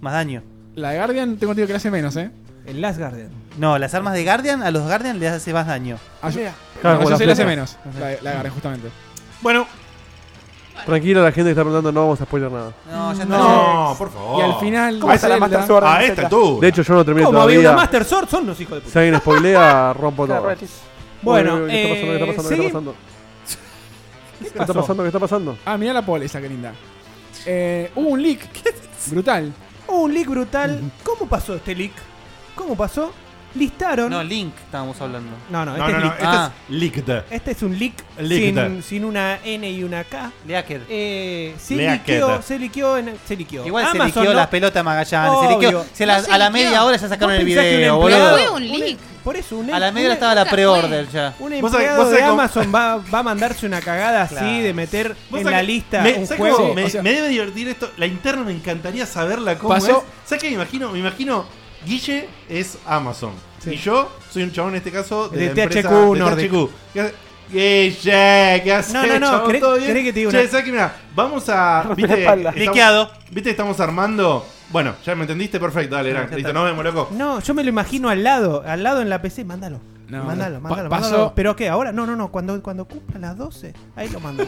S2: más daño.
S1: La de Guardian tengo entendido que le hace menos, ¿eh?
S8: El Last Guardian.
S2: No, las armas de Guardian a los Guardian les hace más daño.
S1: Ah, yo- Claro, como yo la sé, le hace flecha. menos, la- la Guardian, justamente.
S3: Bueno.
S4: Tranquila, la gente que está preguntando, no vamos a spoiler nada.
S2: No, ya
S3: No, por favor.
S1: Y al final.
S3: ¿Cómo está la
S1: Zelda-
S3: Master Sword? Ah, esta
S1: Zelda.
S3: tú.
S4: De hecho, yo no terminé
S8: ¿Cómo
S4: todavía.
S8: había una Master Sword? Son los hijos de puta.
S4: Si alguien spoilea, rompo todo.
S8: Bueno,
S4: Uy, uy, uy, ¿qué
S8: eh,
S4: está pasando? ¿Qué
S8: seguim-
S4: está pasando?
S1: (laughs)
S4: ¿Qué está pasando? ¿Qué está
S1: pasó?
S4: pasando? ¿Qué está pasando?
S1: Ah, mirá la pole esa que linda. Eh, hubo un leak brutal.
S8: Hubo un leak brutal. ¿Cómo pasó este leak? ¿Cómo pasó? Listaron.
S2: No, Link estábamos hablando.
S8: No, no,
S3: No,
S8: este
S3: no,
S8: es
S3: no,
S8: leak.
S3: este
S8: Ah.
S3: es leaked.
S8: Este es un leak,
S3: Leaked.
S8: Sin, sin una N y una K.
S2: Leaked.
S8: Eh, se
S2: Leaked.
S8: liqueó, se liqueó en. Se liqueó.
S2: Igual se
S8: Amazon
S2: liqueó
S8: no-
S2: las pelotas a Magallanes. Se liqueó,
S8: Obvio.
S2: se las-
S8: No se
S2: a la
S8: liqueó.
S2: media hora ya sacaron
S8: ¿Vos
S2: el
S8: pensás que un
S2: video,
S8: empleado-
S2: boludo.
S8: un leak. Por eso, un em-
S2: A la media hora
S8: (laughs)
S2: estaba la pre-order ya.
S8: Un
S2: Vos sabés-
S8: empleado
S2: vos sabés
S8: de
S2: cómo-
S8: Amazon va, va a mandarse una cagada así
S2: Claro.
S8: de meter
S3: Vos
S8: en
S3: sabés
S8: la
S3: que
S8: lista
S3: me,
S8: un
S3: ¿sabés
S8: juego.
S3: cómo? me,
S8: O sea,
S3: me debe divertir esto. La interna me encantaría saberla cómo
S8: Pasó-
S3: es. ¿Sabes qué me imagino? Me imagino, Guille es Amazon. Y yo soy un chabón en este caso de,
S8: De
S3: la empresa-
S8: THQ
S3: de
S8: Nordic.
S3: THQ. ¿Qué hace? Guille, ¿qué haces?
S8: No, no, no,
S3: chabón?
S8: ¿querés-
S3: ¿Todo bien?
S8: querés que te diga
S3: Che,
S8: una-
S3: ¿sabés qué? Mirá, vamos a...
S8: (laughs) Rompe
S3: ¿Viste?
S8: la espalda.
S3: estamos-
S8: Liqueado.
S3: ¿Viste? Estamos armando... Bueno, ya me entendiste, perfecto, dale, Gran.
S8: ya
S3: Listo,
S8: está.
S3: nos vemos, loco.
S8: No, yo me lo imagino al lado, al lado en la PC, mándalo.
S3: No,
S8: mándalo,
S3: no.
S8: mándalo,
S1: Pa-
S8: mándalo.
S1: pasó-
S8: ¿Pero qué? ¿Ahora? No, no, no. Cuando, cuando cumpla las 12, ahí lo mando.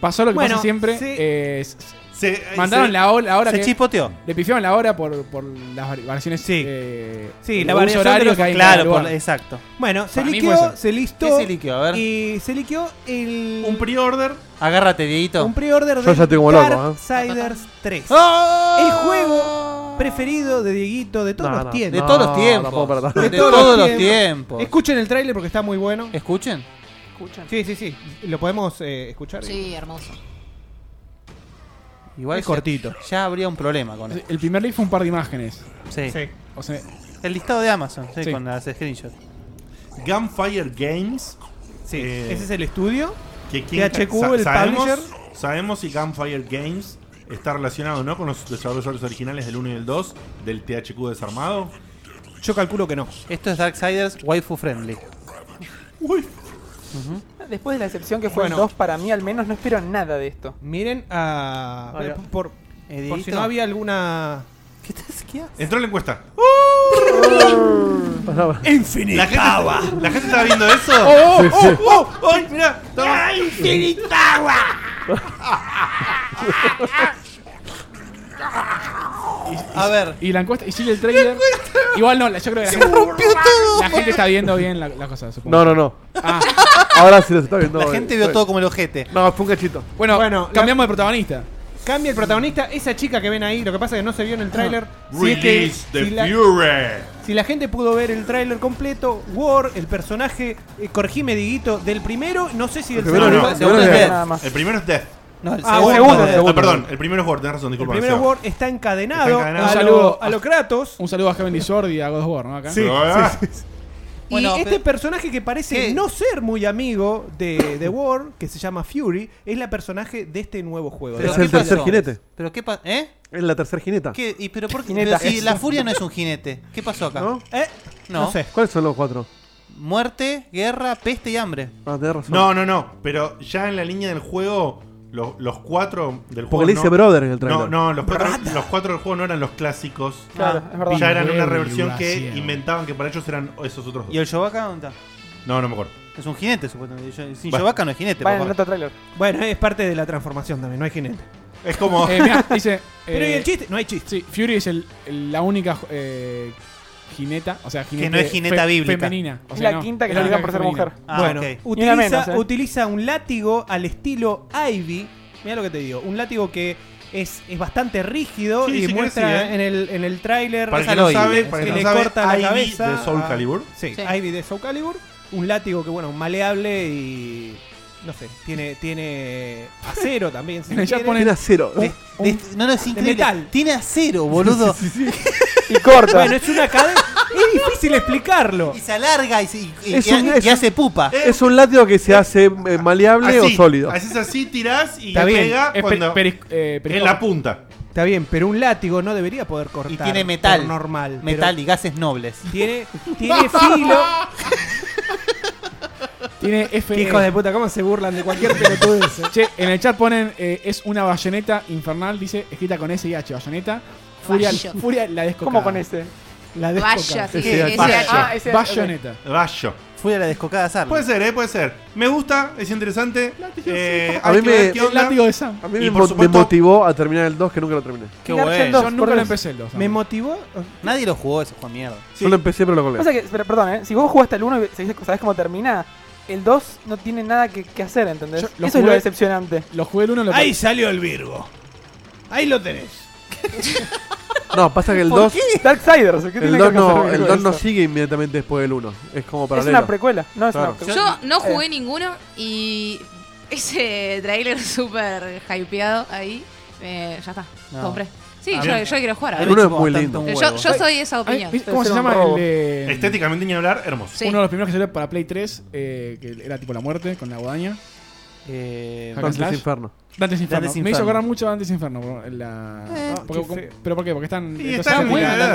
S1: Pasó lo que
S8: Bueno,
S1: pasa siempre.
S8: sí.
S1: eh, s-
S3: Se-
S1: mandaron
S8: se-
S1: la, hora- la hora.
S8: se
S1: que-
S8: chispoteó.
S1: Le pifiaron la hora por, por las vari- variaciones. eh, Sí,
S8: Sí, la variación de los-
S2: Claro, por- exacto.
S8: Bueno, se
S2: Para mí fue
S8: liqueó,
S2: eso.
S8: se listó.
S2: ¿Qué se liqueó? A ver.
S8: Y se liqueó el. Un
S3: pre-order.
S2: Agárrate, Dieguito.
S8: Un pre-order
S2: Yo
S8: de
S2: ya estoy como loco, ¿eh?
S8: Darksiders 3.
S2: ¡Ah!
S8: El juego preferido de Dieguito de todos
S2: No,
S8: los
S2: no,
S8: tiempos.
S2: de todos los
S8: De
S2: tiempos.
S8: todos los
S2: De todos los tiempos.
S8: Escuchen el tráiler porque está muy bueno.
S2: ¿Escuchen?
S8: Escuchen. Sí, sí, sí. ¿Lo podemos eh, escuchar?
S12: Sí, hermoso.
S2: Igual
S1: Es
S2: ya-
S1: cortito.
S2: Ya habría un problema con eso.
S1: El primer leak fue un par de imágenes.
S2: Sí.
S1: O sea,
S2: El listado de Amazon, sí,
S1: Sí.
S2: con las screenshots.
S3: Gunfire Games.
S8: Sí,
S3: eh,
S8: ese es el estudio.
S3: que quién-
S8: THQ,
S3: sa-
S8: el
S3: sabemos,
S8: publisher.
S3: Sabemos si Gunfire Games está relacionado o no con los desarrolladores originales del 1 y el 2 del THQ desarmado.
S8: Yo calculo que no.
S2: Esto es Darksiders Waifu Friendly.
S10: Después de la excepción que fue
S8: Bueno.
S10: el 2, para mí al menos no espero nada de esto.
S8: Miren a.
S10: A ver.
S8: por, por si
S10: Edito.
S8: no había alguna. ¿Qué
S3: Entró la encuesta.
S13: Uh.
S8: Infinite
S3: La gente,
S8: Power.
S3: la gente estaba viendo eso.
S8: Oh,
S3: ¡Oh,
S8: oh, Sí, sí.
S3: oh, oh! ¡Ay, mirá! Estaba-
S2: A ver.
S1: Y la encuesta. Y sigue el trailer. Igual no, la- yo creo que la gente. La gente está viendo bien la, la cosa, supongo.
S4: No, no, no.
S1: Ah.
S4: Ahora sí los está viendo.
S1: La gente vio todo como
S2: el ojete.
S4: No, fue un cachito.
S1: Bueno,
S8: Bueno,
S1: cambiamos de protagonista.
S8: Cambia el protagonista, esa chica que ven ahí, lo que pasa es que no se vio en el tráiler. Si es que-
S3: Release the
S8: si la-
S3: Fury.
S8: Si la gente pudo ver el tráiler completo, War, el personaje, eh, corregime Diguito, del primero, no sé si del
S3: No, no,
S8: segundo.
S3: el primero es Death. El primero es Death.
S8: No, el
S3: Ah,
S8: segundo.
S3: bueno,
S8: El segundo.
S3: Ah, perdón, el primero es War, tenés razón,
S8: El
S3: disculpa.
S8: primero
S3: Seba.
S8: War está encadenado,
S3: Está encadenado.
S8: a
S3: Un
S8: lo-
S3: saludo.
S8: a lo Kratos.
S1: Un saludo a Heavenly Sword y a God of War, ¿no? Acá.
S8: Sí,
S1: Ah.
S8: sí, Y este personaje que parece no ser muy amigo de, de War, que se llama Fury, es la personaje de este nuevo juego.
S4: Es el tercer jinete.
S2: ¿Pero qué pasa? ¿Eh?
S4: Es la tercer jineta.
S2: ¿Qué? ¿Y pero por qué?
S4: Jineta.
S2: pero si la furia no es un jinete. ¿Qué pasó acá?
S4: ¿No?
S8: ¿Eh?
S2: No.
S4: ¿Cuáles son los cuatro?
S2: Muerte, guerra, peste y hambre.
S4: Ah, tenés razón.
S3: No, no, no. Pero ya en la línea del juego, los, los cuatro del juego.
S4: Porque le dice
S3: no-
S4: brother en el tráiler.
S3: No, no, los cuatro, los cuatro del juego no eran los clásicos.
S2: Claro, es verdad.
S3: Ya eran una
S2: Bienvenido,
S3: reversión que
S2: cielo.
S3: inventaban que para ellos eran esos otros dos.
S2: ¿Y el Chewbacca dónde está?
S3: No, no me acuerdo.
S2: Es un jinete, supuestamente. Yo- Sin
S3: Va.
S2: Chewbacca no es jinete.
S10: Vayan
S2: papá.
S10: al otro tráiler.
S8: Bueno,
S2: eh,
S8: es parte de la transformación también, no hay jinete. (laughs)
S3: Es como-
S1: Eh, (laughs) mirá, dice.
S8: Pero
S1: eh,
S8: ¿y el chiste? No hay chiste.
S1: Sí, Fury es el, el- la única eh, jineta, o sea, jinete
S2: no es jineta
S1: fe-
S2: bíblica. Ah,
S1: Femenina. O
S10: Es
S1: sea,
S10: la
S1: no,
S10: quinta que
S1: es la
S10: le
S1: única
S10: digan por ser
S1: femenina.
S10: mujer.
S8: bueno,
S10: Y
S8: utiliza,
S10: una menos, eh.
S8: utiliza un látigo al estilo Ivy. Mira lo que te digo, un látigo que es, es bastante rígido
S3: Sí, si
S8: y
S3: querés,
S8: muestra
S3: sí, eh.
S8: en el, en el tráiler
S3: Para el que
S8: es
S3: no
S8: al
S3: sabe,
S8: oído,
S3: para el
S8: que
S3: que
S8: le
S3: no sabe,
S8: corta la
S3: Ivy
S8: cabeza
S3: de Soul
S8: a-
S3: Calibur.
S8: Sí,
S3: Sí.
S8: Ivy de Soul Calibur, un látigo que bueno, maleable y No sé, tiene, tiene acero también.
S2: (laughs)
S8: si
S4: Ya
S8: quiere.
S4: ponen Tiene acero.
S8: De-
S2: de- no, no, es
S8: de
S2: increíble.
S8: metal.
S2: Tiene acero, boludo. (laughs)
S8: Y corta. Bueno, (laughs) es una cadena. Es difícil explicarlo.
S2: Y se alarga y, se- y- y-
S4: Es
S2: y-
S4: un-
S2: y
S4: es un-
S2: hace pupa.
S4: Es un látigo que se hace eh, maleable o sólido.
S3: Haces así, tirás y
S8: Está bien,
S3: pega
S8: es pe-
S3: cuando-
S8: peris- eh,
S3: en
S8: periscope.
S3: la punta.
S8: Está bien, pero un látigo no debería poder cortar.
S2: Y tiene metal.
S8: por Normal.
S2: Metal
S8: pero
S2: y gases nobles.
S8: Tiene, tiene filo.
S2: (laughs)
S1: Tiene
S8: Qué
S1: F. E
S8: hijos de puta, cómo se burlan de
S1: (laughs)
S8: cualquier pelotudez. eh.
S1: Che, en el chat ponen eh, es una bayoneta infernal, dice, escrita con S y H, bayoneta. Furia,
S10: Bayo.
S1: furia la descocada.
S10: ¿Cómo con ese?
S1: La
S10: Vaya,
S1: descocada.
S10: sí, Ese ese- Bayo. ah, ese-
S1: Bayoneta.
S3: Bayo.
S2: Fue a la descocada Sam.
S3: Puede ser, eh, puede ser. Me gusta, es interesante. Eh,
S4: A
S3: hay
S4: mí
S3: que ver
S4: me,
S3: qué onda.
S4: a mí
S3: Y
S4: me,
S3: por
S4: mo- me
S3: supuesto,
S4: motivó a terminar el 2 que nunca lo terminé.
S2: Qué bueno.
S1: Yo nunca lo empecé el 2.
S8: Me motivó.
S2: Nadie lo jugó, eso fue mierda.
S4: Yo lo empecé pero lo colgué.
S10: Pasa que, pero, perdón, ¿eh? si vos jugaste el 1 y seguís- sabés cómo termina, el 2 no tiene nada que, que hacer, ¿entendés?
S1: Yo
S10: Eso
S1: lo
S10: es lo
S1: jugué-
S10: decepcionante.
S1: Lo jugué el 1
S8: Ah,
S1: lo
S10: Ahí
S13: salió el Virgo. Ahí lo tenés.
S4: No, pasa que el
S10: ¿Por
S4: 2.
S10: qué? Darksiders, ¿qué tiene
S4: El
S10: que
S4: 2
S10: ver con
S4: no,
S10: hacer
S4: el
S10: algo
S4: 2 no
S10: eso?
S4: sigue inmediatamente después del 1. Es como
S10: una
S4: paralelo.
S10: precuela, no es una precuela.
S12: Yo no jugué
S10: Eh.
S12: ninguno y ese trailer (laughs) súper hypeado ahí, eh, ya está,
S4: No.
S12: compré. Sí,
S2: Ah,
S3: A
S12: yo,
S3: mí-
S12: yo quiero jugar.
S3: a
S12: a
S3: mí
S12: ver.
S3: me chupó bastante un
S12: Yo,
S3: huevo.
S12: yo soy esa opinión.
S1: Ay, ¿Cómo se llama el de-
S3: Estéticamente ni hablar, hermoso.
S12: Sí.
S1: Uno de los primeros que salió para Play 3, eh, que era tipo la muerte con la guadaña.
S8: Eh,
S1: Hack and
S4: Dante's
S1: slash.
S4: Inferno.
S1: Dante's Inferno.
S4: Dante's
S1: Me hizo
S4: Inferno.
S1: acordar mucho a Dante's Inferno. bro, la-
S8: Eh,
S1: porque-
S8: qué feo.
S1: ¿Pero por qué? Porque están.
S8: Sí,
S1: entonces, la-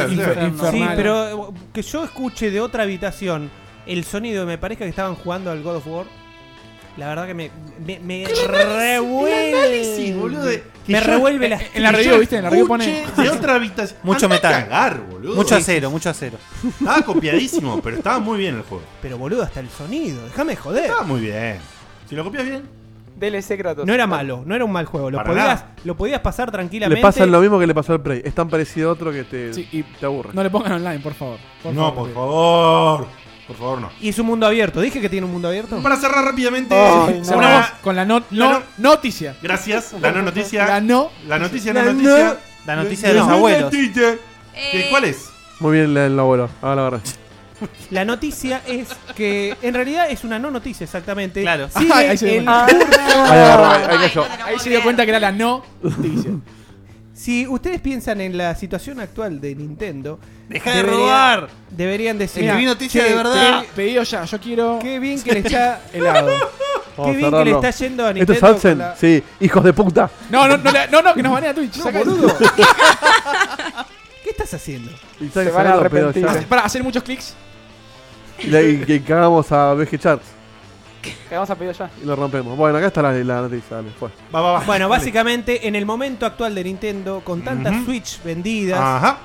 S1: infer-
S8: Sí,
S1: infernal.
S8: pero eh, que yo escuche de otra habitación el sonido, me parezca que estaban jugando al God of War. La verdad que me, me, me revuelve.
S3: Que
S8: me
S3: yo-
S8: revuelve
S3: eh,
S8: las
S3: eh, que yo escuche De otra habitación.
S2: Mucho
S3: Andá a
S2: metal.
S3: cagar, boludo.
S2: Mucho acero, mucho acero.
S3: Estaba copiadísimo, pero estaba muy bien el juego.
S8: Pero boludo, hasta el sonido, déjame joder.
S3: Estaba muy bien. Si lo copias bien.
S10: DLC Kratos.
S8: No era malo, no era un mal juego. Lo,
S4: Para
S8: podías,
S4: nada.
S8: lo podías pasar
S4: Le
S8: tranquilamente.
S4: pasa lo mismo que le pasó al Prey. Es tan parecido a otro que te, te aburre.
S1: No le pongan online, por favor. Por
S3: no,
S1: favor,
S3: por
S1: sí.
S3: favor. Por favor, no.
S8: Y es un mundo abierto. Dije que tiene un mundo abierto. Oh.
S3: Para cerrar rápidamente.
S2: Oh.
S1: Ay,
S3: una-
S1: cerramos con la no- no-
S3: la
S1: noticia.
S3: Gracias. La no noticia.
S1: La no.
S3: La noticia, no
S1: La
S3: noticia.
S1: no- La noticia de los
S3: no
S1: abuelos.
S3: noticia. ¿Qué- ¿Cuál es?
S4: Muy bien el, el abuelo. Ahora la agarré.
S8: La noticia es que en realidad es una no noticia, exactamente. Claro.
S1: Ah, (laughs) ahí se dio cuenta.
S4: Ahí agarró, ahí- ahí cayó.
S1: Ahí se dio cuenta que era la no noticia.
S8: Si ustedes piensan en la situación actual de Nintendo,
S1: Deja de
S8: debería-
S1: robar.
S8: Deberían decir.
S1: Mira, che,
S8: "Che,
S1: pe- Pedido ya, yo quiero.
S8: (laughs) Qué bien que
S1: (laughs)
S8: le está
S1: helado.
S4: Vamos a
S8: bien que
S4: cerrarlo.
S8: le está yendo a
S4: ¿Esto es
S8: Nintendo
S4: Adsense?
S8: con la-
S4: Sí, hijos de puta.
S1: No, no, no, le- no, no, que nos banea Twitch. saca eso. (laughs)
S8: ¿Qué estás haciendo?
S4: Y está Se van a sacando pedo ya. arrepentir.
S1: Para hacer muchos clics.
S4: Y, le- y- y cagamos a BG Charts
S10: Que vamos a pedir ya.
S4: y lo rompemos. Bueno, acá está la, la noticia. Dale, fue.
S8: Bueno,
S4: Dale.
S8: básicamente en el momento actual de Nintendo, con tantas Switch vendidas,
S4: Ajá.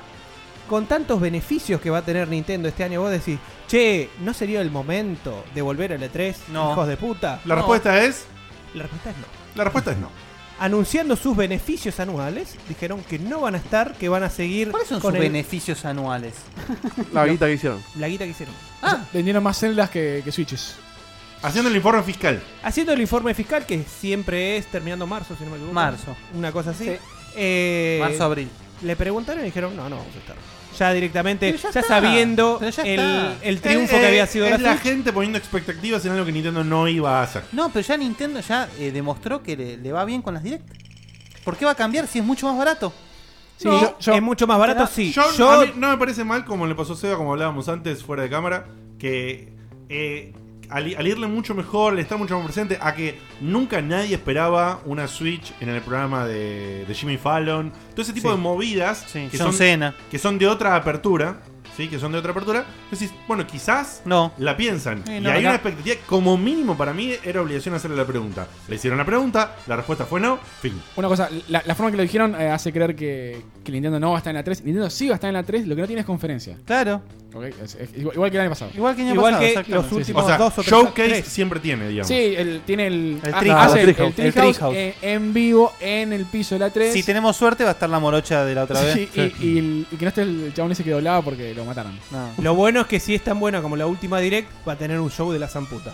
S8: con tantos beneficios que va a tener Nintendo este año, vos decís, che, ¿no sería el momento de volver al E3,
S3: No.
S8: hijos de puta? No.
S3: La respuesta es.
S8: La respuesta es no.
S3: La respuesta es no.
S8: Anunciando sus beneficios anuales, dijeron que no van a estar, que van a seguir
S2: ¿Cuáles son
S8: con
S2: sus
S8: el-
S2: beneficios anuales?
S8: (laughs)
S4: La guita que hicieron.
S8: la guita que hicieron.
S1: Vendieron más celdas que, que switches.
S3: Haciendo el informe fiscal.
S8: Haciendo el informe fiscal, que siempre es terminando marzo, si no me equivoco.
S2: Marzo.
S8: Una cosa así.
S2: Sí.
S8: Eh,
S2: Marzo, abril.
S8: Le preguntaron y dijeron, no, no vamos a estar. Ya directamente,
S2: Pero
S8: ya,
S2: ya está.
S8: sabiendo
S2: Pero ya
S8: el,
S2: está.
S8: el triunfo
S3: Eh,
S8: que
S3: eh,
S8: había sido
S3: es la
S8: la Switch.
S3: gente poniendo expectativas en algo que Nintendo no iba a hacer.
S2: No, pero ya Nintendo ya eh, demostró que le, le va bien con las direct. ¿Por qué va a cambiar si es mucho más barato?
S8: Sí, yo- yo- es mucho más barato, sí.
S3: Yo,
S8: Yo-
S3: a mí no me parece mal, como le pasó a Seba, como hablábamos antes, fuera de cámara, que eh, al, al irle mucho mejor, al estar mucho más presente, a que nunca nadie esperaba una Switch en el programa de, de Jimmy Fallon. Todo ese tipo
S2: Sí.
S3: de movidas que,
S2: John
S3: son,
S2: Cena.
S3: que son de otra apertura. Sí, que son de otra apertura. Decís, bueno, quizás
S2: no.
S3: la piensan.
S2: Eh,
S3: y
S2: no,
S3: hay
S2: acá-
S3: una expectativa, como mínimo para mí, era obligación hacerle la pregunta. Le hicieron la pregunta, la respuesta fue no, fin.
S1: Una cosa, la, la forma que lo dijeron eh, hace creer que, que Nintendo no va a estar en la 3. Nintendo sí va a estar en la 3, lo que no tiene es conferencia.
S2: Claro.
S1: igual, igual que el año pasado.
S2: Igual que el año
S1: Igual
S2: pasado,
S1: que
S2: exactamente.
S1: los últimos
S3: o sea,
S1: dos o tres-
S3: Showcase
S1: tres.
S3: siempre tiene, digamos.
S1: Sí, el- tiene el,
S2: El
S1: ha-
S2: Treehouse.
S1: hace el, el
S2: El
S1: Treehouse,
S2: Treehouse.
S1: eh, en vivo en el piso de la 3.
S2: Si tenemos suerte va a estar la morocha de la otra vez.
S1: Sí, y, y el- y que no esté el chabón ese que doblaba porque lo mataron.
S8: Lo bueno es que si es tan buena como la última direct, va a tener un show de la zamputa.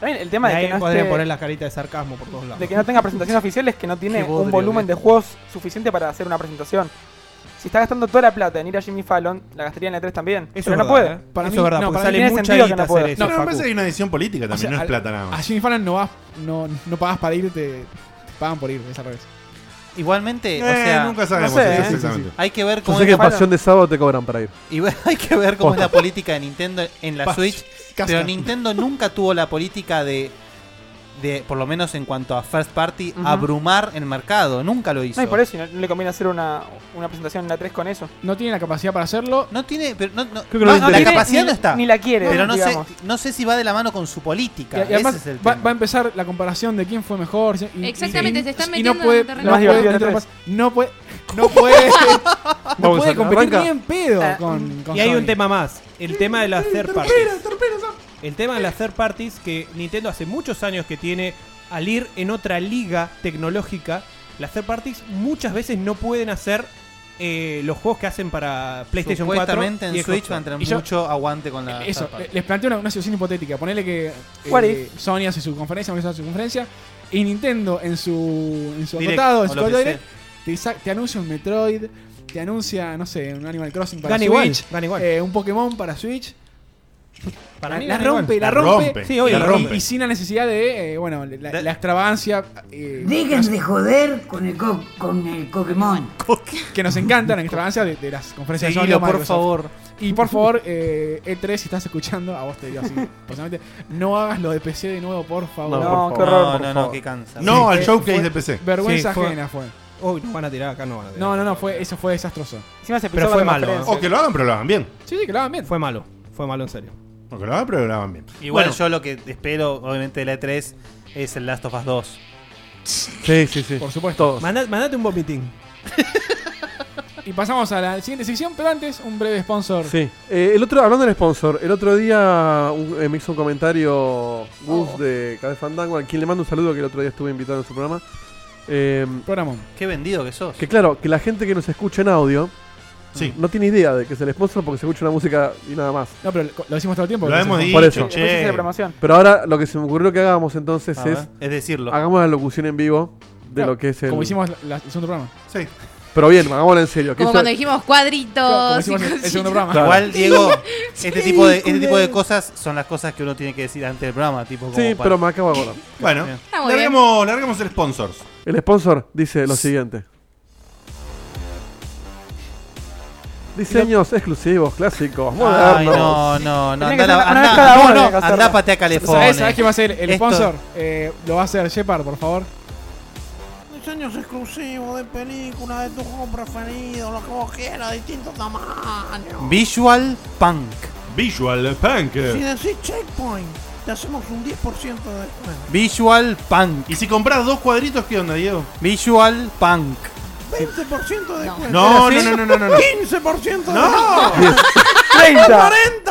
S10: También el tema
S8: Y
S10: de
S8: ahí
S10: que, no
S8: podrían
S10: esté-
S8: poner las caritas de sarcasmo por todos lados.
S10: de que no tenga presentación oficial es que no tiene
S8: Qué bodrio,
S10: un volumen de juegos suficiente para hacer una presentación. Si está gastando toda la plata en ir a Jimmy Fallon, la gastaría en la 3 también.
S3: Eso
S10: pero
S3: es
S10: no
S3: verdad,
S10: puede.
S3: ¿eh? Para Eso mí- es verdad, no, porque para sale mí-
S10: tiene
S3: mucha
S10: sentido que
S3: guita
S10: no
S3: hacer
S10: pueda.
S3: eso, No, me Facu. parece que hay
S1: una
S3: decisión política también, no es plata nada más.
S1: A Jimmy Fallon no vas, no, no pagas para ir, te, te pagan por ir, es al revés.
S2: Igualmente, o
S1: Eh,
S2: sea,
S1: nunca
S2: (laughs)
S1: sabemos,
S2: no sé,
S1: sí,
S2: ¿eh?
S1: sí, sí, sí.
S2: hay que ver
S4: Yo
S2: cómo
S4: sé que
S2: es
S4: en
S2: la-
S4: Pasión de Sábado te cobran para ir.
S2: Y bueno, hay que ver cómo es la
S4: Posta.
S2: política de Nintendo en la
S4: Pas-
S2: Switch.
S4: casca.
S2: Pero Nintendo nunca tuvo la política de, de, por lo menos en cuanto a first party,
S10: Ujú.
S2: abrumar el mercado. Nunca lo hizo.
S10: No, y por eso, y no, no le conviene hacer una, una presentación en la 3 con eso.
S1: No tiene la capacidad para hacerlo.
S2: No tiene, pero no, no,
S10: que no
S2: No,
S10: le
S2: no, la
S10: interesa.
S2: capacidad
S10: Ni-
S2: no está.
S10: ni la quiere,
S2: Pero no sé,
S10: digamos.
S2: no sé si va de la mano con su política.
S1: Y, y además
S2: Ese es el
S1: va,
S2: tema.
S1: va a empezar la comparación de quién fue mejor. y- y-
S12: Exactamente,
S1: y-
S12: se están
S1: y no
S12: metiendo en
S1: puede,
S12: un terreno
S1: no puede,
S12: muy
S1: no
S12: divertido.
S1: puede, no puede, no
S2: (laughs)
S1: puede, no
S11: Vamos,
S1: puede competir
S11: arranca.
S1: ni en pedo
S11: Ah,
S1: con, con
S11: y hay
S1: Sony.
S11: un tema más, el tema de las third parties. El tema de las third parties que Nintendo hace muchos años que tiene al ir en otra liga tecnológica, las third parties muchas veces no pueden hacer eh, los juegos que hacen para PlayStation 4
S2: Supuestamente en
S11: y Xbox
S2: Switch van a tener
S11: Y yo-
S2: mucho aguante con
S11: Ah,
S2: la.
S1: Eso,
S2: third party.
S1: le- les planteo una, una situación hipotética. Ponele que eh,
S2: What if?
S1: Sony hace su conferencia, Microsoft hace su conferencia, y Nintendo en su, en su
S11: Direct,
S1: acotado, en
S11: o
S1: su
S11: lo que
S1: acotado direct, te, sa- te anuncia un Metroid, te anuncia, no sé, un Animal Crossing para
S11: Gana igual,
S1: Switch,
S11: gana igual.
S1: eh, un Pokémon para Switch.
S11: Para
S1: la,
S11: mí
S1: la
S11: gana
S1: rompe,
S11: igual.
S1: la
S11: La
S1: rompe,
S11: rompe, Sí, obvio,
S1: y-
S11: la rompe.
S1: Y, sin la necesidad de, eh, bueno, la, la extravagancia. eh,
S14: Dejen de
S1: nos-
S14: joder con el, co- con el
S11: (laughs)
S14: Pokémon.
S1: que nos encantan en extravagancia de, de las conferencias
S2: Seguilo,
S1: de Sony o
S2: por
S1: Microsoft.
S2: favor.
S1: Y por favor, eh, E3, si estás escuchando, a vos te digo
S2: (laughs)
S1: así, personalmente, no hagas lo de PC de nuevo, por favor.
S2: No, por favor. No, no, no, qué cansa. No, al
S1: eh,
S2: showcase
S1: fue
S2: de PC.
S1: Vergüenza
S2: Sí, fue-
S1: ajena fue.
S11: Uy, nos van a tirar acá, no van a tirar.
S1: No, no, no, fue, eso fue desastroso.
S10: Encima se
S11: Pero fue malo. ¿eh?
S3: O que lo hagan, pero lo hagan bien.
S1: Sí, sí, que lo hagan bien.
S11: Fue malo, fue malo en serio.
S3: O que lo hagan, pero lo hagan bien.
S2: Igual
S3: Bueno.
S2: yo lo que espero, obviamente, de la E3 es el Last of Us 2.
S4: Sí, sí, sí.
S1: Por supuesto.
S11: Mandate, un vomiting.
S1: Y pasamos a la siguiente sección, pero antes, un breve sponsor.
S4: Sí. Eh, el otro, hablando del sponsor, el otro día un- eh, me hizo un comentario Gus de Café Fandango, a quien le mando un saludo que el otro día estuve invitado en su programa. Eh,
S1: Programón.
S2: Qué vendido que sos.
S4: que claro, que la gente que nos escucha en audio no tiene idea de que es el sponsor porque se escucha una música y nada más.
S1: No, pero lo, lo decimos todo el tiempo.
S4: Lo hemos
S1: decimos.
S4: dicho, Por eso. che.
S10: Después hice la promoción.
S4: Pero ahora lo que se me ocurrió que hagamos entonces
S2: A ver.
S4: es.
S2: Es decirlo.
S4: Hagamos la locución en vivo de
S1: Claro,
S4: lo que es el.
S1: Como hicimos la- la- el segundo programa. Sí.
S4: Pero bien, hagámoslo en serio. que
S12: Como
S4: eso-
S12: cuando dijimos
S1: Como
S12: cuadritos. y
S1: hicimos el- el
S12: cositas.
S1: segundo programa.
S12: (laughs)
S4: Claro.
S2: Igual, Diego, este tipo, de, este tipo de
S1: Ridículo.
S2: cosas son las cosas que uno tiene que decir antes del programa. Tipo, como
S4: Sí,
S2: para-
S4: pero me acabo de acordar.
S3: Bueno,
S2: Está muy bien.
S3: largamos, largamos el sponsors.
S4: El sponsor dice lo siguiente. Diseños exclusivos, clásicos, modernos.
S2: Ay, no, no, no. Andá,
S1: Una vez
S2: andá,
S1: cada uno
S2: no,
S1: tiene que
S2: andá
S1: hacerlo.
S2: patea Calefón.
S1: ¿Sabes, sabes qué va a ser el
S2: Esto-
S1: sponsor? Eh, lo va a hacer Shepard, por favor.
S13: Diseños exclusivos de películas, de tu juego preferido, lo que vos quieras, distintos tamaños.
S2: Visual Punk.
S3: Visual Punk.
S13: Si decís checkpoint, te hacemos un 10% de descuento.
S2: Visual Punk.
S3: ¿Y si compras dos cuadritos, qué onda, Diego?
S2: Visual
S3: (laughs)
S2: Punk.
S13: 20% de descuento.
S3: No, no, no, no, no, no, no.
S13: 15% de descuento.
S3: No.
S13: 30.
S3: 40%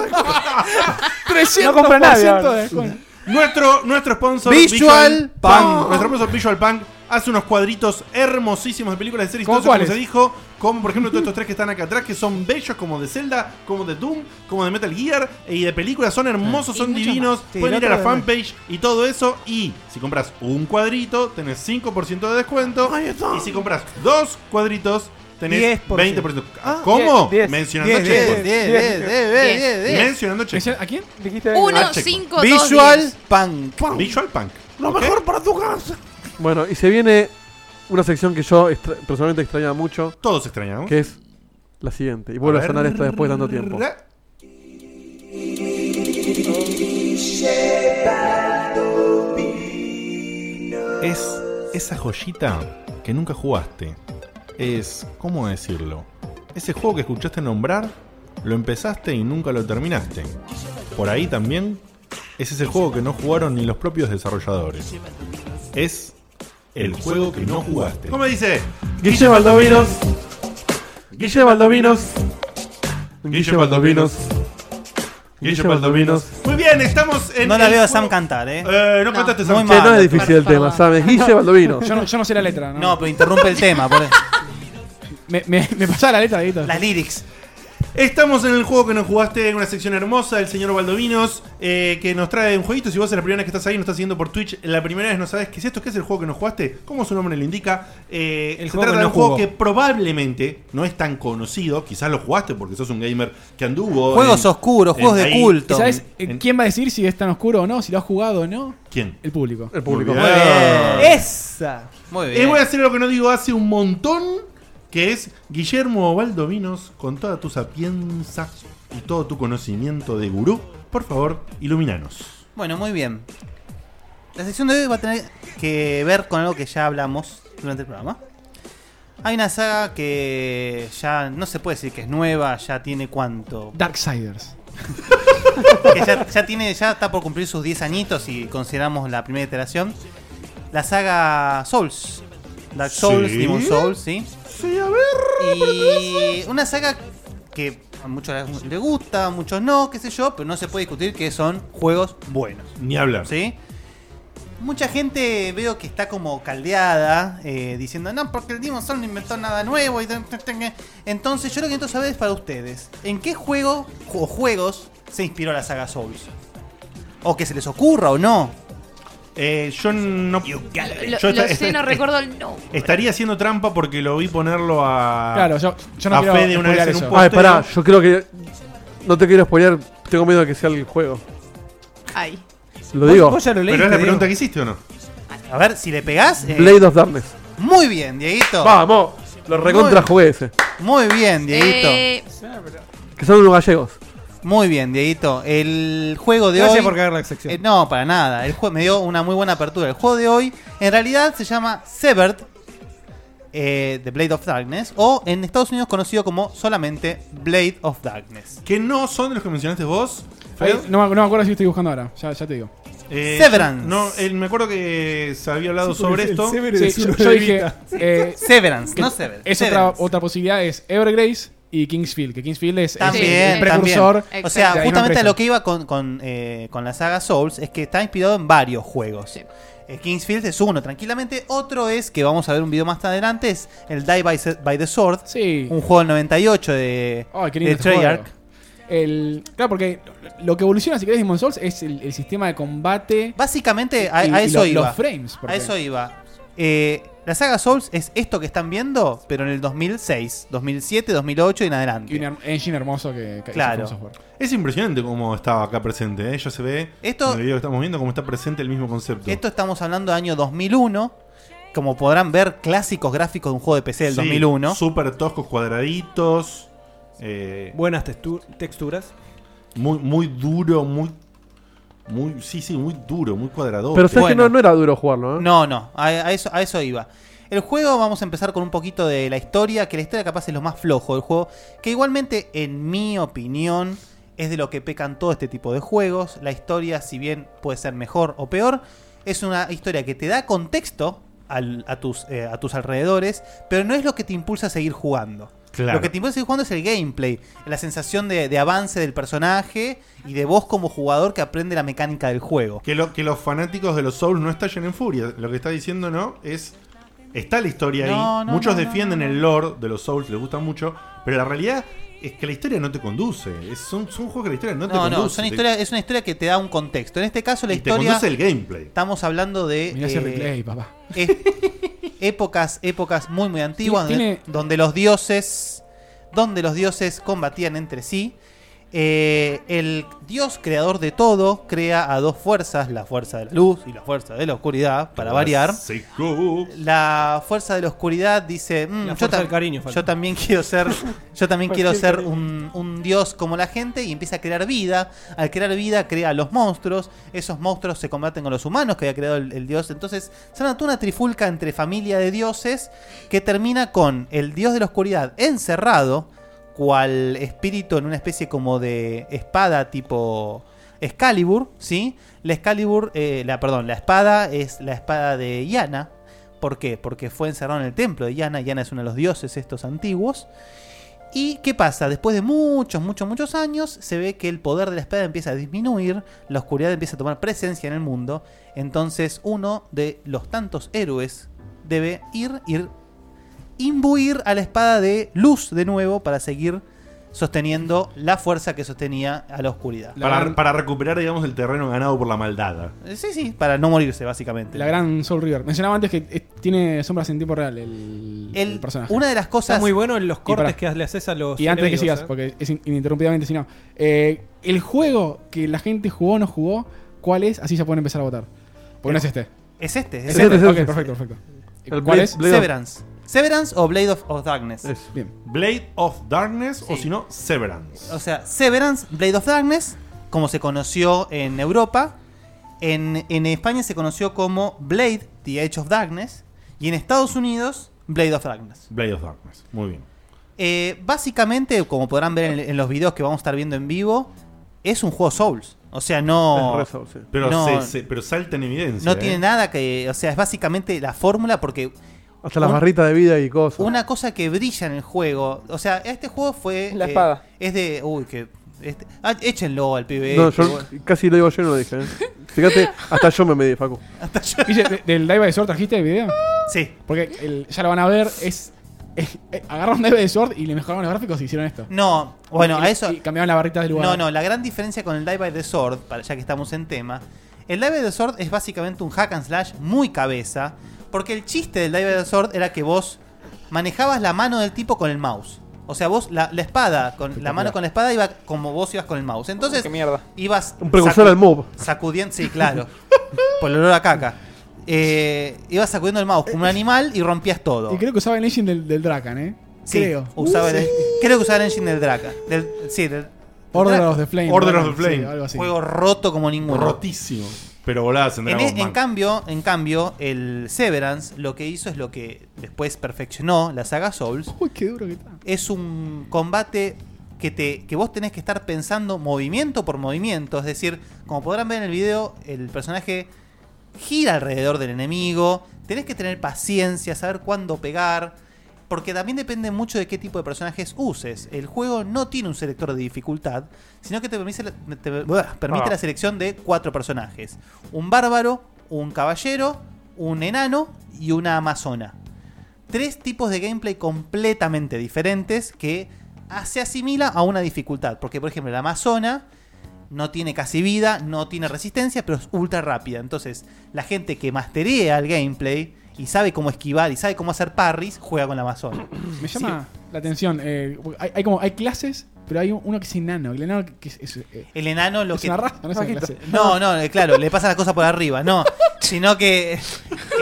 S3: de
S1: 300%
S3: No compra
S1: nadie ahora. de descuento.
S3: Nuestro, nuestro sponsor
S1: Visual Punk.
S3: Nuestro sponsor Visual Punk hace unos cuadritos hermosísimos de películas de series.
S1: ¿Cómo
S3: todo eso, como
S1: cuáles?
S3: se dijo, como por ejemplo todos estos tres que están acá atrás, que son bellos como de Zelda, como de Doom, como de Metal Gear eh, y de películas. Son hermosos,
S1: Y
S3: son
S1: muchos
S3: divinos.
S1: más. Sí,
S3: Pueden
S1: el
S3: ir a la
S1: otro de-
S3: fanpage y todo eso. Y si compras un cuadrito, tenés 5% de descuento. Y si compras dos cuadritos, tenés
S1: 10%.
S3: 20%. Ah, ¿Cómo?
S1: Diez, diez.
S3: Mencionando
S1: Diez,
S3: checkpoint.
S1: diez, diez, diez, diez, diez, diez, diez.
S3: Mencionando checkpoint.
S1: ¿A quién?
S10: Dijiste
S12: Uno,
S3: Ah, checkpoint.
S12: cinco, dos, Visual diez.
S2: Punk.
S3: Visual Punk.
S13: Lo mejor para tu casa.
S4: Bueno, y se viene una sección que yo extra- personalmente extrañaba mucho.
S3: Todos extrañamos.
S4: Que es la siguiente. Y vuelve a,
S3: ver.
S4: sonar esta después de tanto tiempo.
S3: Es esa joyita que nunca jugaste. Es, ¿cómo decirlo? Ese juego que escuchaste nombrar, lo empezaste y nunca lo terminaste. Por ahí también es ese juego que no jugaron ni los propios desarrolladores. Es el juego que no jugaste. ¿Cómo dice?
S4: Guille Baldovinos. Guille Baldovinos. Guille Baldovinos. Guille Baldovinos.
S3: Muy bien, estamos en.
S2: No la
S3: el
S2: veo a
S3: juego-
S2: Sam cantar, eh.
S3: Eh, no, cantaste Sam.
S2: Muy
S4: Che, no
S2: mal.
S4: es difícil el tema, ¿sabes? Guille Baldovinos.
S1: Yo no, yo no sé la letra, ¿no?
S2: No, pero interrumpe el tema. por-
S1: Me, me, me pasaba la letra, Dieguito.
S2: Las lyrics.
S3: Estamos en el juego que nos jugaste en una sección hermosa, el señor Baldovinos, eh, que nos trae un jueguito. Si vos es la primera vez que estás ahí, nos estás siguiendo por Twitch, la primera vez no sabes qué es esto, qué es el juego que nos jugaste, como su nombre lo indica. Eh, se
S11: juego
S3: trata
S11: que
S3: de
S11: no
S3: un juego
S11: jugó.
S3: que probablemente no es tan conocido, quizás lo jugaste porque sos un gamer que anduvo. en- en ahí.
S1: ¿Y ¿Sabes eh,
S3: En-
S1: quién va a decir si es tan oscuro o no? Si lo ha jugado o no.
S3: ¿Quién?
S1: El público.
S3: El público. Muy bien.
S1: Esa.
S2: Muy
S3: Eh, voy a hacer lo que no digo hace un montón, que es Guillermo Baldovinos, con toda tu sapienza y todo tu conocimiento de gurú, por favor, iluminanos.
S2: Bueno, muy bien. La sección de hoy va a tener que ver con algo que ya hablamos durante el programa. Hay una saga que ya no se puede decir que es nueva, ya tiene cuánto.
S1: Darksiders.
S2: que ya, ya tiene, ya está por cumplir sus 10 añitos si consideramos la primera iteración. La saga Souls. Dark Souls,
S11: Sí.
S2: Demon Souls, sí.
S3: Sí, a ver.
S2: Y una saga que a muchos les gusta, a muchos no, qué sé yo, pero no se puede discutir que son juegos buenos.
S3: Ni hablar.
S2: ¿Sí? Mucha gente veo que está como caldeada, eh, diciendo, no, porque el Demon Souls no inventó nada nuevo. y tan, tan, tan". Entonces, yo lo que necesito saber es para ustedes, ¿en qué juego o juegos se inspiró la saga Souls? O que se les ocurra o no.
S3: Eh, yo no.
S12: Lo,
S3: Yo
S12: lo
S3: esta-
S12: sé, no
S3: esta-
S12: recuerdo el nombre.
S3: Estaría haciendo trampa porque lo vi ponerlo a.
S1: Claro, yo- yo no
S3: a
S1: quiero
S3: Fede una vez
S1: spoilear
S3: en un
S1: eso.
S3: posteo.
S4: Ay, Ah, pará, yo creo que. No te quiero spoiler, tengo miedo de que sea el juego.
S12: Ay.
S4: Lo digo.
S3: Pero es la pregunta que hiciste o no.
S2: A ver, si le pegás. eh,
S4: Blade of Darkness.
S2: Muy bien, Dieguito.
S4: Vamos, lo recontra
S2: Muy-
S4: jugué ese.
S2: Muy bien, Dieguito.
S12: Eh,
S4: Que son unos gallegos.
S2: Muy bien, Dieguito. El juego de
S4: Gracias
S2: hoy.
S4: por
S11: cagar la sección.
S2: Eh, no, para nada. El juego me dio una muy buena apertura. El juego de hoy, en realidad, se llama Severed. eh, The Blade of Darkness. O en Estados Unidos conocido como solamente Blade of Darkness.
S3: Que no son de los que mencionaste vos.
S1: Ahí- no, me- no me acuerdo si lo estoy buscando ahora. Ya, ya te digo.
S3: Eh,
S1: Severance.
S3: No, él- me acuerdo que se había hablado
S1: Sí,
S3: sobre
S1: porque
S3: esto.
S1: el Severance es uno de (laughs) Vita.
S2: Severance,
S1: eh, que
S2: no Severance,
S1: Es
S2: Severance.
S1: Otra, otra posibilidad, es Evergrace y Kingsfield. Que Kingsfield es, es
S2: También,
S1: el precursor.
S2: también. O sea,
S1: de la misma
S2: justamente a
S1: empresa.
S2: lo que iba con, con, eh, con la saga Souls es que está inspirado en varios juegos. Eh, Kingsfield es uno, tranquilamente. Otro es, que vamos a ver un video más adelante, es el Die by, Se- by the Sword. Un juego del 98 de,
S1: Ay, qué lindo
S2: de
S1: este
S2: Treyarch.
S1: juego. El, claro, porque lo que evoluciona, si querés, Demon Souls es el, el sistema de combate.
S2: Básicamente, a,
S1: y-
S2: a
S1: y
S2: eso
S1: los-
S2: iba.
S1: Los frames. porque-
S2: a eso iba. Eh, la saga Souls es esto que están viendo, pero en el 2006, 2007, 2008 y en adelante.
S1: Y un engine hermoso que, que
S2: Claro.
S1: hizo From Software.
S3: Es impresionante cómo estaba acá presente. ¿eh? Ya se ve
S2: Esto-
S3: en el video que estamos viendo cómo está presente el mismo concepto.
S2: Esto estamos hablando del año 2001. Como podrán ver, clásicos gráficos de un juego de PC del
S3: Sí,
S2: 2001.
S3: Súper toscos, cuadraditos. eh,
S11: Buenas textu- texturas.
S3: muy, muy duro, muy. Muy, sí, sí, muy duro, muy cuadrado.
S4: Pero sabes que no, no era duro jugarlo, ¿eh?
S2: Oh, No, no, a, a eso, a eso iba. El juego, vamos a empezar con un poquito de la historia, que la historia capaz es lo más flojo del juego, que igualmente, en mi opinión, es de lo que pecan todo este tipo de juegos. La historia, si bien puede ser mejor o peor, es una historia que te da contexto al- a, tus, eh, a tus alrededores, pero no es lo que te impulsa a seguir jugando.
S11: Claro.
S2: Lo que te impulsa a seguir jugando es el gameplay, la sensación de, de avance del personaje y de vos como jugador que aprende la mecánica del juego.
S3: Que, lo- que los fanáticos de los Souls no estallen en furia. Lo que está diciendo, ¿no? Es. Está la historia
S2: No,
S3: ahí.
S2: no,
S3: Muchos
S2: no, no,
S3: defienden el lore de los Souls, les gusta mucho. Pero la realidad es que la historia no te conduce. Es, son, son juegos que la historia no, te
S2: No,
S3: conduce.
S2: no, son
S3: Te-
S2: historia- es una historia que te da un contexto. En este caso, la
S3: Y te
S2: historia.
S3: conduce el gameplay.
S2: Estamos hablando de.
S1: Mirá ese replay, papá.
S2: eh, épocas, épocas muy, muy antiguas.
S1: Tiene-
S2: donde, donde los dioses. Donde los dioses combatían entre sí. Eh, el dios creador de todo crea a dos fuerzas: la fuerza de la luz y la fuerza de la oscuridad, para variar. La fuerza de la oscuridad dice: "Mm,
S11: La
S2: yo,
S11: fuerza
S2: tam-
S11: del cariño, falta".
S2: yo también quiero ser, yo también quiero
S11: Fuerza del
S2: ser un, un dios como la gente y empieza a crear vida. Al crear vida crea a los monstruos. Esos monstruos se combaten con los humanos que había creado el, el dios. Entonces se notó una trifulca entre familia de dioses que termina con el dios de la oscuridad encerrado, cual espíritu en una especie como de espada tipo Excalibur, ¿sí? La Excalibur, eh, la, perdón, la espada es la espada de Yana. ¿Por qué? Porque fue encerrado en el templo de Yana. Yana es uno de los dioses estos antiguos. ¿Y qué pasa? Después de muchos, muchos, muchos años, se ve que el poder de la espada empieza a disminuir, la oscuridad empieza a tomar presencia en el mundo. Entonces, uno de los tantos héroes debe ir, ir, imbuir a la espada de luz de nuevo para seguir sosteniendo la fuerza que sostenía a la oscuridad.
S3: Para, para recuperar, digamos, el terreno ganado por la maldad.
S2: Sí, sí, para no morirse, básicamente.
S1: La gran Soul River. Mencionaba antes que eh, tiene sombras en tiempo real el,
S2: El-
S1: el personaje.
S2: una de las cosas-
S1: Está
S2: Está muy bueno en
S1: Y
S2: los
S1: pará.
S11: cortes que le haces a los
S1: Y antes de que
S11: enemigos,
S1: sigas,
S11: ¿eh?
S1: porque es in- ininterrumpidamente, si no. Eh, el juego que la gente jugó o no jugó, ¿cuál es? Así ya pueden empezar a votar. Porque no es este.
S2: Es este.
S1: Es este, ok, perfecto, perfecto.
S2: El
S1: ¿Cuál
S2: Blade-
S1: es?
S2: Blade of- Severance. Severance o Blade of, of Darkness.
S3: Blade of Darkness o si no, Severance.
S2: O sea, Severance, Blade of Darkness, como se conoció en Europa. En, en España se conoció como Blade, The Age of Darkness. Y en Estados Unidos, Blade of Darkness.
S3: Blade of Darkness. Muy bien.
S2: Eh, básicamente, como podrán ver en, en los videos que vamos a estar viendo en vivo, es un juego Souls. O sea, no.
S3: Pero,
S2: no-
S3: se- se- pero salta en evidencia.
S2: no
S3: ¿eh?
S2: tiene nada que. O sea, es básicamente la fórmula porque.
S4: Hasta las
S2: un-
S4: barritas de vida y cosas.
S2: Una cosa que brilla en el juego. O sea, este juego fue.
S10: La
S2: eh,
S10: espada.
S2: es de. Uy, que. este- ah, échenlo al pibe.
S4: No,
S2: este,
S4: yo
S2: bueno.
S4: casi lo digo yo y no lo dije. ¿eh? Fíjate, hasta yo me medí, Facu.
S1: (laughs) Guille, de- ¿Del Dive de Sword trajiste el video?
S2: Sí.
S1: Porque el- ya lo van a ver, es. es- eh, agarraron Dive de Sword y le mejoraron los gráficos y hicieron esto.
S2: No, bueno,
S1: Y-
S2: a eso.
S1: y cambiaron las barritas de lugar.
S2: No, no, la gran diferencia con el Dive by the Sword, para, ya que estamos en tema, el Dive by the Sword es básicamente un hack and slash muy cabeza, porque el chiste del Dive by the Sword era que vos manejabas la mano del tipo con el mouse. O sea, vos la, la espada, con la mano con la espada iba como vos ibas con el mouse. Entonces, ibas
S4: Un precursor al mob.
S2: sacudiendo, sí, claro, (laughs) por el olor a caca. Eh, ibas sacudiendo el mouse como un animal y rompías todo.
S1: Eh, Y creo que usaba el engine del, del Drakan, ¿eh?
S2: Sí,
S1: creo. Uh,
S2: usaba el- creo que usaba el engine del Draca. Del, sí, del.
S1: Order
S2: Draca.
S1: of the Flame,
S3: Order of the Flame.
S1: algo así.
S2: Juego roto como ninguno.
S3: Rotísimo. Pero volás
S2: En,
S3: en
S2: e,
S3: Dragon
S2: en
S3: Ball.
S2: cambio, en cambio, el Severance lo que hizo es lo que después perfeccionó la saga Souls.
S1: Uy, qué duro que está.
S2: Es un combate que, te, que vos tenés que estar pensando movimiento por movimiento. Es decir, como podrán ver en el video, el personaje gira alrededor del enemigo. Tenés que tener paciencia, saber cuándo pegar. Porque también depende mucho de qué tipo de personajes uses. El juego no tiene un selector de dificultad, sino que te permite, la- te- buah, permite
S11: Ah.
S2: la selección de cuatro personajes. Un bárbaro, un caballero, un enano y una amazona. Tres tipos de gameplay completamente diferentes que ah, se asimila a una dificultad. Porque, por ejemplo, la amazona no tiene casi vida, no tiene resistencia, pero es ultra rápida. Entonces, la gente que masterea el gameplay y sabe cómo esquivar y sabe cómo hacer parries, juega con la Amazon.
S1: Me llama la atención. eh, porque hay, hay como, hay clases, pero hay uno que es enano. El enano que es. es, eh,
S2: El enano lo
S1: Es
S2: que.
S1: una raza, no es una clase.
S2: no, no, eh, claro, le pasa la cosa por
S1: (laughs)
S2: arriba, no. Sino que.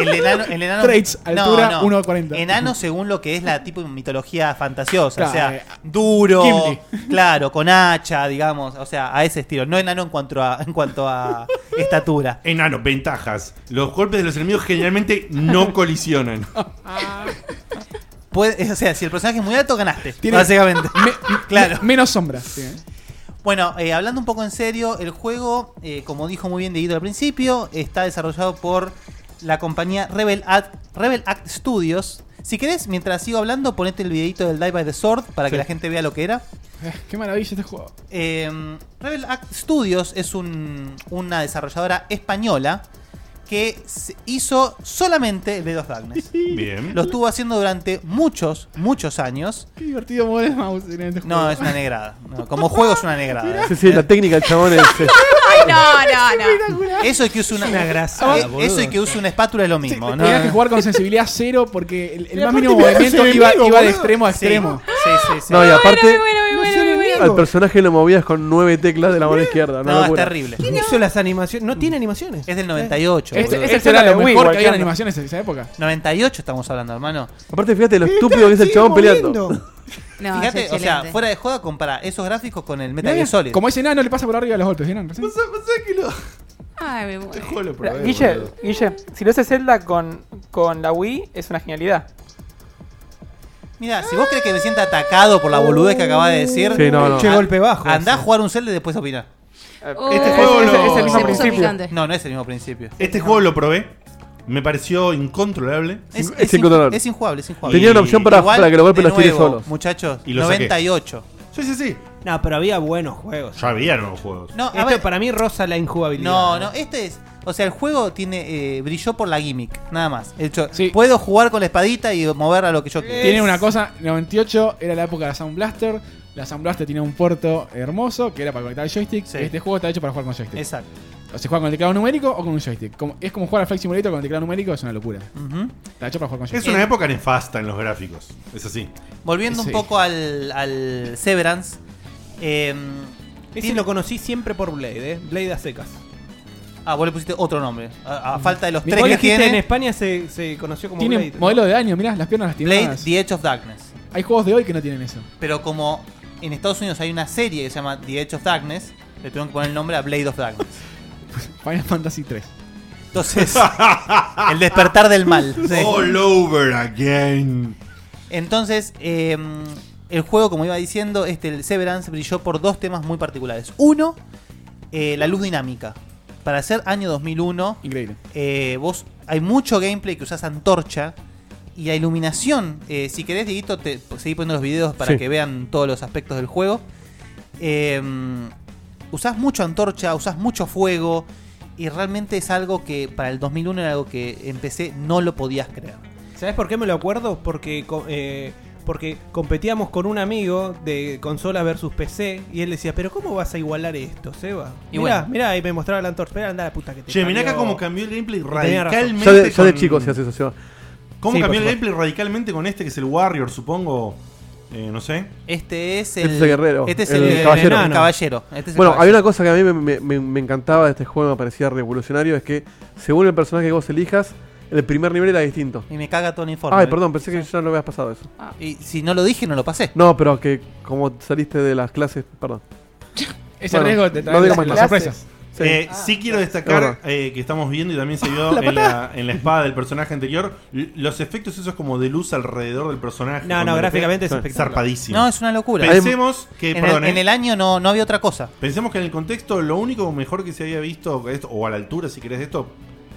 S2: El enano. El enano
S1: Traits, altura, 1,40.
S2: Enano según lo que es la tipo de mitología fantasiosa. o
S1: Claro,
S2: sea,
S1: eh,
S2: duro.
S1: Gimli.
S2: Claro, con hacha, digamos. O sea, a ese estilo. No enano en cuanto a, en cuanto
S1: (laughs)
S2: a estatura.
S3: Enano, ventajas. Los golpes de los enemigos generalmente
S2: (laughs)
S3: no colisionan.
S2: Puede- o sea, si el personaje es muy alto, ganaste.
S1: Tiene- (laughs)
S2: básicamente. (laughs) claro.
S1: menos sombras. sí, eh.
S2: Bueno, eh, hablando un poco en serio, el juego, eh, como dijo muy bien Dieguito al principio, está desarrollado por la compañía Rebel Act, Rebel Act Studios. Si querés, mientras sigo hablando, ponete el videito del Dive by the Sword para que
S1: Sí.
S2: la gente vea lo que era.
S1: Qué maravilla este juego.
S2: Eh, Rebel Act Studios es un- una desarrolladora española que se- hizo solamente el Blade
S1: (laughs)
S2: of Darkness.
S3: Bien.
S2: Lo estuvo haciendo durante muchos, muchos años.
S1: Qué divertido mover el mouse en este juego.
S2: No, es una negrada.
S1: (laughs)
S2: No, como juego es una negrada.
S4: Sí, sí, la técnica del chabón es. eh,
S12: Ay, no, no, no.
S2: Eso y que use una,
S1: grasada,
S2: eh,
S1: boludo.
S2: Eso y que use una espátula es lo mismo, ¿no?
S1: Tenías que jugar con sensibilidad cero porque el, el
S2: Sí,
S1: más
S2: aparte
S1: mínimo
S2: mirá ese
S1: movimiento iba,
S2: enemigo,
S1: iba de
S2: boludo.
S1: extremo a
S2: Sí.
S1: extremo.
S2: Sí, sí, sí.
S4: No, y aparte.
S8: bueno.
S4: Al personaje lo movías con nueve teclas de la mano izquierda.
S2: No,
S4: No,
S2: es
S4: locura.
S2: terrible.
S8: ¿Quién hizo las animaciones? No tiene animaciones.
S2: Es del 98.
S8: Este-
S2: boludo.
S8: este Este era era lo lo mejor mejor que que había en había.
S1: animaciones en esa época.
S2: 98 estamos hablando, hermano.
S4: Aparte, fíjate
S2: Este
S4: lo estúpido que es el chabón peleando.
S12: No,
S2: Fíjate,
S12: es
S2: o sea,
S12: excelente.
S2: fuera de joda, compara esos gráficos con el Metal
S1: Mirá,
S2: Gear Solid.
S1: Como ese enano le pasa por arriba los golpes. ¿sí, enano? ¿Sí?
S12: Ay, me muero.
S3: probé,
S10: Guille,
S3: boludo.
S10: Guille, si lo haces Zelda con, con la Wii, es una genialidad.
S2: Mira, si vos crees que me sienta atacado por la boludez que acabas de decir, Ah,
S4: Sí, no, no. Che, golpe
S2: bajo. Andá a jugar un Zelda y después opinar.
S10: Este juego es- es el mismo Se puso principio. picante.
S2: No, no es el mismo principio.
S3: Este juego lo probé. Me pareció incontrolable.
S2: Es- es incontrolable. inju- es injugable, es injugable.
S4: Tenía una opción para-
S2: Igual,
S4: para que los golpes
S2: de
S4: los tire
S2: nuevo,
S4: solos.
S2: Muchachos,
S3: Y lo saqué.
S2: 98.
S3: Sí, sí, sí.
S8: No, pero había buenos juegos.
S3: Ya había nuevos juegos.
S2: No, a
S8: Esto
S2: ver-
S8: para mí rosa la injugabilidad.
S11: ¿eh?
S2: No, no, este es. O sea, el juego tiene eh, brilló por la gimmick, nada más. El hecho, puedo jugar con la espadita y mover a lo que yo quiera.
S1: Tiene una cosa, 98 era la época de Sound Blaster, La Sam Blaster tiene un puerto hermoso que era para conectar el joystick. Este juego está hecho para jugar con joystick.
S2: Exacto.
S1: O se juega con el teclado numérico o con un joystick. Como- es como jugar a Flight Simulator con el teclado numérico, es una locura. Está hecho para jugar con
S3: Es
S1: joystick.
S3: una época nefasta en los gráficos. Es así.
S2: eh, Volviendo
S1: Sí.
S2: un poco al, al Severance. eh,
S11: Ese
S2: tiene-
S11: lo conocí siempre por Blade, ¿eh? Blade a secas.
S2: Ah, vos le pusiste otro nombre. A, a falta de los
S11: Mi-
S2: tres
S11: vos
S2: que
S11: dijiste,
S2: tiene.
S11: En España se, se conoció como
S1: Tiene
S11: Blade.
S1: modelo de daño, mirá, las piernas
S2: Blade,
S1: lastimadas.
S2: The Edge of Darkness.
S1: Hay juegos de hoy que no tienen eso.
S2: Pero como en Estados Unidos hay una serie que se llama The Edge of Darkness, le tuvieron que poner el nombre a Blade of Darkness.
S1: Final Fantasy 3.
S2: Entonces, el despertar del mal.
S1: (laughs)
S2: Sí.
S3: All over again.
S2: Entonces, eh, el juego, como iba diciendo, este, el Severance brilló por dos temas muy particulares. Uno, eh, la luz dinámica. Para ser año 2001,
S1: Increíble.
S2: eh, vos, hay mucho gameplay que usás antorcha y la iluminación. eh, si querés, Dieguito, te pues, seguí poniendo los videos para
S11: Sí.
S2: que vean todos los aspectos del juego. Eh, usás mucho antorcha, usás mucho fuego. Y realmente es algo que para el 2001 era algo que empecé, no lo podías creer.
S11: ¿Sabes por qué me lo acuerdo? Porque, co- eh, porque competíamos con un amigo de consola versus PC y él decía, pero ¿cómo vas a igualar esto, Seba?
S3: Y
S11: Y mirá,
S3: bueno.
S11: mirá, y me mostraba la antorcha, mirá, anda la puta que te
S3: Che, mirá
S11: parió".
S3: acá cómo cambió el gameplay
S11: Tenía razón.
S3: radicalmente.
S4: Yo de, yo de
S3: con-
S4: chico hacía eso, Seba.
S3: ¿Cómo
S4: Sí,
S3: cambió el
S4: por
S3: gameplay radicalmente con este que es el Warrior, supongo? Eh, no sé.
S2: Este es
S4: Este es el guerrero.
S2: Este es el, caballero. caballero. Este es el
S4: bueno,
S2: caballero.
S4: había una cosa que a mí me, me- me- me encantaba de este juego, me parecía revolucionario, es que según el personaje que vos elijas, el primer nivel era distinto.
S2: Y me caga Tony Fortnite.
S4: Ay, perdón, pensé que ya no lo habías pasado eso.
S2: ¿eh? Ah, Y si no lo dije, no lo pasé.
S4: No, pero que como saliste de las clases, perdón.
S1: (laughs) Ese
S4: Bueno,
S1: riesgo te trae
S4: no digo
S1: las-
S4: más
S1: las
S4: nada.
S1: sorpresas.
S4: Sí. Ah.
S3: Eh,
S2: Ah,
S3: sí quiero
S4: Perdón.
S3: destacar eh, que estamos viendo y también
S1: (laughs)
S3: se vio
S4: La
S3: en, la,
S4: patada.
S3: en la espada del personaje anterior l- los efectos esos como de luz alrededor del personaje.
S11: No, no,
S3: Cuando
S11: gráficamente
S3: lo
S11: es
S3: ve,
S11: espectacular.
S3: zarpadísimo.
S2: No, es una locura.
S3: Pensemos que,
S2: Em, en,
S3: perdón,
S2: el, en
S3: eh,
S2: el año no, no había otra cosa.
S3: Pensemos que en el contexto lo único mejor que se había visto, esto, o a la altura si querés de esto,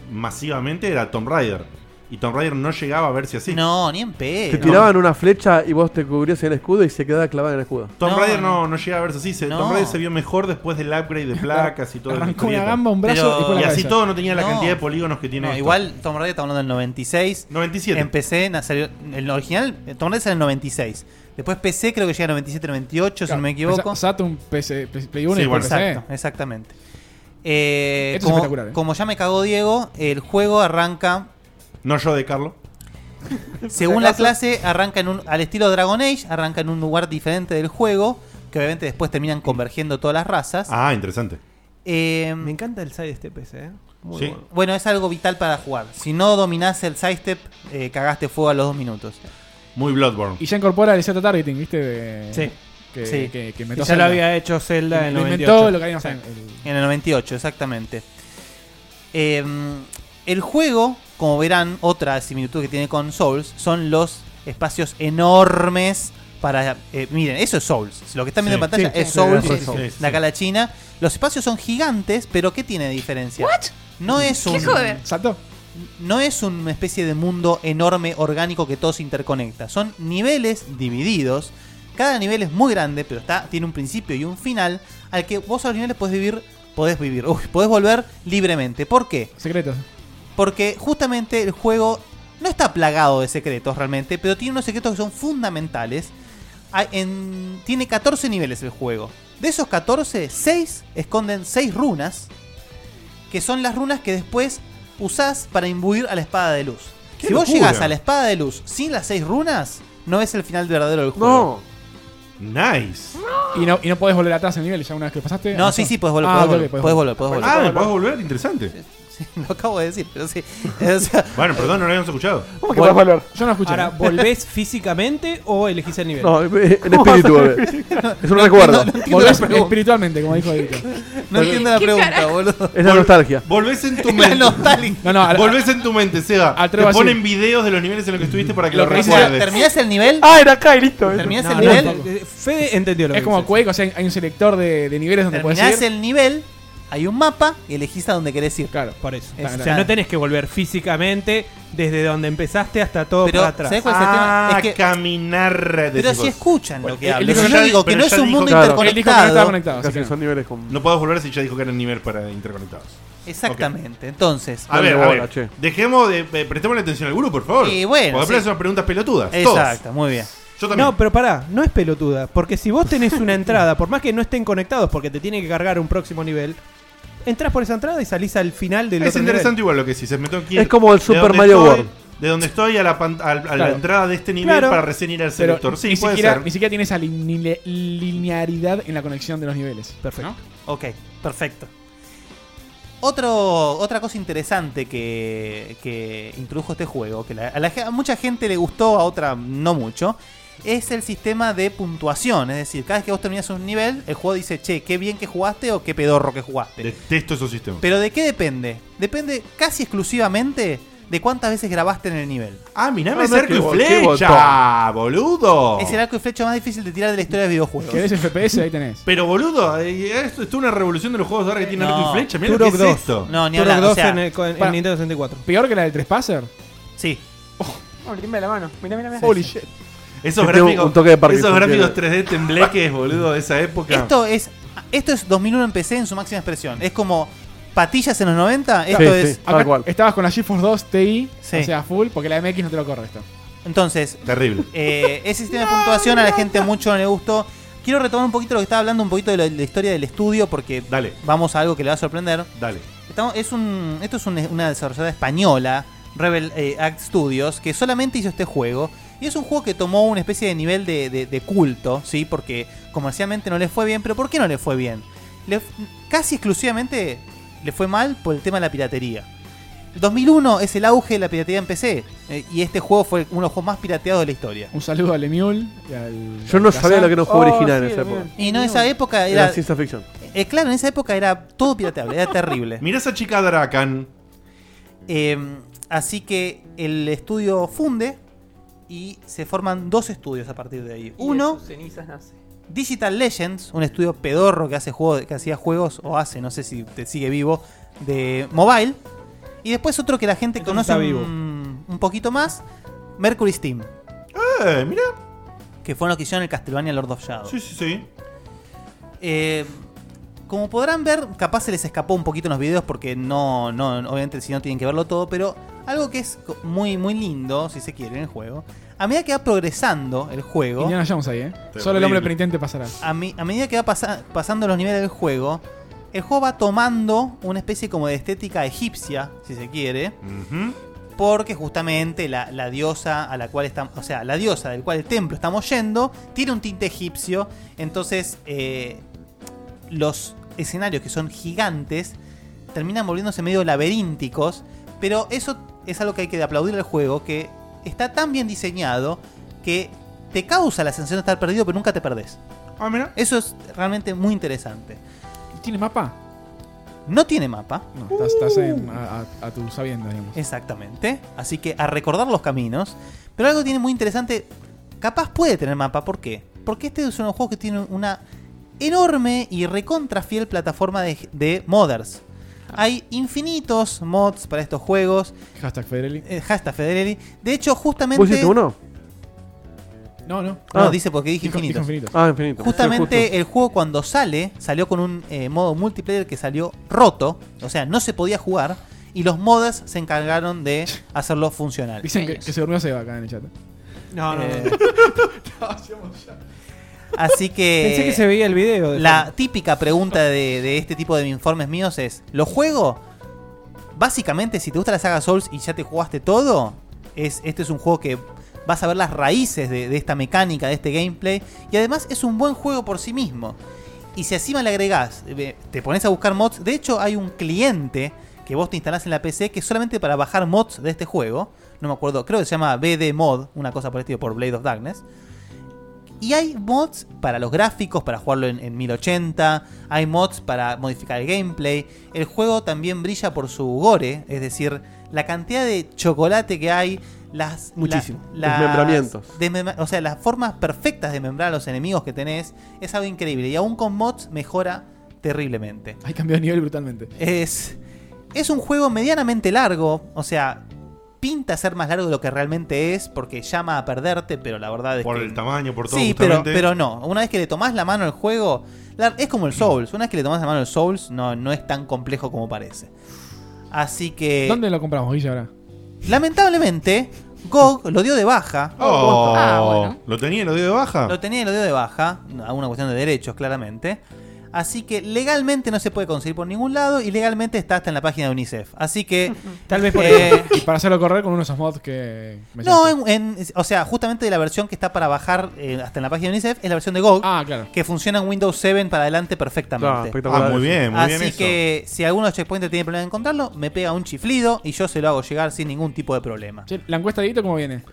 S3: masivamente era Tomb Raider. Y Tomb Raider no llegaba a verse así.
S2: No, ni en pedo.
S4: Te tiraban una flecha y vos te cubrías en el escudo y se quedaba clavada en el escudo.
S3: Tomb Raider no, no llegaba a verse así. se- Tomb Raider se vio mejor después del upgrade de placas y todo. el
S1: Arrancó una gamba, un brazo
S2: Pero-
S1: y después la
S2: y así
S1: cabeza.
S3: todo no tenía la cantidad de polígonos que tiene
S2: No,
S3: esto.
S2: Igual Tomb Raider está hablando del 96.
S3: 97.
S2: En PC na- salió- el original, eh, Tomb Raider salió en el 96. Después PC creo que llega en 97, 98, si no me equivoco.
S1: Saturn, PC, Play 1
S2: Sí,
S1: y
S2: bueno,
S1: después PC.
S2: exacto, exactamente. Eh,
S1: Esto es
S2: como,
S1: espectacular, ¿eh?
S2: como ya me cagó Diego, el juego arranca.
S3: No yo de Carlos.
S2: Según la clase, arranca en un, al estilo Dragon Age, arranca en un lugar diferente del juego, que obviamente después terminan convergiendo todas las razas.
S3: Ah, interesante.
S2: me
S11: encanta el side este PC, ¿eh? Muy
S2: Sí.
S11: bueno.
S2: bueno. es algo vital para jugar. Si no dominás el sidestep, eh, cagaste fuego a los dos minutos.
S3: Muy Bloodborne.
S1: Y ya incorpora el Z targeting, ¿viste? De-
S2: Sí.
S1: Que,
S2: Sí.
S1: que- que
S2: Y
S1: inventó
S2: ya lo
S1: Zelda.
S2: había hecho Zelda en
S1: Lo inventó
S2: 98.
S1: lo que habíamos
S2: Sí. En el 98, exactamente. Eh, el juego, como verán, otra similitud que tiene con Souls son los espacios enormes para... eh, miren, eso es Souls. Lo que están viendo
S11: Sí.
S2: en pantalla
S11: Sí,
S2: es
S11: sí,
S2: Souls,
S11: sí,
S2: es
S11: sí,
S2: Souls.
S11: sí, sí.
S2: de acá a la China. Los espacios son gigantes, pero ¿qué tiene de diferencia? No es
S12: ¿Qué
S2: un...
S12: joder?
S2: No es una especie de mundo enorme, orgánico, que todo se interconecta. Son niveles divididos. Cada nivel es muy grande, pero está, tiene un principio y un final al que vos al final podés vivir, podés vivir, uy, podés volver libremente. ¿Por qué?
S1: Secretos.
S2: Porque justamente el juego no está plagado de secretos realmente, pero tiene unos secretos que son fundamentales. Hay- Ah, en- tiene 14 niveles el juego. De esos 14, 6 esconden 6 runas, que son las runas que después usás para imbuir a la espada de luz.
S11: ¡Qué
S2: Si vos
S11: locura!
S2: llegás a la espada de luz sin las 6 runas, no es el final verdadero del juego. (laughs)
S3: Nice.
S1: Y no, y no podés volver atrás el nivel, ya una vez que lo pasaste.
S2: No,
S1: avanzás.
S2: sí, sí, puedes volver,
S1: Ah,
S2: podés
S1: ok,
S2: volver, podés volver, podés volver.
S3: Ah, me podés volver, interesante.
S2: (laughs) Lo acabo de decir, pero
S11: (laughs)
S2: sí.
S3: bueno, perdón, no lo habíamos escuchado.
S11: Vol-
S1: Yo no escuché.
S11: Ahora, ¿volvés físicamente o elegís el nivel?
S4: No, en
S11: (laughs)
S4: espíritu, bebé. Es un recuerdo.
S1: Volvés espiritualmente, como dijo
S3: (laughs)
S1: Edito.
S2: No entiendo la pregunta, boludo.
S4: Es la nostalgia.
S3: Volvés en tu
S2: Es la
S3: mente.
S2: nostalgia.
S1: No, no, al-
S3: Volvés en tu mente, Seba.
S1: atrevo
S3: Te
S1: a
S3: ponen
S1: decir-
S3: videos de los niveles en los que estuviste para que lo,
S1: Lo que hice-
S3: recuerdes.
S2: ¿Terminás el nivel?
S10: Ah, era acá y listo.
S2: ¿Terminás
S1: No,
S2: el
S1: no,
S2: nivel?
S1: tampoco.
S11: Fede entendió lo
S1: Es
S11: que
S1: como Quake, o sea, hay- hay un selector de, de niveles donde puedes
S2: Terminás
S1: ir.
S2: el nivel, hay un mapa y elegís a dónde querés ir.
S1: Claro,
S11: por eso.
S2: Es-
S11: O sea, no tenés que volver físicamente desde donde empezaste hasta todo
S2: Pero,
S11: para atrás.
S2: ¿sabés cuál es el tema? Es que-
S3: Ah, caminar.
S2: Pero si escuchan lo que hablo.
S3: pero
S2: Si yo
S3: ya
S2: digo
S3: di-
S2: que
S3: pero
S2: no es
S3: ya
S2: un
S3: dijo
S2: mundo
S3: que-
S2: interconectado.
S4: Casi son niveles con-
S3: No podés volver si ya dijo que eran nivel para interconectados.
S2: Exactamente. Entonces,
S3: A ver, a ver, Dejemos de. eh, prestémosle atención al gurú, por favor.
S2: Y bueno,
S3: Porque
S2: sí.
S3: apenas son preguntas pelotudas.
S2: Exacto, muy bien.
S3: también.
S8: No, pero pará, no es pelotuda. Porque si vos tenés
S3: (laughs)
S8: una entrada, por más que no estén conectados porque te tiene que cargar un próximo nivel, entras por esa entrada y salís al final del
S3: Es
S8: otro
S3: interesante
S8: nivel.
S3: igual lo que decís. Me tengo que ir
S8: Es como el
S3: de
S8: Super
S3: donde
S8: Mario
S3: estoy-
S8: World.
S3: De donde estoy a la, pan- al- a la
S1: Claro.
S3: entrada de este nivel
S1: Claro.
S3: para recién ir al
S1: Pero
S3: selector. Sí,
S1: ni,
S3: puede
S1: siquiera,
S3: ser.
S1: ni siquiera tiene esa linile- linearidad en la conexión de los niveles.
S8: Perfecto.
S2: Ok, perfecto. Otro, otra cosa interesante que, que introdujo este juego, que la- a, la ge- a mucha gente le gustó, a otra no mucho, es el sistema de puntuación. Es decir, cada vez que vos terminás un nivel, el juego dice, che, qué bien que jugaste o qué pedorro que jugaste.
S3: Detesto esos sistemas.
S2: Pero ¿de qué depende? Depende casi exclusivamente de cuántas veces grabaste en el nivel.
S3: Ah, mirá, me
S2: Ah, no,
S3: cerco
S2: qué
S3: y
S2: bo- qué
S3: flecha,
S2: botón.
S3: Ah, boludo.
S2: Es el arco y flecha más difícil de tirar de la historia de videojuegos.
S1: ¿Querés FPS? Ahí tenés.
S3: Pero boludo, eh, esto es una revolución de los juegos de ahora que tienen arco y flecha. Mira lo que es esto.
S8: Turok 2
S3: sea-
S8: en, el, con- en
S3: Pará.
S8: Nintendo 64.
S1: ¿Peor que la del 3Passer?
S2: Sí.
S10: No, le tiembla la mano. Mirá, mirá, mirá.
S1: Holy shit.
S3: Esos
S4: Yo tengo
S3: gráficos,
S4: un toque de
S3: esos
S4: Parkinson,
S3: gráficos
S4: tiene.
S3: 3D tembleques, boludo, de esa época.
S2: Esto es esto es 2001 en PC en su máxima expresión. Es como patillas en los 90. Esto
S1: Acá-
S2: es
S1: acá Estabas con la GeForce 2 TI,
S2: Sí.
S1: o sea, full, porque la MX no te lo corre esto.
S2: Entonces,
S3: Terrible.
S2: eh, ese sistema de puntuación a la gente mucho no le gustó. Quiero retomar un poquito lo que estaba hablando, un poquito de la, de la historia del estudio, porque vamos a algo que le va a sorprender.
S3: Dale.
S2: Estamos- es un, esto es un- una desarrolladora española, Rebel eh, Act Studios, que solamente hizo este juego. Y es un juego que tomó una especie de nivel de, de- de culto, ¿sí? Porque comercialmente no le fue bien. ¿Pero por qué no le fue bien? Le f- casi exclusivamente le fue mal por el tema de la piratería. 2001 es el auge de la piratería en PC. eh, y este juego fue uno de los juegos más pirateados de la historia.
S1: Un saludo al Emiul y al.
S4: Yo no
S1: al
S4: sabía
S1: Kazan.
S4: lo que era un juego
S3: Oh,
S4: original en esa época.
S2: Y no, en esa época
S4: Era
S2: era.
S4: ciencia ficción.
S2: Eh, claro, en esa época era todo pirateable, era terrible.
S3: (laughs)
S2: Em,
S3: Mirá esa chica Drakan.
S2: así que el estudio funde y se forman dos estudios a partir de ahí.
S10: Y de
S2: Uno,
S10: sus cenizas nace.
S2: Digital Legends, un estudio pedorro que hace juego, que hacía juegos o hace, no sé si te sigue vivo, de mobile. Y después otro que la gente
S3: Este
S8: Entonces
S2: conoce
S8: está
S2: Un, un poquito más, Mercury Steam.
S3: Eh, mira.
S2: Que fueron los que hicieron el Castlevania Lord of Shadow.
S3: Sí, sí, sí.
S2: Eh, como podrán ver, capaz se les escapó un poquito en los videos porque no, no, obviamente si no tienen que verlo todo, pero algo que es co- muy, muy lindo, si se quiere, en el juego. A medida que va progresando el juego.
S1: Indiana Jones ahí, ¿eh? Solo el hombre penitente pasará.
S2: A, mi- a medida que va pasa- pasando los niveles del juego, el juego va tomando una especie como de estética egipcia, si se quiere. Porque justamente la, la diosa a la cual estamos, o sea, la diosa del cual el templo estamos yendo, tiene un tinte egipcio. Entonces, eh, los escenarios que son gigantes terminan volviéndose medio laberínticos. Pero eso es algo que hay que aplaudir al juego, que está tan bien diseñado que te causa la sensación de estar perdido, pero nunca te perdés.
S3: Ah, mira.
S2: Eso es realmente muy interesante.
S1: ¿Tiene mapa?
S2: No tiene mapa.
S1: No, Estás, estás en- a, a- a tu sabienda, digamos.
S2: Exactamente. Así que a recordar los caminos. Pero algo tiene muy interesante. Capaz puede tener mapa. ¿Por qué? Porque este es un juego que tiene una enorme y recontra fiel plataforma de, de modders.
S4: Ah.
S2: Hay infinitos mods para estos juegos.
S1: Hashtag Federelli.
S2: Eh, hashtag Federelli. De hecho, justamente.
S4: ¿Vos hiciste uno?
S1: No, no.
S2: No,
S4: Ah.
S2: dice porque dije
S4: Dijo-
S2: infinitos.
S4: dijo infinitos. Ah, infinitos.
S2: Justamente
S4: Justo.
S2: el juego cuando sale, salió con un eh, modo multiplayer que salió roto. O sea, no se podía jugar. Y los modders se encargaron de hacerlo funcional.
S1: Dicen que, que se durmió Seba acá en el chat.
S8: No, no,
S2: Eh,
S8: no.
S2: Así que.
S8: Pensé que se veía el video. de
S2: La
S8: fondo.
S2: típica pregunta de, de este tipo de informes míos es: ¿Lo juego? Básicamente, si te gusta la saga Souls y ya te jugaste todo, es, este es un juego que vas a ver las raíces de, de esta mecánica, de este gameplay. Y además es un buen juego por sí mismo. Y si encima le agregás, eh, te pones a buscar mods. De hecho, hay un cliente que vos te instalás en la PC que es solamente para bajar mods de este juego. No me acuerdo, creo que se llama BD Mod, una cosa por el estilo, por Blade of Darkness. Y hay mods para los gráficos, para jugarlo en, en 1080. Hay mods para modificar el gameplay. El juego también brilla por su gore, es decir, la cantidad de chocolate que hay. Las,
S4: Muchísimo.
S2: las-
S4: Desmembramientos.
S2: desmembra- o sea, las formas perfectas de membrar a los enemigos que tenés es algo increíble. Y aún con mods mejora terriblemente.
S1: Hay cambiado de nivel brutalmente.
S2: Es, es un juego medianamente largo, o sea, pinta ser más largo de lo que realmente es, porque llama a perderte, pero la verdad es
S3: Por
S2: que...
S3: el tamaño, por todo,
S2: Sí, pero,
S3: justamente.
S2: pero no. Una vez que le tomás la mano al juego, la- es como el Souls. Una vez que le tomás la mano al Souls, no, no es tan complejo como parece. Así que...
S1: ¿Dónde lo compramos, Guilla, ahora?
S2: eh, Lamentablemente, GOG lo dio de baja.
S3: Oh,
S1: Ah,
S3: ¿Lo tenía y lo dio de baja?
S2: Lo tenía y lo dio de baja. A una cuestión de derechos, claramente. Así que legalmente no se puede conseguir por ningún lado y legalmente está hasta en la página de UNICEF. Así que.
S1: (laughs) Tal vez por
S2: eh,
S1: eso. Y para hacerlo correr con unos mods que. me
S2: No,
S1: sentí.
S2: en, en- o sea, justamente la versión que está para bajar eh, hasta en la página de UNICEF es la versión de GOG.
S1: Ah,
S2: Que funciona en Windows 7 para adelante
S3: Claro,
S2: perfectamente.
S3: espectacular Ah, muy eso. bien, muy
S2: Así
S3: bien eso.
S2: que si alguno de Checkpointer tiene problema en encontrarlo, me pega un chiflido y yo se lo hago llegar sin ningún tipo de problema.
S1: ¿La encuesta de Dieguito cómo viene?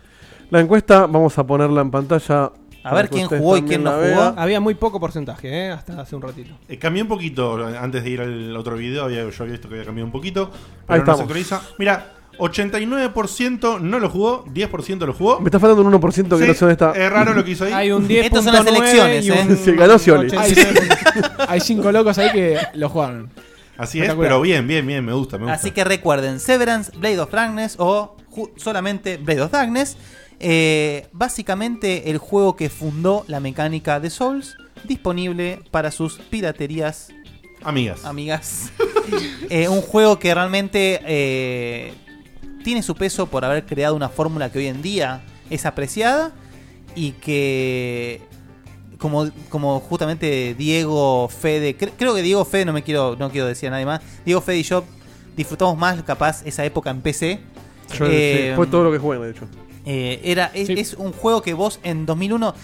S4: La encuesta, vamos a ponerla en pantalla.
S2: A ver quién jugó y quién no jugó.
S8: Había muy poco porcentaje, ¿eh? hasta hace un ratito.
S3: Eh, cambié un poquito antes de ir al otro video. Había, yo había visto que había cambiado un poquito.
S4: Ahí
S3: Pero no
S4: estamos.
S3: se actualiza. Mira, 89% no lo jugó, 10% lo jugó.
S4: Me está faltando un 1% que
S3: Sí,
S4: no sé dónde está.
S3: Es raro lo que hizo ahí.
S4: Hay un 10.9 Estas son las elecciones, y un ¿eh? (laughs) Sí, ganó Scioli.
S1: 89. Hay cinco locos ahí que lo jugaron.
S3: Así es, pero bien, bien, bien. Me gusta, me gusta.
S2: Así que recuerden, Severance, Blade of Darkness o ju- solamente Blade of Darkness. eh, básicamente el juego que fundó la mecánica de Souls, disponible para sus piraterías
S3: Amigas. (laughs)
S2: Amigas. Eh, un juego que realmente eh, tiene su peso por haber creado una fórmula que hoy en día es apreciada y que como, como justamente Diego, Fede, cre- creo que Diego, Fede, no me quiero, no quiero decir a nadie más, Diego, Fede y yo disfrutamos más capaz esa época en PC.
S4: Yo,
S2: Eh,
S4: sí, fue todo lo que juegan, de hecho.
S2: eh, era, es, es un juego que vos en 2001.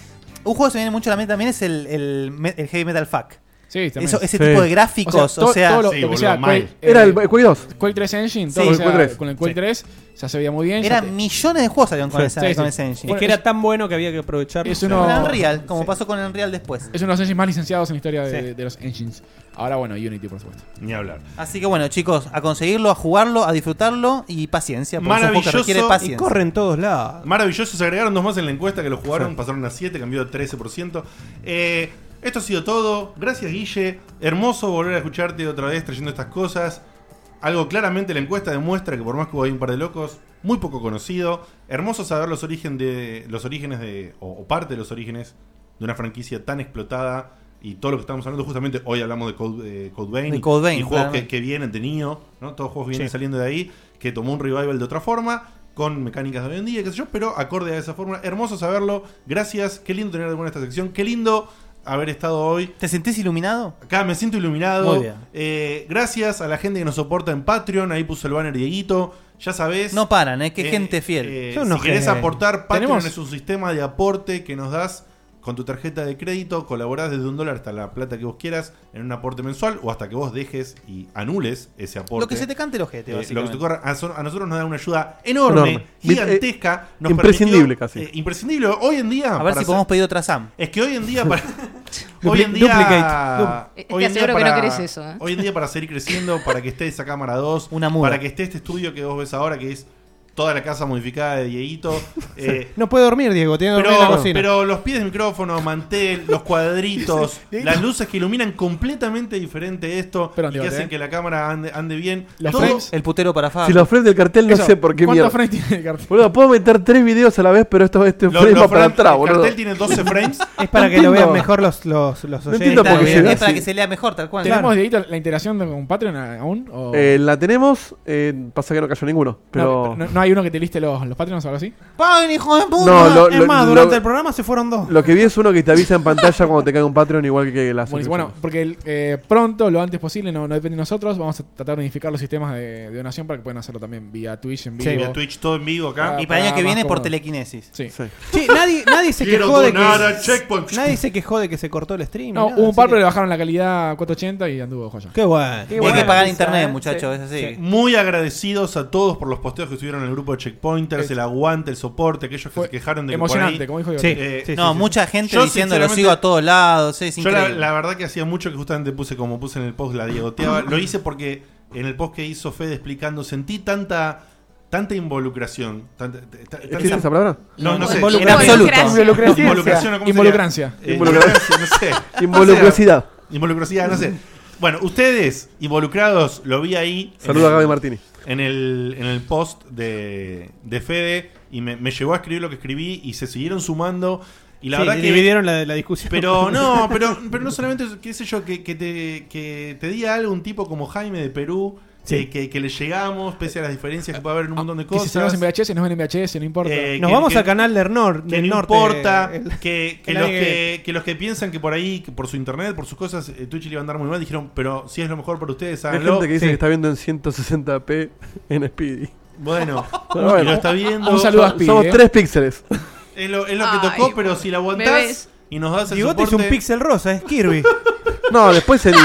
S2: Un juego que se me viene mucho a la mente también es el, el, me- el Heavy Metal Fuck.
S1: también.
S2: Eso- ese
S1: Sí.
S2: tipo de gráficos,
S1: to-
S2: o sea.
S1: todo lo, lo que sea, Quake, eh,
S4: Era el Quake 2.
S1: Quake 3 Engine,
S2: Sí.
S1: todo o sea,
S2: Quake 3.
S1: con el Quake 3 ya se veía muy bien.
S2: Era
S1: ya te-
S2: millones de juegos salieron con,
S1: Sí,
S2: esa,
S1: sí,
S2: con
S1: sí.
S2: ese engine.
S1: Es que era
S2: tan bueno que había que aprovechar.
S1: Es uno-
S2: Con Unreal, como pasó con Unreal después.
S1: Es uno de los engines más licenciados en la historia de,
S2: Sí.
S1: de los engines. Ahora, bueno, Unity, por supuesto.
S3: Ni hablar.
S2: Así que bueno, chicos, a conseguirlo, a jugarlo, a disfrutarlo y paciencia. porque es un juego que
S3: Maravilloso.
S2: requiere paciencia.
S8: todos lados.
S3: Maravilloso, se agregaron dos más en la encuesta que lo jugaron, pasaron a 7, cambió a 13%. Eh, esto ha sido todo. Gracias, Guille. Hermoso volver a escucharte otra vez trayendo estas cosas. Algo claramente la encuesta demuestra que por más que hubo ahí un par de locos, muy poco conocido. Hermoso saber los, origen de, los orígenes de, o, o parte de los orígenes de una franquicia tan explotada. Y todo lo que estamos hablando, justamente hoy hablamos de Code, eh, Code Vein
S2: De Code Vein,
S3: y juegos que,
S2: claramente.
S3: que vienen de Nio, ¿no? Todos juegos que vienen
S2: Sí.
S3: saliendo de ahí, que tomó un revival de otra forma, con mecánicas de hoy en día, qué sé yo, pero acorde a esa fórmula. Hermoso saberlo, gracias, qué lindo tener de buena esta sección, qué lindo haber estado hoy.
S2: ¿Te sentís iluminado?
S3: Acá me siento iluminado.
S2: Muy bien.
S3: Eh, gracias a la gente que nos soporta en Patreon, ahí puso el banner Dieguito, ya sabés.
S2: No paran, ¿eh? Qué gente fiel.
S3: eh,
S2: Son unos
S3: si querés
S2: genios.
S3: aportar, Patreon
S2: Tenemos-
S3: es un sistema de aporte que nos das con tu tarjeta de crédito, colaborás desde un dólar hasta la plata que vos quieras en un aporte mensual o hasta que vos dejes y anules ese aporte.
S2: Lo que se te cante el ojete,
S3: Eh, lo que
S2: básicamente.
S3: te corra- a, so- a nosotros nos da una ayuda enorme,
S2: Enorme.
S3: gigantesca.
S2: Eh,
S3: nos
S2: imprescindible casi.
S3: permitió- eh, imprescindible. Hoy en
S2: A
S3: día.
S2: ver
S3: para
S2: si
S3: ser-
S2: podemos pedir otra SAM.
S3: Es que hoy en día.
S2: (laughs)
S3: Para, hoy
S2: Dupli-
S3: en día.
S2: duplicate.
S12: Eh, te
S3: hoy en día
S12: aseguro que no
S3: para-
S12: querés eso, ¿eh?
S3: Hoy en día, para seguir creciendo, para que esté esa cámara 2,
S2: muda.
S3: para que esté este estudio que vos ves ahora, que es toda la casa modificada de Dieguito. eh,
S8: No puede dormir, Diego, tiene que dormir en la
S3: pero,
S8: cocina.
S3: pero los pies de micrófono, mantel, los cuadritos, las luces que iluminan completamente diferente esto y que
S1: andate,
S3: hacen
S1: ¿eh?
S3: que la cámara ande, ande bien.
S1: Los
S3: Todo-
S1: frames-
S2: El putero para Fab.
S4: Si los frames del cartel no
S3: Eso,
S4: sé por qué
S3: ¿cuántos
S4: mierda.
S3: frames tiene
S1: el cartel?
S4: Boludo, puedo meter tres videos a la vez, pero esto, este
S3: Lo-
S4: frame
S3: lo
S4: va para
S3: frame-
S4: atrás,
S3: el
S4: boludo.
S3: cartel
S4: (laughs)
S3: tiene 12 frames.
S8: Es para
S4: No
S8: que lo
S4: entiendo.
S8: vean mejor los, los, los
S4: No entiendo por qué se ve
S2: es para
S4: así.
S2: que se lea mejor, tal cual.
S1: ¿Tenemos, Dieguito, la interacción de- con Patreon aún? ¿O-
S4: Eh, la tenemos, eh, pasa que no cayó ninguno, pero...
S1: no, no- no hay uno que te liste los, los Patreons o algo así?
S2: ¡Paven, hijo de puta!
S4: No, lo- lo- lo-
S8: programa se fueron dos.
S4: Lo que vi es uno que te avisa en pantalla cuando te cae un Patreon, igual que la
S1: Buenísimo.
S4: suscripción.
S1: Bueno, porque el- eh, pronto, lo antes posible, no, no depende de nosotros. Vamos a tratar de unificar los sistemas de, de donación para que puedan hacerlo también vía Twitch en vivo. Ah,
S3: vía Twitch, todo en vivo acá.
S2: Y para el año que
S1: más
S2: viene por
S1: cómodo.
S2: telequinesis.
S1: Sí.
S8: Sí, nadie, nadie se
S3: Quiero
S8: quejó de que.
S3: donar a Checkpoint.
S8: Nadie se quejó de que se cortó el stream.
S1: No,
S8: nada,
S1: hubo un
S8: así
S1: par,
S8: que-
S1: pero le bajaron la calidad a 480 y anduvo joya.
S8: Qué bueno.
S2: Hay que pagar
S4: ¿eh?
S2: internet, muchachos, es así.
S3: Muy agradecidos a todos por los posteos que estuvieron en el grupo de Checkpointers, el aguante, el soporte, aquellos que se quejaron de que por ahí- Eh,
S1: emocionante, como dijo Diego. Sí, sí,
S2: no, mucha gente
S3: Yo,
S2: diciendo lo
S3: sinceramente,
S2: sigo a todos lados. Es
S3: Yo la,
S2: increíble.
S3: la verdad que hacía mucho que justamente puse como puse en el post la diegoteaba. lo hice porque en el post que hizo Fede explicando sentí tanta tanta involucración. Tanta, ta- ta- tanta-
S4: ¿Existe esa palabra?
S3: No, no sé.
S4: Involucración. En absoluto. Involucración.
S3: Involucración, ¿cómo
S4: Involucrancia.
S3: sería? Eh,
S4: Involucrancia. (laughs)
S3: no sé.
S4: Involucrosidad.
S3: Involucrosidad, no sé. Bueno, ustedes involucrados, lo vi ahí. en
S4: Saluda a
S3: el-
S4: Gaby Martini.
S3: En el, en el post de, de Fede y me, me llevó a escribir lo que escribí y se siguieron sumando. Y la
S8: Sí,
S3: verdad que.
S8: dividieron la- la discusión.
S3: Pero
S8: (laughs)
S3: no, pero, pero no solamente, eso, qué sé yo, que, que te, que te diga algo un tipo como Jaime de Perú eh, que, que le llegamos, pese a las diferencias que puede
S8: Ah,
S3: haber en un montón de
S1: Que si
S3: cosas.
S1: salimos en VHS, nos ven en VHS, no importa.
S3: Eh, que- que-
S1: norte
S3: que no importa que, que
S1: el
S3: los
S1: anime.
S3: que, que los que piensan que por ahí, que por su internet, por sus cosas, eh, Twitch le iba a andar muy mal, dijeron, pero si es lo mejor para ustedes,
S4: Hay
S3: háganlo.
S4: gente que dice
S3: Sí.
S4: que está viendo en 160p en Speedy.
S3: Bueno,
S4: (laughs) Pero
S3: y lo está viendo.
S4: Un saludo a Speedy. Somos
S3: eh.
S15: (laughs)
S4: 3 píxeles.
S3: Es lo, es lo que tocó, pero si la aguantás
S11: bebés.
S3: y nos das el
S11: Bigote es
S3: soporte-
S11: un pixel rosa, es Kirby.
S4: No,
S11: (laughs)
S4: después el.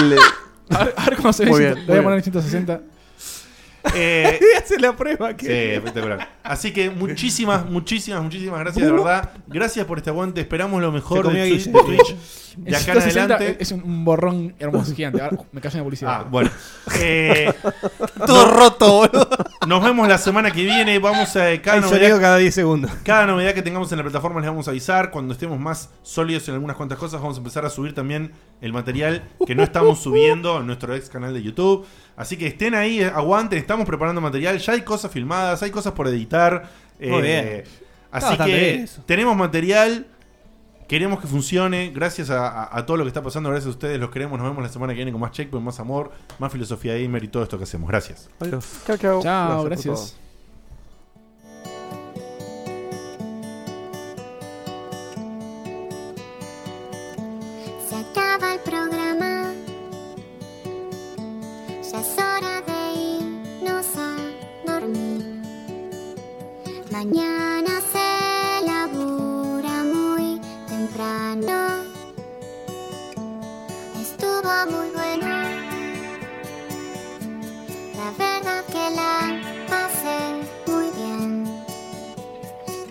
S1: A ver, a ver cómo se ve.
S3: Muy
S1: ciento-
S3: bien,
S1: lo voy a (laughs)
S3: muy
S1: poner en 160.
S3: Eh,
S1: (laughs) Hace la prueba.
S3: Sí, espectacular. Así que muchísimas, muchísimas, muchísimas gracias, de verdad. Gracias por este aguante. Esperamos lo
S1: Se
S3: mejor
S1: comió
S3: de
S1: Guille.
S3: Twitch, de Twitch
S1: (laughs)
S3: de
S1: El
S3: acá en
S1: 160
S3: adelante.
S1: Es un- un borrón hermoso, gigante. Ahora, uh, me cayó en la publicidad.
S3: Ah, bueno. (laughs) Eh,
S1: Todo roto,
S3: boludo. Nos vemos la semana que viene. Vamos a eh, cada
S11: Hay sonido cada 10 segundos.
S3: (laughs) Cada novedad que tengamos en la plataforma les vamos a avisar. Cuando estemos más sólidos en algunas cuantas cosas, vamos a empezar a subir también el material que
S11: (laughs)
S3: no estamos subiendo en nuestro ex canal de YouTube. Así que estén ahí, eh, aguanten, estamos preparando material. Ya hay cosas filmadas, hay cosas por editar. eh,
S11: Muy bien. Está
S3: Así
S11: bastante bien
S3: que
S11: eso.
S3: tenemos material. Queremos que funcione. Gracias a, a- a todo lo que está pasando. Gracias a ustedes. Los queremos. Nos vemos la semana que viene con más checkpoint, más amor, más filosofía gamer y todo esto que hacemos. Gracias.
S4: Adiós.
S10: Chao, chao.
S1: Chao,
S3: Gracias por
S1: gracias.
S3: todo.
S16: Se acaba el programa. Ya es hora de irnos a dormir. Mañana se labura muy temprano. Estuvo muy bueno. La verdad que la pasé muy bien.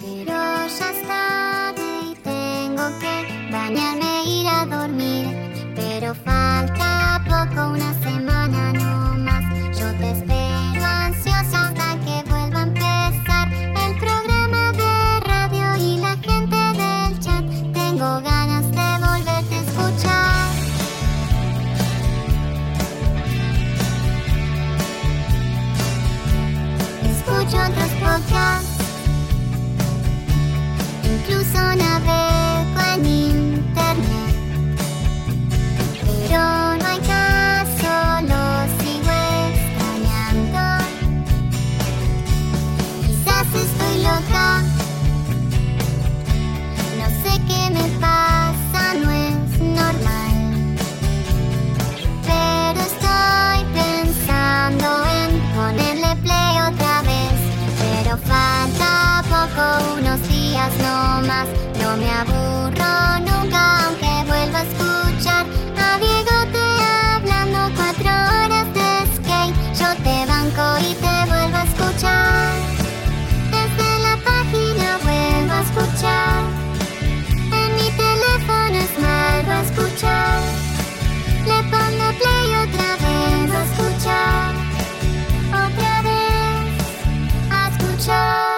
S16: Pero ya es tarde y tengo que bañarme e ir a dormir. Pero falta poco, una semana no más. Yo te espero ansiosa hasta que vuelva a empezar el programa de radio y la gente del chat. Tengo ganas de volverte a escuchar. Escucho otros podcasts. Incluso navego en internet. Pero no hay caso, lo sigo extrañando. Quizás estoy loca. No sé qué me pasa, no es normal. Pero estoy pensando en ponerle play otra vez. Pero falta poco, unos días no más. No me aburro nunca, aunque vuelva a escuchar a Diego te hablando cuatro horas de skate. Yo te banco y te vuelvo a escuchar. Desde la página vuelvo a escuchar. En mi teléfono es malo escuchar. Le pongo play otra vez a escuchar. Otra vez a escuchar.